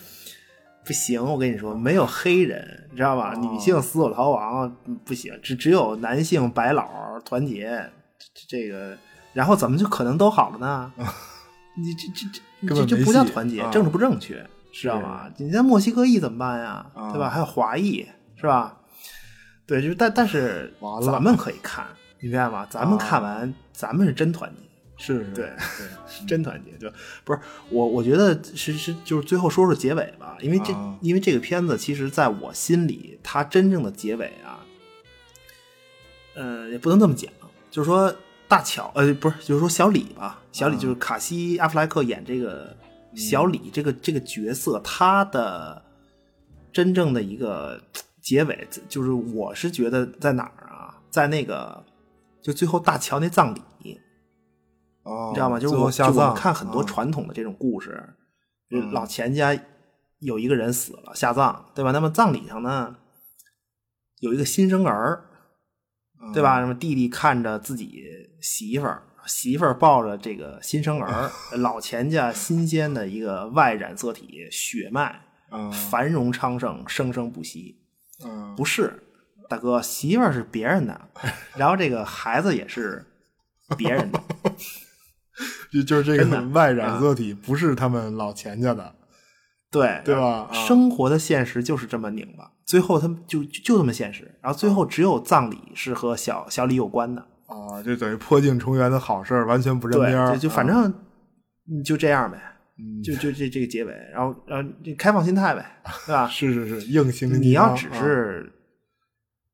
Speaker 3: 不行，我跟你说，没有黑人，你知道吧？
Speaker 2: 哦
Speaker 3: 女性死狗逃亡嗯不行，只只有男性白老团结，这这个，然后怎么就可能都好了呢？你这这这
Speaker 2: 根本
Speaker 3: 这
Speaker 2: 没
Speaker 3: 这不叫
Speaker 2: 戏
Speaker 3: 团结，
Speaker 2: 啊
Speaker 3: 政治不正确，知道吗？你在墨西哥裔怎么办呀？
Speaker 1: 啊
Speaker 3: 对吧？还有华裔是吧？对，就是但但是
Speaker 1: 完了
Speaker 3: 咱们可以看，你明白吗？咱
Speaker 1: 啊
Speaker 3: 们看完，咱们是真团结，
Speaker 1: 是是，
Speaker 3: 对，是真团结。就不是我，我觉得是是就是最后说说结尾吧，因为这、
Speaker 1: 啊
Speaker 3: 因为这个片子其实在我心里，它真正的结尾啊，呃，也不能这么讲，就是说大巧呃不是，就是说小李吧，小李就是卡西阿弗莱克演这个小李这个、这个角色，他的真正的一个结尾，就是我是觉得在哪儿啊，在那个就最后大乔那葬礼。
Speaker 1: 哦，
Speaker 3: 你知道吗？就是
Speaker 1: 最后
Speaker 3: 我
Speaker 1: 下
Speaker 3: 就我
Speaker 1: 葬，
Speaker 3: 们看很多
Speaker 1: 啊
Speaker 3: 传统的这种故事，就
Speaker 1: 嗯
Speaker 3: 老钱家有一个人死了，下葬，对吧？那么葬礼上呢，有一个新生儿，对
Speaker 1: 嗯
Speaker 3: 吧？那么弟弟看着自己媳妇儿，媳妇儿抱着这个新 生儿，老钱家新鲜的一个外染色体血脉，
Speaker 1: 嗯
Speaker 3: 繁荣昌盛，生生不息。
Speaker 1: 嗯
Speaker 3: 不是，大哥，媳妇儿是别人 的，然后这个孩子也是别人的。
Speaker 1: 就就是这个
Speaker 3: 真的啊
Speaker 1: 外染色体不是他们老钱家的，
Speaker 3: 对
Speaker 1: 对吧
Speaker 3: 然后
Speaker 1: 啊
Speaker 3: 哎生活的现实就是这么拧巴，最后他们就就就这么现实，然后最后只有葬礼是和小小李有关的，
Speaker 1: 啊，就等于破镜重圆的好事儿，完全不沾
Speaker 3: 对，
Speaker 1: 边儿，
Speaker 3: 就就反
Speaker 1: 啊
Speaker 3: 正嗯就这样呗，
Speaker 1: 嗯
Speaker 3: 就就这这个结尾，然后然后就开放心态呗，对吧？
Speaker 1: 是是是硬性。
Speaker 3: 你要
Speaker 1: 啊
Speaker 3: 只是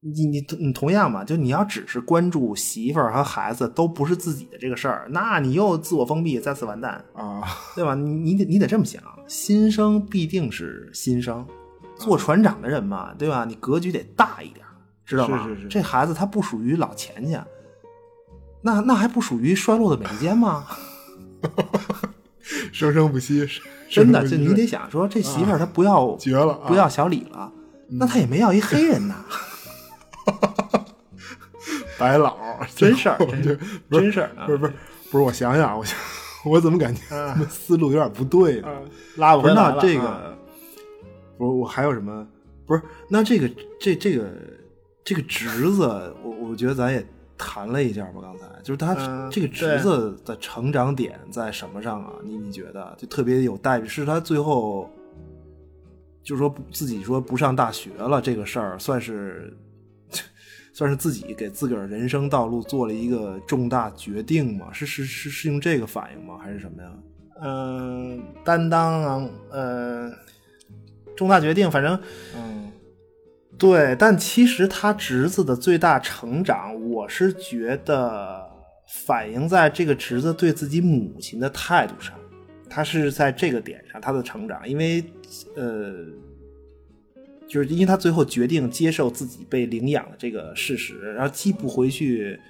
Speaker 3: 你你你同样嘛，就你要只是关注媳妇儿和孩子都不是自己的这个事儿，那你又自我封闭，再次完蛋，
Speaker 1: 啊
Speaker 3: 对吧？你你得你得这么想，新生必定是新生，做船长的人嘛，对吧？你格局得大一点，知道吗？
Speaker 1: 是是是
Speaker 3: 这孩子他不属于老钱家，那那还不属于衰落的美利 坚吗？
Speaker 1: 生生不息， 是
Speaker 3: 真的，
Speaker 1: 生
Speaker 3: 就
Speaker 1: 生不息
Speaker 3: 你得想说，这媳妇儿她不要、
Speaker 1: 绝了啊，嗯
Speaker 3: 不要小李了，那她也没要一黑 人呐，
Speaker 1: 白老，
Speaker 3: 真事儿，
Speaker 1: 这
Speaker 3: 真真事儿啊
Speaker 1: 不是不是不是，我想想，我想我怎么感觉他们思路有点不对
Speaker 3: 啊
Speaker 1: 呢？
Speaker 3: 拉
Speaker 1: 啊
Speaker 3: 不
Speaker 1: 不
Speaker 3: 回
Speaker 1: 是
Speaker 3: 来
Speaker 1: 那
Speaker 3: 了
Speaker 1: 这
Speaker 3: 啊
Speaker 1: 个，不是我还有什么？不是那这个这这个这个侄子，我我觉得咱也谈了一下吧。刚才就是他、
Speaker 3: 嗯
Speaker 1: 这个侄子的成长点在什么上啊？你你觉得就特别有待遇？是他最后就说不自己说不上大学了这个事儿，算是 算是自己给自个儿人生道路做了一个重大决定吗？是是是是用这个反应吗？还是什么呀？
Speaker 3: 嗯、担当，嗯、重大决定，反正。
Speaker 1: 嗯
Speaker 3: 对，但其实他侄子的最大成长，我是觉得反映在这个侄子对自己母亲的态度上，他是在这个点上他的成长，因为呃，就是因为他最后决定接受自己被领养的这个事实，然后既不回去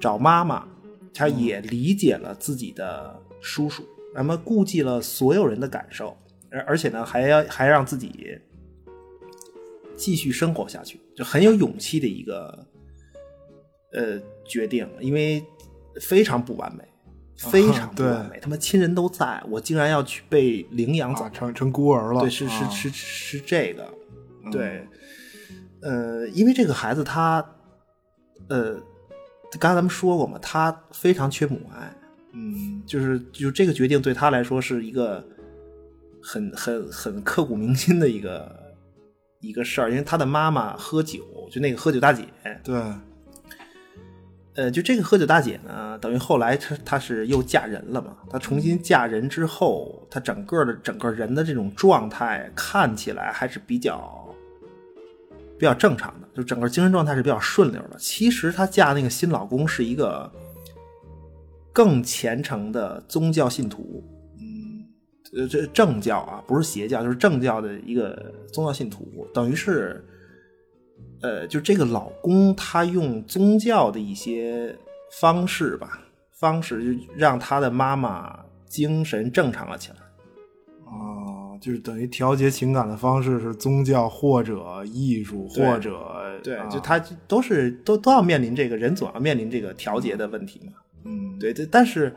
Speaker 3: 找妈妈，他也理解了自己的叔叔，那么顾忌了所有人的感受，而而且呢，还要还让自己。继续生活下去，就很有勇气的一个呃决定，因为非常不完美，非常不完美。他们亲人都在，我竟然要去被领养走，
Speaker 1: 啊，成成孤儿了，
Speaker 3: 对，是是
Speaker 1: 啊
Speaker 3: 是是这个，
Speaker 1: 嗯
Speaker 3: 对，呃，因为这个孩子他，呃，刚才咱们说过嘛，他非常缺母爱，
Speaker 1: 嗯
Speaker 3: 就是就这个决定对他来说是一个很很很刻骨铭心的一个一个事儿，因为他的妈妈喝酒，就那个喝酒大姐，，
Speaker 1: 对，
Speaker 3: 呃，就这个喝酒大姐呢，等于后来她她是又嫁人了嘛，她重新嫁人之后，她整个的整个人的这种状态看起来还是比较比较正常的，就整个精神状态是比较顺溜的。其实她嫁那个新老公是一个更虔诚的宗教信徒，嗯，呃，这正教啊，不是邪教，就是正教的一个宗教信徒，等于是。呃，就这个老公他用宗教的一些方式吧，方式就让他的妈妈精神正常了起来。
Speaker 1: 啊，就是等于调节情感的方式是宗教或者艺术
Speaker 3: 对
Speaker 1: 或者
Speaker 3: 对，
Speaker 1: 啊
Speaker 3: 就他都是都都要面临这个人总要面临这个调节的问题嘛。
Speaker 1: 嗯
Speaker 3: 对对，但是，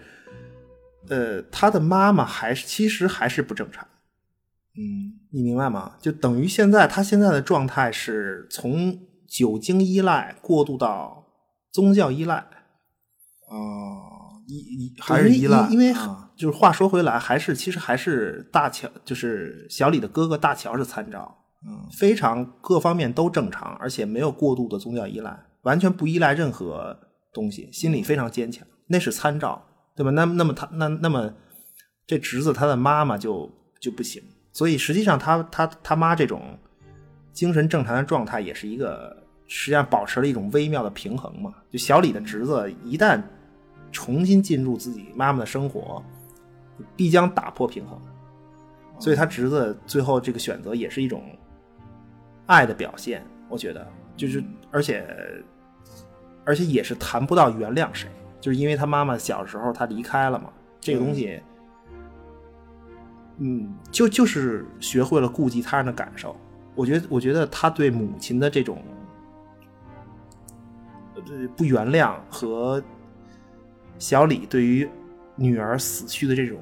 Speaker 3: 呃，他的妈妈还是其实还是不正常。
Speaker 1: 嗯
Speaker 3: 你明白吗？就等于现在他现在的状态是从酒精依赖过渡到宗教依赖，
Speaker 1: 啊，依依
Speaker 3: 对
Speaker 1: 还是
Speaker 3: 因为
Speaker 1: 依赖，
Speaker 3: 因为
Speaker 1: 啊
Speaker 3: 就是话说回来，还是其实还是大乔，就是小李的哥哥大乔是参照，
Speaker 1: 嗯，
Speaker 3: 非常各方面都正常，而且没有过度的宗教依赖，完全不依赖任何东西，心理非常坚强，那是参照，对吧？那那么他那那么这侄子他的妈妈就就不行，所以实际上他他他妈这种精神正常的状态也是一个实际上保持了一种微妙的平衡嘛。就小李的侄子一旦重新进入自己妈妈的生活，必将打破平衡，所以他侄子最后这个选择也是一种爱的表现，我觉得就是，而且而且也是谈不到原谅谁，就是因为他妈妈小时候他离开了嘛，这个东西，嗯，就就是学会了顾及他人的感受。我觉得，我觉得他对母亲的这种呃不原谅和小李对于女儿死去的这种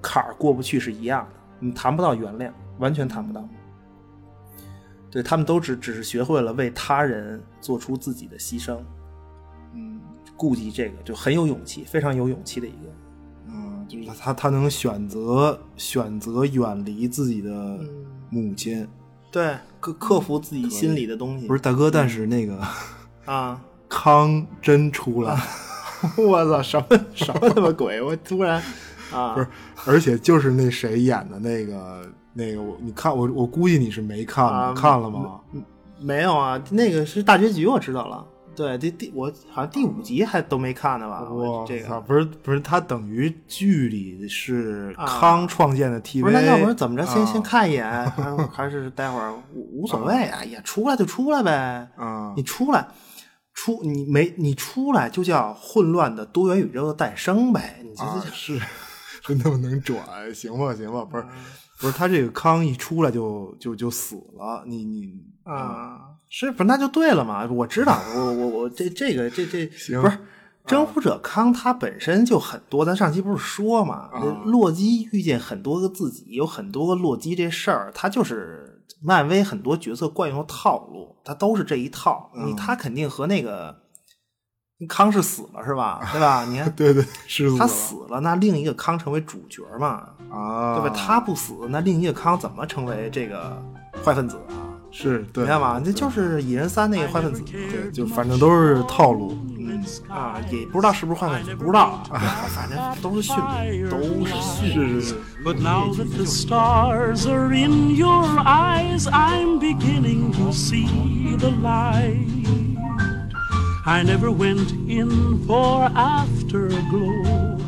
Speaker 3: 坎儿过不去是一样的，你谈不到原谅，完全谈不到。对他们都只只是学会了为他人做出自己的牺牲，
Speaker 1: 嗯
Speaker 3: 顾及这个就很有勇气，非常有勇气的一个。
Speaker 1: 嗯，就是他他能选择选择远离自己的
Speaker 3: 嗯
Speaker 1: 母亲，
Speaker 3: 对，克克服自己心里的东西。
Speaker 1: 不是大哥，
Speaker 3: 嗯
Speaker 1: 但是那个、
Speaker 3: 啊，
Speaker 1: 康真出来，
Speaker 3: 我操，什么什么他妈鬼？我突 然啊，
Speaker 1: 不是，而且就是那谁演的那个那个我，你看我我估计你是没看，
Speaker 3: 啊
Speaker 1: 你看了吗？
Speaker 3: 没有啊，那个是大结局，我知道了。对，这第我好像第五集还都没看呢吧？
Speaker 1: 我
Speaker 3: 啊我这
Speaker 1: 操
Speaker 3: 个
Speaker 1: 不是不是，他等于剧里是
Speaker 3: 啊
Speaker 1: 康创建的啊
Speaker 3: 不是，那要不
Speaker 1: TV，、
Speaker 3: 然怎么着？先、先看一眼， 还是还是待会儿无无所谓。哎呀，出来就出来呗。
Speaker 1: 啊
Speaker 3: 你出来，出你没你出来就叫混乱的多元宇宙的诞生呗。你这
Speaker 1: 啊
Speaker 3: 这
Speaker 1: 是是 那么能转，行吧行吧，不是
Speaker 3: 嗯
Speaker 1: 不是，他这个康一出来就就就死了，你你
Speaker 3: 啊，是不是那就对了嘛？我知道，我我我这这个这这
Speaker 1: 行啊
Speaker 3: 不是。征服者康他本身就很多，咱上期不是说嘛，
Speaker 1: 啊
Speaker 3: 洛基遇见很多个自己，有很多个洛基这事儿，他就是漫威很多角色惯用的套路，他都是这一套。
Speaker 1: 嗯
Speaker 3: 你他肯定和那个康是死了是吧？对吧？你看
Speaker 1: 对对是
Speaker 3: 他死了，那另一个康成为主角嘛，
Speaker 1: 啊，
Speaker 3: 对吧？他不死，那另一个康怎么成为这个坏分子啊？
Speaker 1: 是对
Speaker 3: 明白吗？这就是蚁人三那个坏分子，
Speaker 1: 对，就反正都是套路，
Speaker 3: 嗯啊，也不知道是不是坏分子，不知道 啊，反正都是训练，都是训练。
Speaker 1: 是是是。
Speaker 5: But now that the stars are in your eyes, I'm beginning to see the light. I never went in for afterglow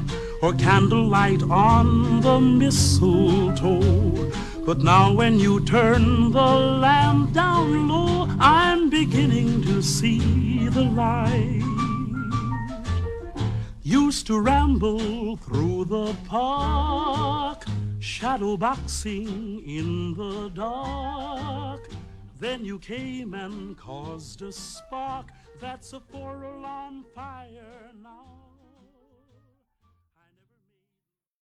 Speaker 5: or candlelight on the mistletoe. But now when you turn the lamp down low, I'm beginning to see the light used to ramble through the park, shadow boxing in the dark. Then you came and caused a spark. That's a four alarm